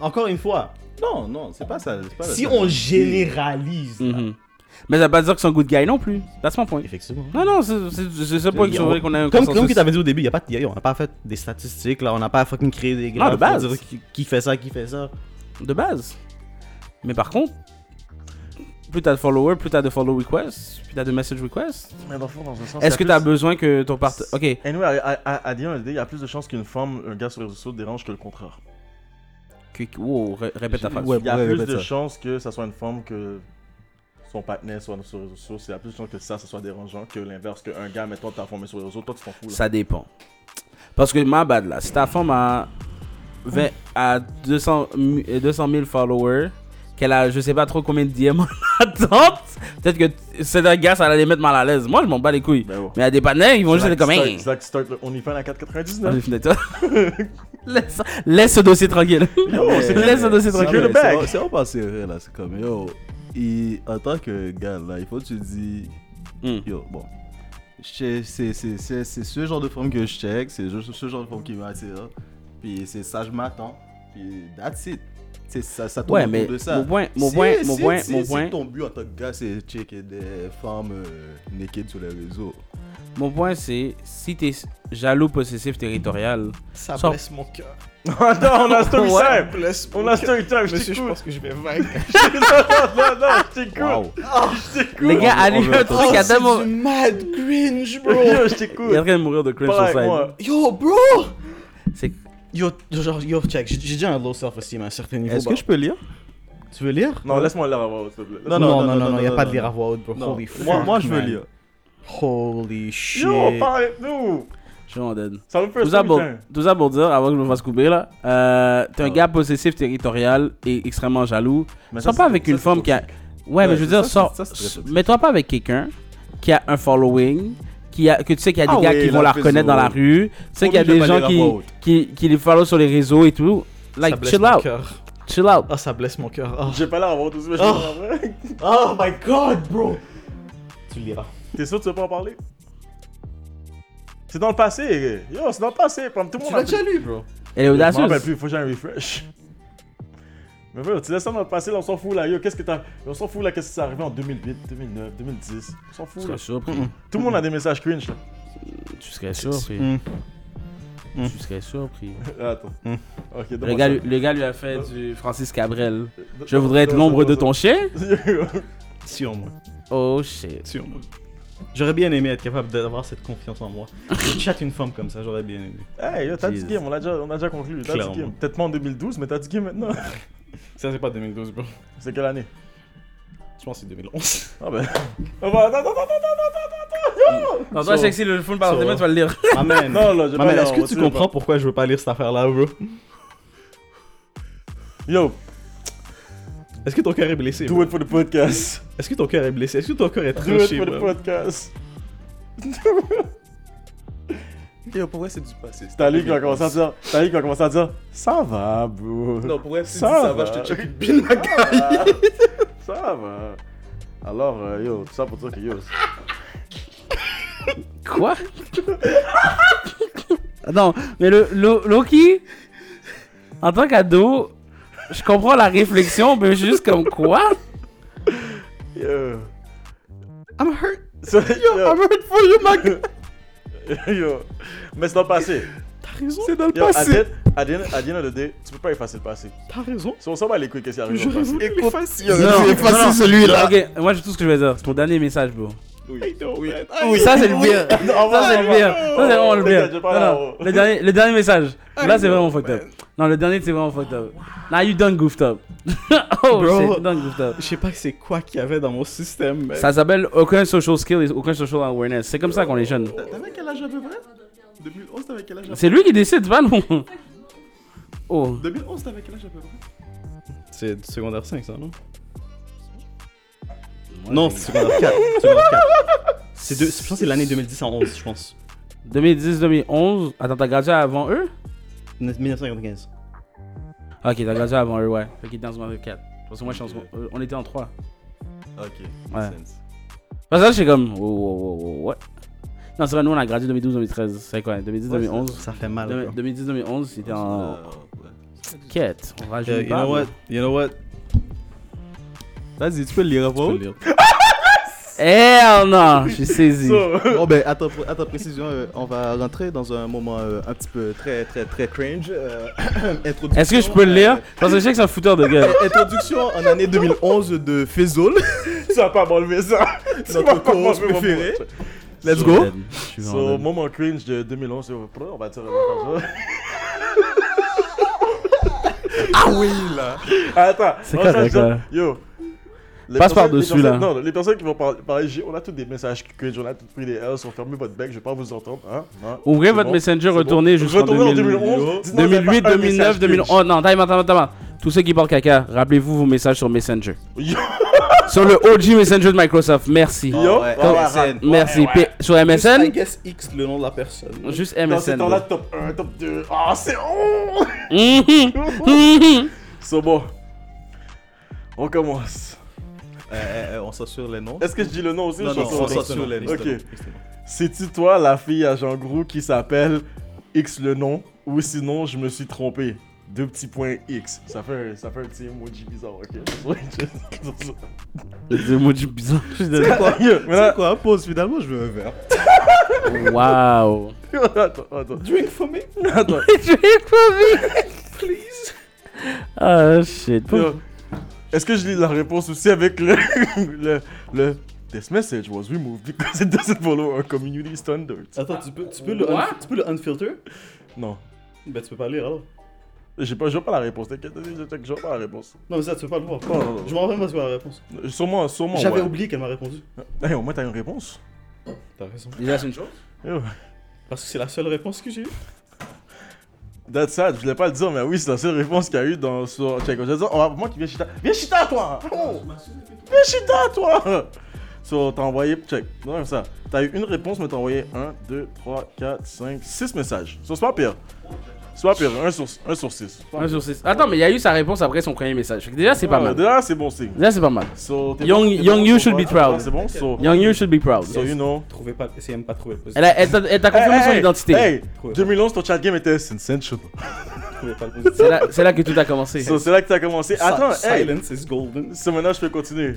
C: Encore une fois,
A: Non, non, c'est pas ça. c'est Pas
C: si
A: ça.
C: on généralise, là,
B: Mhm. Mais ça veut pas dire qu'ils sont good guys non plus. That's mon point.
C: Effectivement.
B: Non, non, c'est- c'est c'est ce point que je voudrais qu'on a un
C: Comme, comme
B: consensus.
C: que t'avais dit au début, y a pas, de- y a- on n'a pas fait des statistiques, là, on n'a pas fucking créé des
B: Non, de
C: graphes
B: base.
C: pour dire qui, qui fait ça, qui fait ça.
B: de base. Mais par contre, plus t'as de followers, plus t'as de follow requests, plus t'as de message requests.
D: Mais dans le fond, dans un sens,
B: Est-ce
D: il
B: que
D: y a
B: t'as
D: plus-
B: besoin que ton partenaire. Ok,
D: Anyway, à, à, à dire un dé, il y a plus de chances qu'une femme, un gars sur les réseaux sociaux dérange que le contraire.
B: que- que- wow, ré- répète ta phrase.
D: Il y a
A: ouais,
D: plus
A: répète
D: de
A: ça.
D: chances que ça soit une femme que son partenaire soit sur les réseaux sociaux. C'est- Il y a plus de chances que ça, ça soit dérangeant que l'inverse. Qu'un gars, mettons, t'as formé sur les réseaux, toi, tu t'en fous. Là.
B: Ça dépend. Parce que ma bad là, si ta femme a, 20 a 200, mu- euh, 200 000 followers, qu'elle a je sais pas trop combien de DM en attente, peut-être que t- c'est un gars, ça allait les mettre mal à l'aise. Moi, je m'en bats les couilles.
D: Ben ouais.
B: Mais à des partenaires, ils vont juste
D: C'est
B: être comme.
D: là que
B: Hey,
D: start- C'est là que start le OnlyFans à 4,99.
B: Définitivement. laisse, laisse ce dossier tranquille. laisse ce dossier
A: C'est
B: tranquille.
A: vrai,
D: le bag.
A: c'est vrai, C'est vraiment pas sérieux là, c'est comme yo. il- en tant que gars là, il faut que tu dis
B: Hmm.
A: yo, bon. je- C'est c'est- c'est- c'est ce genre de forme que je check, c'est juste ce genre de forme qui m'attire. hein. Puis c'est ça, je m'attends. Puis that's it. C'est Ça, ça tourne
B: Ouais,
A: autour
B: mais
A: de ça.
B: mon point- mon
A: Si-
B: point- mon
A: si-
B: point-
A: si-
B: mon
A: si
B: point-
A: ton but en tant que gars, c'est checker des femmes euh, naked sur les réseaux.
B: Mon point, c'est si t'es jaloux, possessif, territorial.
E: Ça
B: Sors.
E: blesse mon cœur.
D: Attends, on a story
E: Ouais,
D: simple.
E: blesse mon
D: On
E: cœur.
D: a story simple, je
E: Monsieur, je
D: t'écoute.
E: pense que je vais vague.
D: Non, non, non, je t'écoute.
B: Les gars,
A: on
B: allez,
A: veut-
B: un truc à tellement.
C: Oh,
E: du mad cringe,
D: Yo,
E: bro.
D: je
B: Il est en
D: t'écoute.
B: train de mourir de cringe
D: Parle avec
B: sur scène.
D: moi.
E: Yo, bro.
B: C'est-
C: Yo, genre, yo, check, j'ai j'ai déjà un low self-esteem à un certain niveau.
A: Est-ce
C: bah.
A: que je peux lire
C: Tu veux lire
D: Non, laisse-moi le revoir, s'il te plaît.
C: non, non, non, non, non, y a pas de lire à voix haute, bro.
A: Non.
C: Holy fuck.
A: Moi, moi, je veux
C: man.
A: lire.
C: Holy shit.
D: Yo, parle avec nous.
B: Je suis en dead.
D: Ça nous fait un
B: Tout ça,
D: story
B: pour,
D: time.
B: tout ça pour dire, avant que je me fasse couper là, euh, t'es un gars possessif, territorial et extrêmement jaloux.
D: Mais ça,
B: Sors
D: c'est-
B: pas avec
D: ça,
B: une
D: c'est
B: femme qui a. Ouais,
A: Ouais,
B: mais je veux
A: c'est
B: dire,
A: ça,
B: sors.
A: c'est- ça, c'est très
B: Mets-toi pas avec quelqu'un qui a un following, qui a, que tu sais qu'il y a des
A: Ah
B: gars
A: oui,
B: qui vont
A: la
B: la reconnaître dans la
A: faisceau.
B: rue, tu sais qu'il y a
A: Obligé
B: des
A: de
B: gens
A: pas
B: qui,
A: lire à voix haute.
B: qui, qui les follow sur les réseaux et tout.
E: ça
B: Like,
E: blesse
B: chill
E: mon
B: out,
E: cœur.
B: chill out.
E: Ah, ça blesse mon cœur. Ah.
D: J'ai pas l'air avant tout ça, mais je
E: Oh.
D: vais l'avoir.
E: Oh my god, bro! Tu liras.
D: T'es sûr que tu veux pas en parler C'est dans le passé. Yo, c'est dans le passé. Comme tout le
E: Tu
D: monde
E: l'as
D: a-
E: déjà lu, bro?
B: Elle est
D: Je m'en rappelle
B: audacieuse.
D: plus, faut que j'ai un refresh. Mais bro, tu laisses ça dans le passé, là, on s'en fout là. Yo, qu'est-ce que t'as. On s'en fout là, qu'est-ce qui s'est arrivé en 2008, 2009, 2010. On s'en
B: Tu
D: fout là.
B: serais surpris.
D: Tout le monde a des messages cringe là.
B: Tu serais surpris.
C: Mm. Mm.
B: Tu serais surpris.
D: Ah, Attends.
C: Hmm.
D: Ok,
B: Le
D: donne-moi
B: gars,
D: ça.
B: lui- le gars lui a fait du Francis Cabrel.
D: Donne-
B: Je voudrais être
D: donne-moi
B: l'ombre de
D: ça,
B: ton chien.
D: donne-moi ça.
C: Sur moi.
B: Oh shit.
C: Sur moi. J'aurais bien aimé être capable d'avoir cette confiance en moi. Je chatte une femme comme ça, j'aurais bien aimé.
D: Hey, yo, t'as dit
B: Jesus.
D: game, on a déjà, on a déjà conclu. T'as
C: Clairement.
D: dit game. Peut-être pas en 2012, mais t'as dit game maintenant.
C: Ça, c'est pas 2012, bro.
D: C'est quelle année
C: Je pense que c'est 2011.
D: Ah ben. Ah ben, attends, attends, attends,
B: Non, toi,
C: So-
B: sexy, le fond par
C: so-
B: tes mains, tu vas le lire.
C: Ah, man.
D: Non, là, j'ai
C: Ma
D: pas
C: man,
D: l'air,
C: est-ce que
D: on
C: tu
D: sait pas.
C: comprends pourquoi je veux pas lire cette affaire-là, bro
D: Yo,
C: Est-ce que ton cœur est blessé
D: do
C: bro?
D: it for the podcast.
C: Est-ce que ton cœur est blessé Est-ce que ton cœur est
D: Do it
C: tranché,
D: for the
C: bro
D: podcast.
A: Yo, pourquoi c'est du passé
D: T'as lui qui va commencer à dire, t'as lui qui va commencer à dire, ça va, bro.
A: Non, pourquoi c'est
D: Ça
A: ça, ça
D: va.
A: va, je te check une bille.
D: Ça va. Alors, euh, yo, tout ça pour dire que yo.
B: Quoi Non, mais le, le- Loki, en tant qu'ado, je comprends la réflexion, mais je suis juste comme quoi
D: Yo.
C: I'm hurt.
D: So, yo,
B: I'm hurt for you, my guy.
D: yo. Mais c'est dans le passé.
C: T'as raison. C'est dans le
D: Yo, à the end- à the end- à the end of the day, tu peux pas effacer le passé.
C: T'as raison.
D: Si on s'en bat les couilles, qu'est-ce qui arrive dans le
C: J'aurais
D: passé?
C: voulu l'effacer.
B: Non, non, non.
H: celui-là.
B: Ok, moi, j'ai tout ce que je vais dire. C'est ton dernier message, bro.
C: I know, man.
B: Ça, c'est le bien. Ça, c'est le bien. Ça, c'est vraiment le bien.
D: T'inquiète, je vais pas
B: Non, non.
D: là-haut.
B: Le dernier, le dernier message. Là, c'est vraiment fucked up. Non, le dernier, c'est vraiment fucked up. Now you done goofed up. oh,
C: Bro.
B: shit, you done goofed up.
C: Je sais pas c'est quoi qu'il y avait dans mon système, man.
B: Ça s'appelle aucun social skill et aucun social awareness. C'est comme ça qu'on est jeune.
A: T'avais quel âge à peu près 2011, t'avais quel âge à peu près
B: C'est lui qui décide, pas nous. Oh.
A: 2011, t'avais quel âge à peu près
C: C'est du secondaire 5, ça, non Non, c'est secondaire 4. secondaire 4. C'est deux, je pense que c'est l'année 2010 en 11, je pense.
B: 2010-2011. Attends, t'as gradué avant eux
C: 1995.
B: Ok, t'as gradué avant eux, ouais. Fait qu'il était en secondaire 4. Parce que moi, je suis en secondaire- euh, on était en 3.
A: Ok,
B: Ouais.
A: makes sense.
B: Parce que là, je suis comme. Wow, wow, wow, wow, ouais. Non, c'est vrai, nous, on a gradué 2012-2013. C'est quoi 2010-2011
C: Ça fait mal, bro.
B: 2010-2011, c'était en.
A: Euh, ouais.
B: Quête. On
D: Euh,
E: Euh,
B: rajoute
C: Yeah, you know what You know what
A: Vas-y, tu peux le lire à voix haute
B: Hell non, Eh, je suis saisi.
A: Bon, ben, à ta, à ta précision, euh, on va rentrer dans un moment euh, un petit peu très, très, très cringe. euh, introduction,
B: Est-ce que je peux le lire Parce que je sais que c'est un fouteur de gueule.
A: euh, introduction en année 2011 de Fezol,
E: Ça va pas m'enlever ça.
A: notre coach préféré. Let's
B: So
A: go.
B: dead. Je suis vraiment
D: So,
B: dead.
D: moment cringe de 2011, euh, on va dire euh, comme ça.
A: Ah oui, là.
D: Attends,
B: C'est
D: on change
B: correct,
D: de-
B: là.
D: Yo. Les
B: Passe
D: personnes- les
B: par-dessus, là.
D: personnes- Non, les personnes qui vont par- parler, j'ai- on a tous des messages cringe, on a tous pris des L, on fermez votre bec, je vais pas vous entendre. Hein, hein.
B: Ouvrez
D: C'est
B: votre
D: bon.
B: messenger,
D: bon.
B: retournez jusqu'en
D: Retournez en
B: 2011.
D: 2011, dites-nous que vous avez
B: 2008,
D: pas un
B: 2009,
D: message
B: 2011.
D: cringe.
B: Oh non, time, time, time. Tous ceux qui parlent caca, rappelez-vous vos messages sur Messenger.
D: Yo.
B: sur le OG Messenger de Microsoft, merci.
D: Yo,
A: Ouais,
D: voilà.
A: MSN.
B: Merci. P- Sur
E: I
B: MSN
E: guess X le nom de la personne.
B: Juste
D: Dans ces
B: MSN.
D: temps-là, top 1, top 2. Ah, c'est oh
B: Mhm, mhm.
D: C'est bon. On commence.
A: Euh, euh, euh, on censure les noms.
D: Est-ce que je dis le nom aussi ou
A: Non,
D: je
A: non,
D: censure
A: on
D: le nom
A: censure les noms.
D: Ok. C'est-tu toi la fille à Jean Grou qui s'appelle X le nom ou sinon je me suis trompé Deux petits points X. Ça fait un, ça fait un petit emoji bizarre, ok
B: Des emojis bizarres.
A: quoi
D: Yo, maintenant-
A: quoi Pause, finalement, je veux un verre.
B: Waouh.
D: Attends, attends.
E: Drink for me.
D: Attends.
B: Ah shit.
D: Yo. Est-ce que je lis la réponse aussi avec le. le, le This message was removed because it doesn't follow our community standards.
E: Attends, tu peux, tu peux le, un- tu peux le unfilter
D: Non.
E: Ben, tu peux pas le lire alors.
D: J'ai pas, j'ai pas la réponse, t'inquiète, t'inquiète, t'inquiète, j'ai pas la réponse.
E: Non, mais ça, tu peux pas le voir.
D: Non, non, non.
E: Je m'en rappelle pas c'est quoi la réponse.
D: Sûrement, sûrement.
E: J'avais
D: ouais.
E: oublié qu'elle m'a répondu.
D: Hey, au moins t'as une réponse.
E: T'as raison.
B: Déjà, c'est une chose.
D: Yo.
E: Parce que c'est la seule réponse que j'ai eue.
D: That's sad, je voulais pas le dire, mais oui, c'est la seule réponse qu'il y a eu dans sur Check. Je vais dire, on va moi qui viens chita. Viens chita, toi Oh Viens chita, toi So, t'as envoyé, check, non, comme ça. T'as eu une réponse, mais t'as envoyé 1, 2, 3, 4, 5, 6 messages. So, c'est pas pire. C'est pas pire, 1 sur 6. sur six.
B: Un sur six. Attends, mais il y a eu sa réponse après son premier message. Fait que Déjà, c'est pas
D: Ouais,
B: mal.
D: Déjà, Ah, c'est bon signe.
B: Déjà, c'est pas mal.
D: So, t'es
B: Young-
D: bon, t'es
B: young
D: bon,
B: you
D: so,
B: should
D: ouais,
B: be proud.
D: ouais, C'est bon, so,
B: Young you should be proud.
D: so you know.
E: Trouvez pas, essayez même pas de trouver le positif.
B: Elle a- elle t'a elle t'a confirmé son
D: Hey, hey,
B: identité.
D: Hey, 2011, ton chat game était sensational.
E: Trouvez pas le positif.
B: C'est là, c'est là que tout a commencé.
D: So, c'est là que t'as commencé. Attends,
E: Si-
D: hey,
E: Silence is golden.
D: Ce maintenant, je peux continuer.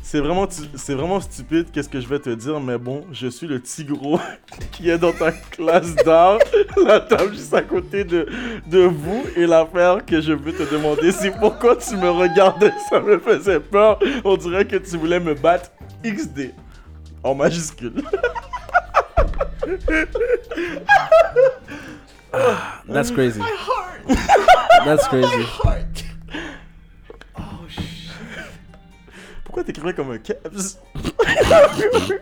D: C'est vraiment, tu- c'est vraiment stupide qu'est-ce que je vais te dire, mais bon, je suis le petit gros qui est dans ta classe d'art, la table juste à côté de, de vous, et l'affaire que je veux te demander, c'est pourquoi tu me regardais, ça me faisait peur, on dirait que tu voulais me battre XD, en majuscule.
B: That's crazy. That's crazy.
D: Pourquoi t'écrivais comme un caps Je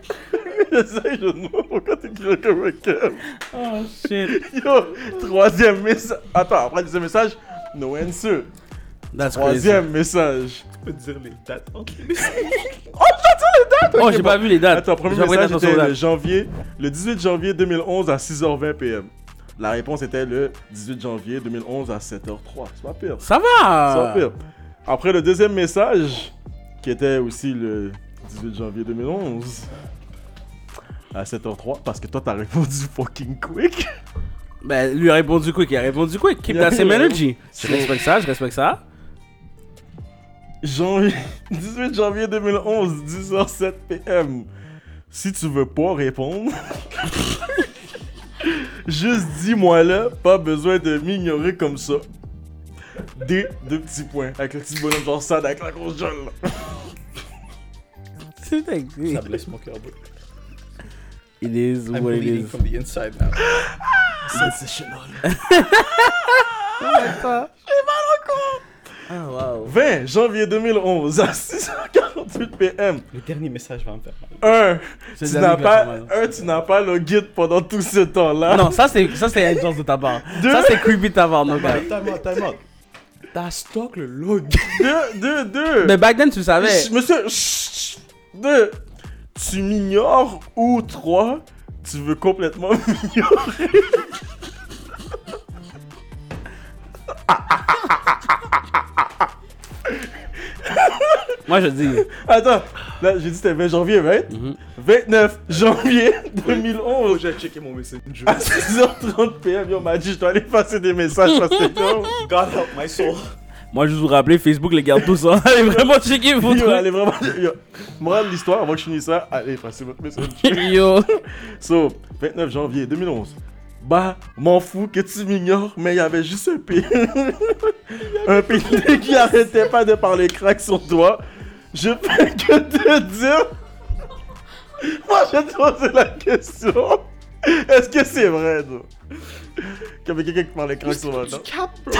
D: sais, je me demande pourquoi t'écrivais comme un caps
B: Oh shit.
D: Yo, troisième message. Attends, après le deuxième message, no answer.
B: That's crazy.
D: Troisième message.
E: Tu peux dire les dates. entre les-
B: Oh, j'ai pas vu les dates.
D: Attends, premier
B: J'ai pas prêté
D: message
B: attention
D: était
B: aux
D: le,
B: dates.
D: janvier, le 18 janvier 2011 à 6h20 p.m. La réponse était le 18 janvier 2011 à 7h03. C'est pas pire.
B: Ça
D: C'est
B: va.
D: pas pire. Après le deuxième message, qui était aussi le 18 janvier 2011 à 7h03, parce que toi t'as répondu fucking quick.
B: Ben, lui a répondu quick, il a répondu quick. Keep that same energy. Je respecte ça, je respecte ça.
D: Janvier, 18 janvier 2011, 10h07 p.m. Si tu veux pas répondre, juste dis-moi là, pas besoin de m'ignorer comme ça. Des deux petits points, avec le petit bonhomme genre ça, avec la grosse gueule. là.
B: C'est
E: Ça blesse mon cœur, bro.
B: It is
E: I'm
B: what it
E: bleeding
B: is.
E: from the inside now.
B: Ah, wow.
D: 20 janvier 2011, à 6h48 p.m.
E: Le dernier message va me faire mal.
D: 1.
B: C'est
D: Tu
B: le
D: n'as
B: dernier
D: pas,
B: personnage.
D: un, tu n'as pas le guide pendant tout ce temps-là.
B: Non, ça c'est ça c'est intense de ta part.
D: Deux.
B: Ça c'est creepy de ta part, non gars.
E: Time out, time out. T'as stock le log.
D: 2, 2, 2.
B: Mais back then tu savais.
D: Chut, Monsieur, chut, chut. deux, tu m'ignores ou trois, tu veux complètement m'ignorer.
B: Moi je dis.
D: Attends, là j'ai dit c'était 20 janvier, right? 29 janvier 2011.
E: J'ai checké mon messenger.
D: À 6h30 PM, yo m'a dit je dois aller passer des messages parce que yo,
E: God help my soul.
B: Moi, je vous rappelle, Facebook les garde tous. Hein. Allez vraiment checker vos
D: Yo,
B: trucs.
D: allez vraiment. Yo. Morale de l'histoire, avant que je finisse ça, allez, passez votre message.
B: Yo.
D: So, 29 janvier 2011. Bah, m'en fous que tu m'ignores, mais il y avait juste un P. un P qui arrêtait pas de parler crack sur toi. Je peux que te dire. Moi, je te posais la question. Est-ce que c'est vrai, non? Qu'il y avait quelqu'un qui parlait crack sur moi, non?
E: cap, bro.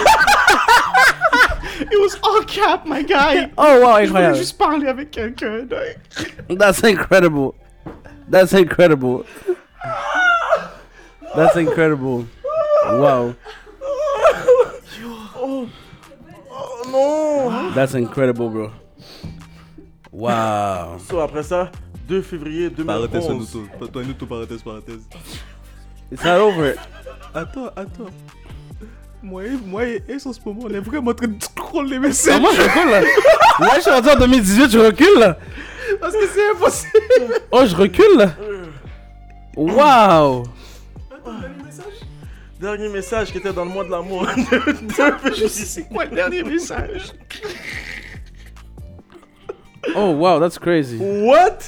E: It was all cap, my guy.
B: Oh wow,
E: Je voulais
B: incroyable.
E: juste parler avec quelqu'un. like.
B: That's incredible. That's incredible. That's incredible. Wow.
D: Oh non!
B: That's incredible, bro. Wow.
D: So, après ça, 2 février
A: Parenthèse, un
D: 2011.
A: auto. Toi, une auto, parenthèse, parenthèse.
B: It's not over.
A: Attends, attends. Moi et, moi et Ace en ce moment, on est vraiment en train de scroll les messages.
B: Comment Oh, je recule là Là, je suis rendu en 2018, je recule là.
A: Parce que c'est impossible.
B: Oh, je recule là. Wow.
D: Dernier message qui était dans le mois de l'amour. Deux février.
E: Moi, le dernier message.
B: Oh wow, that's crazy.
D: What?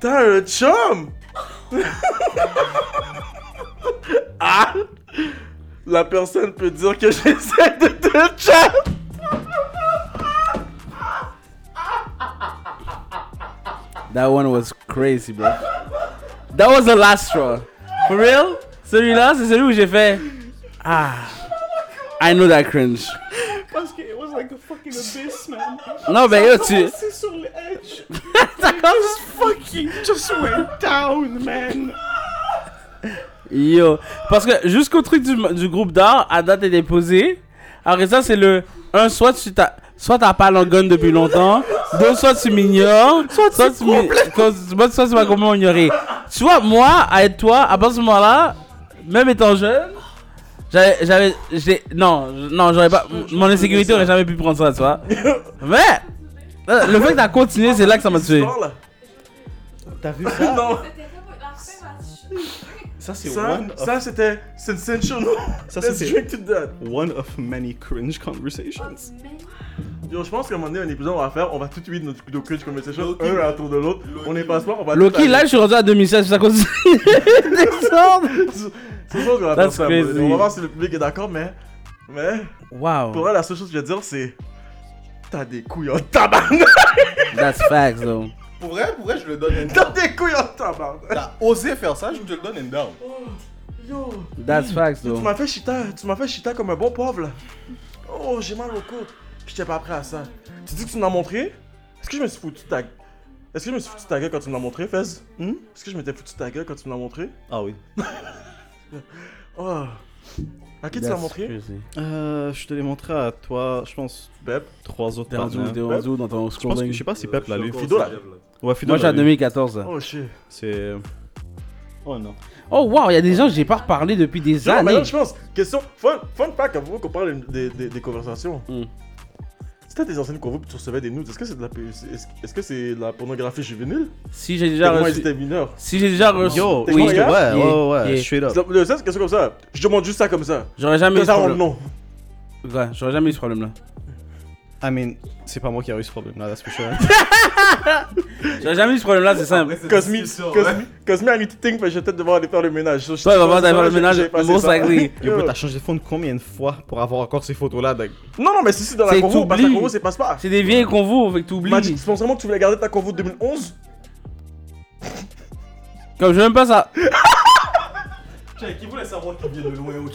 D: T'as un chum? ah! La personne peut dire que j'essaie de te chum!
B: That one was crazy, bro. That was the last straw. For real? Celui-là, c'est celui où j'ai fait. Ah. I know that cringe.
E: Parce que it was like a fucking abyss, man.
B: Non, mais yo, tu.
E: C'est sur le edge.
B: D'accord?
E: Fucking just went down, man.
B: Yo. Parce que jusqu'au truc du, du groupe d'art, à date est déposé. Après ça, c'est le. Un, soit tu t'as. Soit t'as pas l'engonne depuis longtemps. Deux, soit tu m'ignores. Soit, tu mi- cause- Soit, soit tu m'as complètement ignoré. Tu vois, moi, à être toi, à partir de ce moment-là, même étant jeune, j'avais. j'avais j'ai- non, je- non, j'aurais pas. Mon insécurité aurait jamais pu prendre ça, tu vois. Mais. euh, Le fait que t'as continué, c'est là que ça m'a tué.
D: Histoire, là.
E: T'as vu ça?
D: Non,
G: C'était vraiment la fin match.
E: Ça, c'est
D: ça,
E: one, of,
D: ça c'était sensational.
E: ça,
D: Let's
E: c'est
D: drink to that.
E: one of many cringe conversations.
D: Yo, je pense qu'à un moment donné, un épisode on va faire, on va tout de suite notre de cringe conversation, un à la tour de l'autre. On est pas soir, on va
B: Loki,
D: tout
B: là, je suis rendu à 2016, ça continue. Descendre.
D: C'est sûr qu'on va faire
B: That's
D: ça. mais
B: crazy.
D: On va voir si le public est d'accord, mais. Mais.
B: Wow.
D: Pour moi, la seule chose que je vais dire, c'est. T'as des couilles en tabarnak!
B: That's facts, though.
A: Pour vrai, pour vrai, je le donne une
D: T'as des couilles en tabarnak!
A: T'as osé faire ça, je te le donne une down.
D: Yo!
B: That's facts,
D: Tu
B: though.
D: m'as fait chita, tu m'as fait chita comme un bon pauvre là. Oh, j'ai mal au coude. J'étais pas prêt à ça. Tu dis que tu m'as montré Est-ce que je me suis foutu de ta Est-ce que je me suis foutu de ta gueule quand tu me l'as montré, Fez Hmm? Est-ce que je m'étais foutu de ta gueule quand tu me l'as montré
C: Ah oui.
D: Oh. À qui tu l'as
B: That's
D: montré
B: crazy.
C: Euh, je te l'ai montré à toi, je pense,
D: Beb.
C: trois autres
B: T'es rendu
C: personnes.
B: où- t'es rendu où dans ton
C: Je pense que-
B: scrolling
C: je sais pas si Pep l'a lu.
D: Fido, là.
C: Ouais, Fido
B: Moi, j'ai
C: l'a
B: à
C: lu.
B: 2014. là.
D: Oh shit.
C: C'est. Oh non.
B: Oh, wow, il y a des gens que j'ai pas reparlé depuis des
D: Non, mais
B: années.
D: là, je pense. Question. Fun, fun fact, avant qu'on parle des, des, des conversations.
B: Hmm.
D: C'était tes anciennes convos puis tu recevais des nudes. Est-ce que c'est de la p- est-ce est-ce que c'est de la pornographie juvénile
B: Si j'ai déjà
D: Moi, ils
B: reçu.
D: étaient mineurs.
B: Si j'ai déjà reçu.
C: Yo,
B: oui,
C: ouais, ouais,
B: yeah,
C: ouais, ouais,
B: yeah.
C: straight up.
D: C'est la- c'est question comme ça. Je demande juste ça comme ça.
B: J'aurais jamais eu
D: Comme
B: ce
D: ça, on
B: problème.
D: non.
B: Ouais, j'aurais jamais eu ce problème-là.
C: I mean, c'est pas moi qui a eu ce problème là, that's for sure.
B: J'aurais jamais eu ce problème-là, c'est simple.
D: Cosmi, Cosmi, Cosmi a mis tout thing, mais j'étais devant aller faire le ménage. So,
B: Toi, il va falloir
D: so,
B: d'aller faire le
D: j'ai-
B: ménage.
D: j'ai effacé
B: Bon,
D: ça.
B: ça agree.
C: Yo, bro, t'as changé de phone combien de fois pour avoir encore ces photos là, like,
D: Non, non, mais si c'est dans
B: C'est
D: la convo,
B: que
D: parce que la
B: t'oublies.
D: convo, c'est passe-pas.
B: C'est des vieilles convos, fait que
D: Magic,
B: t'oublies.
D: tu penses vraiment que tu voulais garder ta convo de 2011
B: Comme je veux même pas ça.
A: Check, il voulait savoir qui vient de loin, ok.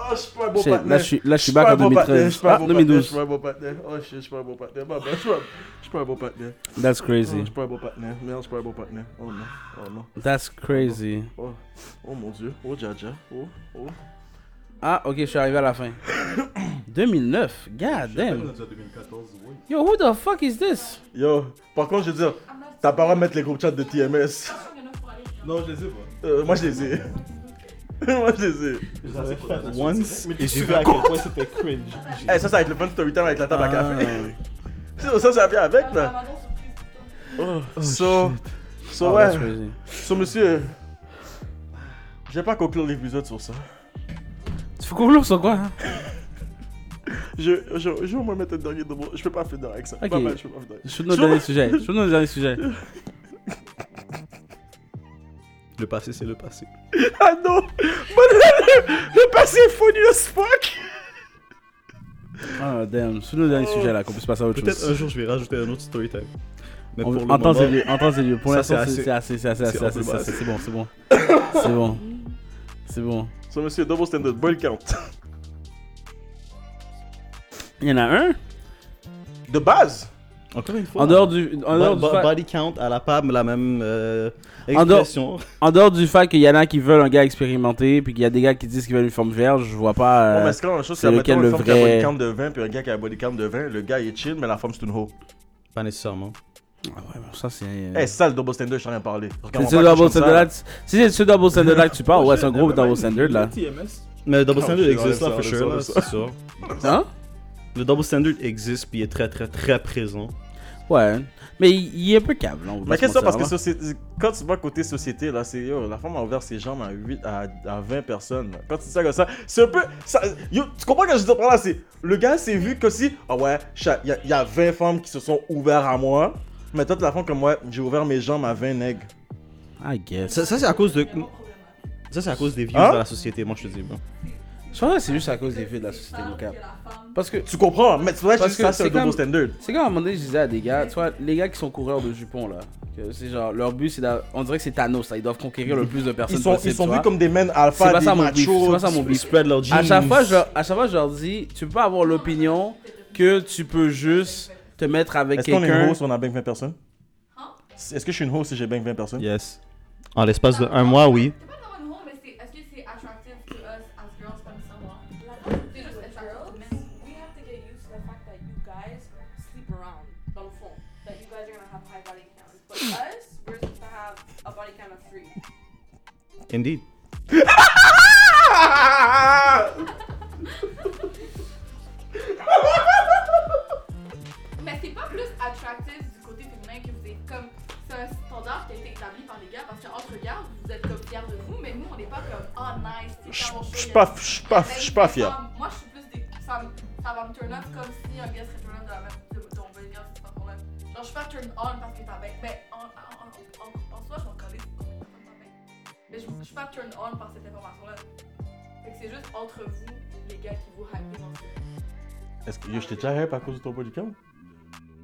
D: Ah, je suis pas un bon
B: Shit, Là,
D: partenaire.
B: je suis- là, je suis
D: pas
B: back
D: un
B: en
D: bon partenaire, Je
B: 2013.
D: suis pas un
B: Ah,
D: bon partenaire, je
B: 2012.
D: suis pas un bon partenaire. Oh shit, je suis pas un bon partenaire. Bah, bah, je suis pas- je suis pas un bon partenaire.
B: That's
D: Oh,
B: crazy.
D: Je suis pas un bon partenaire. Merde, je suis pas un bon partenaire. Oh non, oh non.
B: That's crazy.
D: Oh, oh mon dieu. Oh, Jaja. Oh, oh.
B: Ah, ok, je suis arrivé à la fin. 2009. God damn.
A: 2014, oui.
B: Yo, who the fuck is this?
D: Yo, par contre, je veux dire, t'as pas à mettre les groupes chat de TMS.
A: Non, je les ai pas.
D: Euh, moi, je les ai. moi, je les ai.
E: Once, et j'ai vu à quel point c'était cringe.
D: Eh, ça, ça va être le fun story time avec la table à café.
B: Ah.
D: Ça, ça, ça vient avec, là. So, so,
B: Oh,
D: ouais.
B: that's crazy.
D: So, monsieur, je vais pas conclure l'épisode sur ça.
B: Tu fais qu'on l'ouvre sur quoi hein?
D: Je, je, je vais me mettre le dernier de mon- Je peux pas finir avec ça.
B: Ok.
D: Bye bye, je peux pas finir.
B: Sur nos derniers sujets. Sur nos derniers sujets.
C: Le passé, c'est le passé.
D: Ah non! Bon, le passé est funny as fuck!
B: Ah, damn. Sur nos derniers
C: Oh.
B: sujets, là, qu'on puisse passer à autre
C: Peut-être un
B: chose.
C: jour, je vais rajouter un autre story time. Mais
B: On-
C: pour le
B: Entends,
C: moment,
B: c'est vieux. Entends, c'est vieux. Pour
C: Ça,
B: l'instant,
C: c'est
B: c'est c'est assez. C'est assez.
C: C'est
B: C'est assez.
C: amplement
B: C'est assez. C'est bon. C'est bon. C'est bon. C'est bon.
D: So, monsieur, double standard, bon count.
B: Il y en a un
D: De base!
C: encore une fois,
B: En dehors du, en
C: bo-
B: dehors du,
C: bo-
B: fa-
C: body count à la PAM, la même euh,
B: En dehors-
C: expression.
B: en dehors du fait qu'il y en a qui veulent un gars expérimenté, puis qu'il y a des gars qui disent qu'ils veulent une forme vierge, je vois pas. euh,
D: bon, mais c'est quand même la chose,
B: c'est
D: c'est
B: lequel
D: mettons une
B: le
D: femme qui a un
B: vrai-
D: body count de 20 puis un gars qui a un body count de 20. Le gars il est chill, mais la femme c'est une hoe.
C: Pas nécessairement.
B: ah ouais, mais ça c'est.
D: Eh, c'est ça le double standard, je t'en ai parlé. Regarde,
B: c'est
D: on
B: ce
D: va pas
B: double
D: toucher
B: standard
D: ça,
B: là. tu- Si c'est ce double standard là que tu parles, ouais, c'est un gros double standard là.
I: TMS.
C: Mais le double
D: Ah,
C: standard
D: je
C: existe là,
D: enlève
C: for
D: ça,
C: sure,
D: enlève
C: là,
D: ça.
C: c'est sûr.
B: Hein
C: Le double standard existe, puis il est très, très, très présent.
B: Ouais. Mais il il est un peu câble. on va pas
D: Mais
B: se
D: qu'est-ce que ça, parce
B: mentir,
D: que
B: là.
D: société- quand tu vas côté société, là, c'est yo, la femme a ouvert ses jambes à, 8, à, à 20 personnes. là. Quand tu dis ça comme ça, c'est un peu. ça- yo, tu comprends que je te parle là? C'est, le gars s'est vu que si, ah ouais, il y, a- y a 20 femmes qui se sont ouvertes à moi. Mais toi, t'es la femme comme moi, j'ai ouvert mes jambes à 20 nègres.
B: I guess.
C: Ça, ça, c'est à cause de.
G: vraiment problématique.
C: Ça, c'est à cause des views
D: Hein
C: de la société, moi, je te dis. bon.
B: Je pense que c'est juste à cause des filles de la société
G: Femmes
B: locale.
G: que la femme-
B: Parce que
D: Tu comprends? Mais tu vois,
B: Parce
D: juste
B: que
D: ça, c'est un
B: c'est
D: double
B: comme-
D: standard.
B: C'est quand à un moment donné, je disais à des gars, tu vois, les gars qui sont coureurs de jupons là, que c'est genre, leur but c'est d'a- On dirait que c'est Thanos, là, ils doivent conquérir le plus de personnes
D: Ils sont,
B: possible.
D: ils sont
B: tu
D: vus
B: vois.
D: comme des men alpha,
B: C'est pas
D: des
B: ça mon
D: machos.
B: beef, c'est pas ça mon
C: Ils
B: beef.
C: spread leur jeans.
B: À chaque, fois, je, leur- à chaque fois, je leur dis, tu peux avoir l'opinion que tu peux juste te mettre avec
D: Est-ce qu'on est une
B: quelqu'un.
D: host si on a bien 20 personnes? Est-ce que je suis une host si j'ai bien 20 personnes?
C: Yes. En l'espace de un mois, oui.
G: C'est pas vraiment une hoe, mais c'est- est-ce que c'est attractive to us as girls comme someone? C'est juste attractive to men.
J: We have to get used to the fact that you guys sleep around, dans le fond. That you guys are gonna have high body counts. But us, we're supposed to have a body count of three.
C: Indeed.
G: Mais c'est pas plus attractif du côté féminin que vous êtes comme. C'est un standard qui a été établi par les gars parce qu'entre gars, vous êtes comme fiers de vous, mais nous on n'est pas comme oh nice, c'est
D: Je
G: quand on
D: je suis
G: show,
D: pas,
G: il y a-
D: je suis pas,
G: il y a
D: je suis pas
G: des
D: fier.
G: femmes. Moi je suis plus des. Ça, me- ça va me turn off comme si un gars serait turn off de la même. de de mon body ben, c'est pas problème. Genre je suis pas turn on parce que t'as bête. Mais en, en, en, en, en soi, je m'en connais. Mais je, je suis pas turn on par cette information là. Fait que c'est juste entre vous, les gars qui vous hypez dans ce.
D: Est-ce que yo, je t'ai déjà hype à cause de ton body count?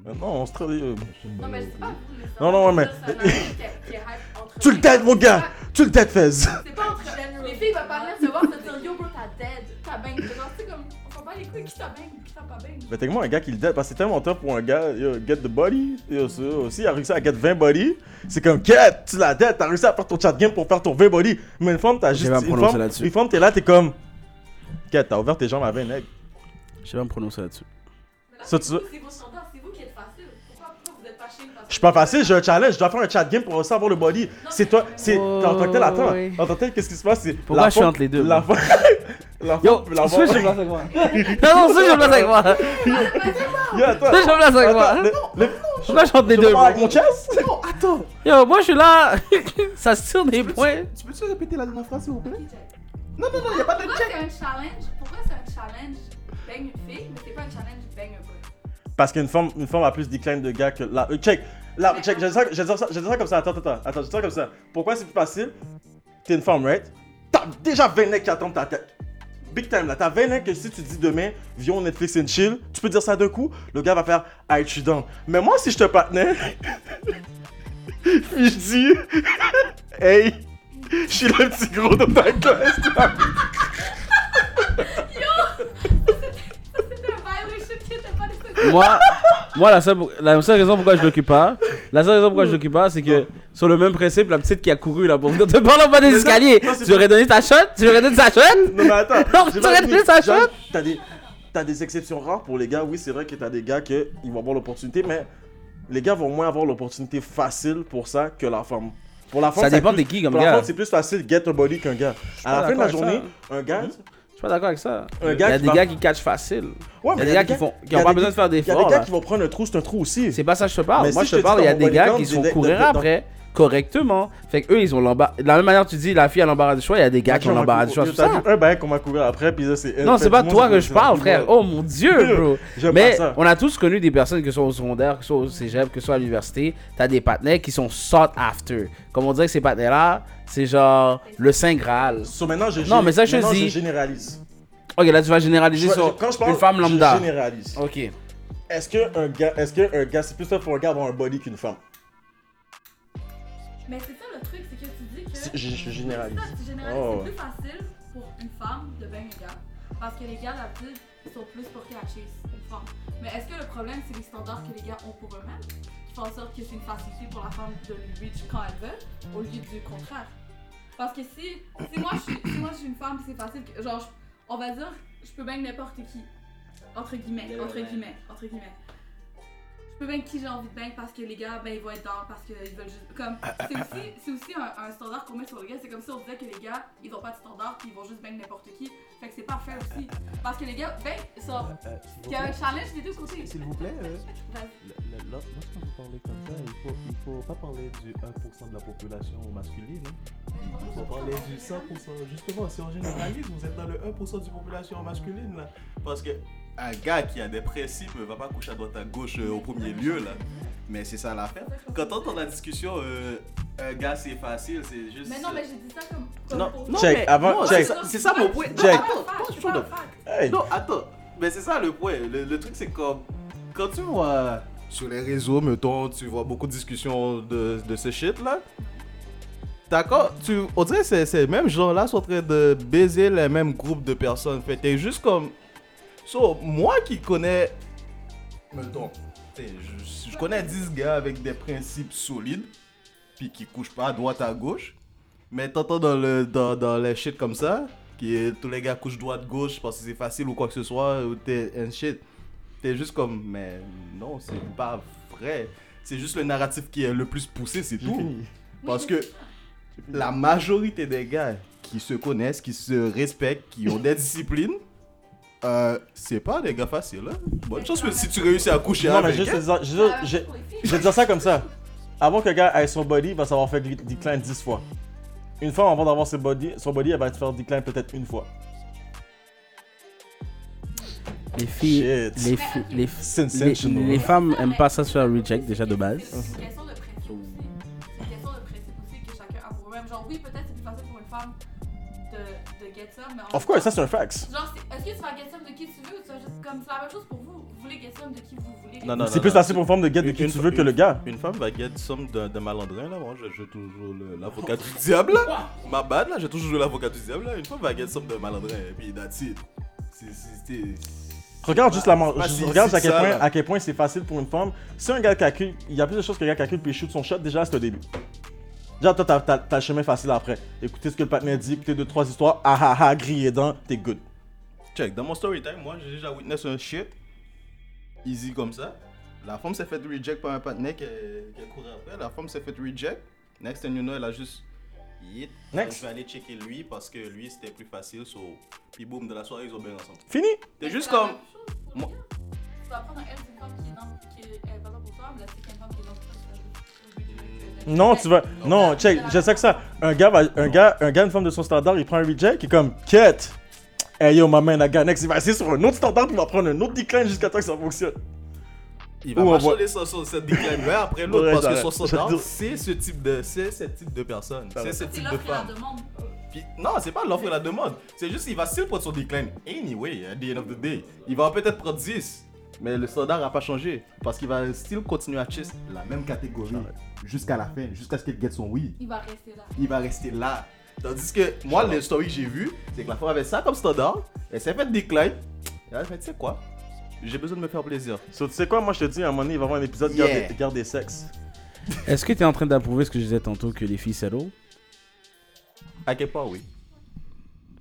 D: Euh, Non, on se tra- euh,
G: Non, mais je sais pas vous, mais ça-
D: Non, non, mais-
G: ça, ça m'a dit qu'il y a- qu'il y a hype entre-
D: Tu le dead, mon gars! Tu le dead, Fez!
G: C'est pas entre. Les filles vont pas venir se voir se dire Yo, bro, t'as dead. T'as bang. Genre, tu sais, comme, on s'en bat les couilles, qui t'a bang, qui t'a pas bang.
D: Mais Ben, techniquement, un gars qui le dead, parce que c'est tellement tough pour un gars, yo, get the body. Yo, ça, aussi, il a réussi à get 20 body. C'est comme, get, tu la dead, t'as réussi à faire ton chat game pour faire ton 20 body. Mais une femme, t'as
B: J'ai
D: juste.
B: pas à me
D: Une
B: prononcer
D: femme,
B: là-dessus.
D: une femme, t'es là, t'es comme. Get, t'as ouvert tes jambes à 20 nègres.
B: Je sais pas me prononcer là-dessus.
G: Mais là,
D: Ça,
G: c'est
D: tu-
G: vous, c'est vos standards, c'est vous qui êtes facile. Pourquoi, pourquoi vous êtes pas chill parce que-
D: Je suis pas facile, j'ai un challenge, je dois faire un chat game pour réussir à avoir le body. C'est toi, c'est.
B: Oh,
D: en tant que tel, attends.
B: oui.
D: En tant que tel, qu'est-ce qui se passe? C'est.
B: Pourquoi
D: la
B: je suis
D: femme-
B: entre les deux,
D: La
B: moi?
D: femme. La femme
B: Yo,
D: peut l'avoir-
B: switch le place avec moi. Non, non, switch le place avec moi. Switch
D: Yo, attends.
B: le place avec moi. hein?
D: Attends, le- le-
B: Pourquoi je chante les
D: je
B: deux
D: parle
B: bro?
D: avec mon chest? Non, attends.
B: Yo, moi je suis là. Ça se tire des points.
I: Tu peux-tu répéter la dernière phrase, s'il vous plaît
G: Pourquoi c'est un challenge Pourquoi c'est un challenge bang une fille, mais c'est pas un challenge bang un boy
D: Parce qu'une femme, une femme a plus décline de gars que la. euh, check! La, check, je dis, ça, je, dis ça, je dis ça comme ça, attends, attends, attends, je dis ça comme ça. Pourquoi c'est plus facile? T'es une femme, right? T'as déjà 20 nègres qui attendent ta tête. Big time là, t'as 20 nègres que si tu dis demain, viens au Netflix and chill, tu peux dire ça d'un coup, le gars va faire, ah, je suis down. Mais moi, si je te patinais, puis je dis, hey, je suis le petit gros de ta classe.
G: C'était un violation qui était pas des trucs.
B: moi, moi la, seule, la seule raison pourquoi je l'occupe pas, la seule raison pourquoi je l'occupe pas, c'est que sur le même principe, la petite qui a couru là pour venir te parler en bas des escaliers,
D: non, c'est
B: tu aurais donné ta shot Tu lui aurais donné sa shot
D: Non, mais attends.
B: Non,
D: j'ai
B: tu
D: pas
B: aurais
D: fini.
B: fait ça,
D: Genre,
B: Chuck.
D: T'as des, t'as des exceptions rares pour les gars. Oui, c'est vrai que t'as des gars qui vont avoir l'opportunité, mais les gars vont moins avoir l'opportunité facile pour ça que la femme. Pour la femme,
B: Ça
D: c'est
B: dépend
D: plus-
B: des qui comme
D: Pour la
B: gars.
D: femme, c'est plus facile get a body qu'un gars.
B: pas
D: À la fin de la
B: d'accord avec
D: journée, un gars.
B: Je suis pas d'accord avec ça.
D: Un
B: Il y a
D: gars qui
B: des
D: va-
B: gars qui catchent facile.
D: Ouais,
B: Il y a
D: mais
B: des gars qui font- qui ont
D: y a
B: pas
D: des
B: besoin
D: gars-
B: de faire
D: Il y a
B: d'efforts.
D: des gars
B: là.
D: qui vont prendre un trou, c'est un trou aussi.
B: C'est pas ça que je te parle.
D: Mais
B: Moi
D: si
B: je te
D: je te
B: parle,
D: dis
B: il y a
D: dans
B: des
D: mon
B: gars
D: bodyguard,
B: qui
D: c'est
B: sont
D: des-
B: courir
D: dans- dans-
B: après. correctement. Fait que eux, ils ont l'embarras. De la même manière, tu dis la fille a l'embarras du choix, il y a des gars qui ont l'embarras du choix. sur ça.
D: Un bail qu'on m'a couru après, puis ça, c'est elle.
B: Non,
D: Fait,
B: c'est pas
D: tout le
B: toi
D: monde
B: que
D: se
B: je parle,
D: dit,
B: frère. Oh mon dieu, bro.
D: J'aime pas
B: Mais
D: ça.
B: on a tous connu des personnes que ce soit au secondaire, que ce soit au cégep, que ce soit à l'université. T'as des partenaires qui sont sought after. Comme on dirait que ces partenaires-là, c'est genre le Saint Graal.
D: So, maintenant, je,
B: Non, mais ça, je
D: maintenant,
B: dis-
D: généralise.
B: Ok, là, tu vas généraliser
D: Je-
B: sur
D: quand je parle,
B: une femme lambda.
D: Je généralise.
B: Ok.
D: Est-ce qu'un gars, est-ce qu'un gars, c'est plus tough pour un gars d'avoir un body qu'une femme
G: Mais c'est ça le truc, c'est que tu dis que.
D: C'est- je- je généralise.
G: C'est ça, tu généralises.
D: Oh,
G: C'est plus facile pour une femme de baigner un gars. Parce que les gars, d'habitude, ils sont plus pour qu'ils achètent une femme. Mais est-ce que le problème, c'est les standards que les gars ont pour eux-mêmes Qui font en sorte que c'est une facilité pour la femme de lui reach quand elle veut, au lieu du contraire Parce que si, si moi, je suis, si moi je suis une femme, c'est facile. que- genre, je- on va dire, je peux baigner n'importe qui. Entre guillemets, entre guillemets, entre guillemets. Je peux bien qui j'ai envie de bang parce que les gars, ben ils vont être dans parce qu'ils veulent juste. Comme, c'est aussi, c'est aussi un, un standard qu'on met sur les gars. C'est comme si on disait que les gars, ils ont pas de standard puis ils vont juste bang n'importe qui. Fait que c'est parfait aussi. Parce que les gars, ben, ça. Il y a un challenge des deux côtés.
I: S'il vous plaît, euh,
G: Vas-y.
I: le- le- lor- lorsque vous parlez comme ça, il faut, il faut pas parler du 1% de la population masculine. hein. Il faut parler du 100%. Justement, si on généralise, vous êtes dans le 1% du population masculine. Là. Parce que
A: Un gars qui a des principes ne va pas coucher à droite à gauche euh, au premier lieu, là. Mais c'est ça l'affaire. Quand on entend la discussion, euh, un gars c'est facile, c'est juste.
G: Mais non, mais j'ai dit ça comme. comme
A: Non,
G: pour-
A: non,
D: Check,
A: mais-
D: avant-
A: non,
D: check.
A: c'est ça- C'est ça mon point. Non,
D: Check.
A: attends, attends,
G: C'est
A: je
G: pas
A: suis
G: un fact.
D: Hey.
A: Non, attends. Mais c'est ça le point. Le, le truc, c'est comme. Quand tu vois. Sur les réseaux, mettons, tu vois beaucoup de discussions de, de ce shit-là. D'accord tu, On dirait que ces- ces mêmes gens-là sont en train de baiser les mêmes groupes de personnes. Fait que t'es juste comme. So, moi qui connais. Mettons. t'sais, Je, je connais 10 gars avec des principes solides. Puis qui couchent pas à droite à gauche. Mais t'entends dans, le, dans, dans les shit comme ça, qui est tous les gars couchent droite-gauche parce que c'est facile ou quoi que ce soit, ou t'es un shit. T'es juste comme, mais non, c'est pas vrai. C'est juste le narratif qui est le plus poussé, c'est tout. Parce que la majorité des gars qui se connaissent, qui se respectent, qui ont des disciplines, euh, c'est pas des gars faciles. hein. Bonne chance que si tu réussis à coucher
D: Non, mais
A: avec
D: juste,
A: elle.
D: je, je,
G: Euh,
D: je,
G: pour les filles.
D: je vais dire ça comme ça. Avant qu'un gars ait son body, il va savoir faire gl- decline 10 fois. Une femme, avant d'avoir son body, son body, elle va te faire decline peut-être une fois.
B: Les filles,
D: Shit.
B: les, fi- les, f-
D: Sensational. Mhm.
B: les- les femmes aiment pas ça sur un reject déjà de base.
G: C'est une question de principe aussi. C'est une question de principe aussi que chacun a pour eux-mêmes. Genre, oui, peut-être c'est plus facile pour une femme de, de get some, mais en
D: Of course, ça c'est un fax.
G: Genre, c'est- est-ce que tu vas get some de qui tu veux ou tu vas juste. Comme c'est la même chose pour vous. Vous voulez get some de qui vous voulez.
A: Non, non,
D: C'est plus facile pour une femme de get de
A: Une-
D: qui
A: une-
D: tu veux que
A: une-
D: le gars.
A: Une femme va guetter somme d'un d'un malandrin, là. Moi, je joue toujours le- l'avocat du diable, là. Ma bad, là, j'ai toujours joué l'avocat du diable, là. Une femme va guetter somme d'un malandrin, et puis that's it. C'est- c'est- c'est-
D: Regarde juste la man-
A: c'est pas si-
D: juste Regarde
A: si
D: à quel,
A: ça,
D: point,
A: là.
D: à quel point c'est facile pour une femme. Si un gars calcule, il y a plus de choses qu'un gars calcule puis il shoot son shot, déjà c'est au début. Déjà, toi, t'as, t'as- t'as le chemin facile après. Écoutez ce que le partenaire dit, écoutez deux, trois histoires, ah ah ah, grillé dents, t'es good.
A: Check, dans mon story time, moi, j'ai déjà witness un shit. Easy comme ça. La femme s'est fait reject par un partenaire qui qui courait après. La femme s'est fait reject. Next thing you know, elle a juste. Yit.
D: Next.
A: Je vais aller checker lui parce que lui, c'était plus facile. So... Puis boum, de la soirée, ils ont bien ensemble.
D: Fini!
A: T'es
G: Mais
A: juste
G: c'est la
A: comme.
G: même chose pour les
A: Moi-
G: gars. Tu vas prendre un L d'une femme qui est dans. qui est euh, pas dans pour toi, mais la fille qui est une femme qui est dans pour toi, tu vas juste-
D: Non, tu vas. Non, check, je sais que ça. Un gars, va- un gars, un gars, une femme de son standard, il prend un reject, il est comme, quête! Hey yo, ma main, la gars, next, il va essayer sur un autre standard, puis il va prendre un autre decline jusqu'à temps que ça fonctionne.
A: Il va
D: Ou on
A: marcher
D: voit-
A: les 67 déclaims un après l'autre
D: Ouais,
A: parce que
D: t'arrêtes.
A: 60
D: Je veux
A: ans,
D: dire-
A: c'est ce type de c'est ce type de personne, c'est ce
G: C'est
A: type de
G: l'offre et la
A: femme.
G: demande.
A: Puis, non, c'est pas l'offre et la demande, c'est juste il va still prendre son déclin anyway at the end of the day. Il va peut-être prendre 10, mais le standard a pas changé parce qu'il va still continuer à chase la même catégorie jusqu'à la fin, jusqu'à ce qu'il get son oui
G: Il va rester là.
A: il va rester là. Tandis que moi, le story que j'ai vu, c'est que la femme avait ça comme standard, elle s'est fait déclin, et elle a fait, tu sais quoi, j'ai besoin de me faire plaisir.
D: So, tu sais quoi, moi je te dis, à un moment donné, il va y avoir un épisode
A: Yeah.
D: garde, garde des sexes.
B: Est-ce que tu es en train d'approuver ce que je disais tantôt que les filles settle
A: À quel point, oui.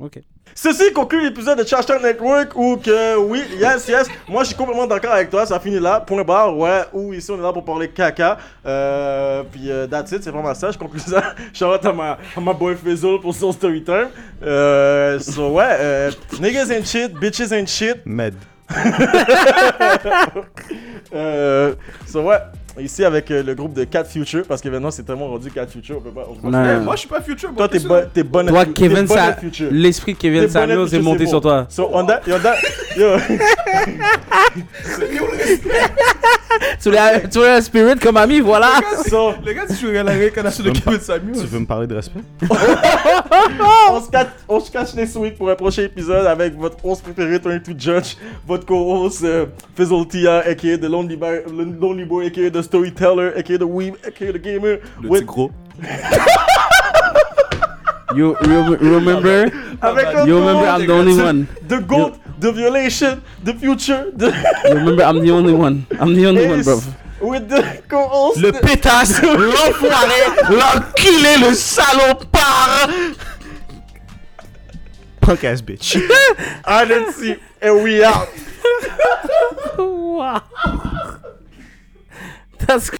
B: Ok.
D: Ceci conclut l'épisode de Trash Talk Network où que oui, yes, yes, moi je suis complètement d'accord avec toi, ça finit là, point barre, ouais, ou ici on est là pour parler caca, euh, puis euh, that's it, c'est vraiment ça, je conclue ça, shout à ma, à ma boy Fizzle pour son story time, euh, so ouais, euh, niggas and shit, bitches and shit,
C: Med.
D: euh, so ouais, ici avec euh, le groupe de 4 Future, parce que maintenant c'est tellement rendu 4 Future, on peut pas. on peut pas-
B: Non.
A: Hey, Eh, moi, je suis pas futur.
D: Toi,
A: bro,
D: t'es
A: qu'est-ce
D: bon-
A: que-
D: t'es bonne
B: Toi,
D: t'es
B: Kevin,
D: bonne
B: ça-
D: à Future.
B: L'esprit de Kevin
D: T'es bonne à
B: Samuels est
D: Future,
B: monté
D: c'est
B: sur
D: bon.
B: toi.
D: So, on that, on that, yo,
B: Tu l'as tu l'as un spirit comme ami, voilà.
D: so,
A: Les gars, si je regarde la réincarnation de
C: Tu veux me
A: Kevin
C: Tu
A: Samuel.
C: veux me parler de respect
D: on se cache, on se cache next week pour un prochain épisode avec votre 11 préféré, Turn to Judge, votre co-host, euh, Fizzle Tia, aka The Lonely, Bar- Le- Lonely Boy, aka The Storyteller, aka The Weeb, aka The Gamer,
A: Le
D: with-
A: petit gros.
B: You re- remember?
D: avec notre
B: You remember
D: co-host,
B: I'm the only one.
D: The Goat, The Violation, The Future, The...
B: You remember I'm the only one. I'm the only one, bro.
D: With the co-host,
H: Le
D: the-
H: pétasse, l'enfoiré,
B: eh?
H: l'enculé, le salopard.
C: Punk ass bitch.
D: Arnency, and we out.
B: Wow. That's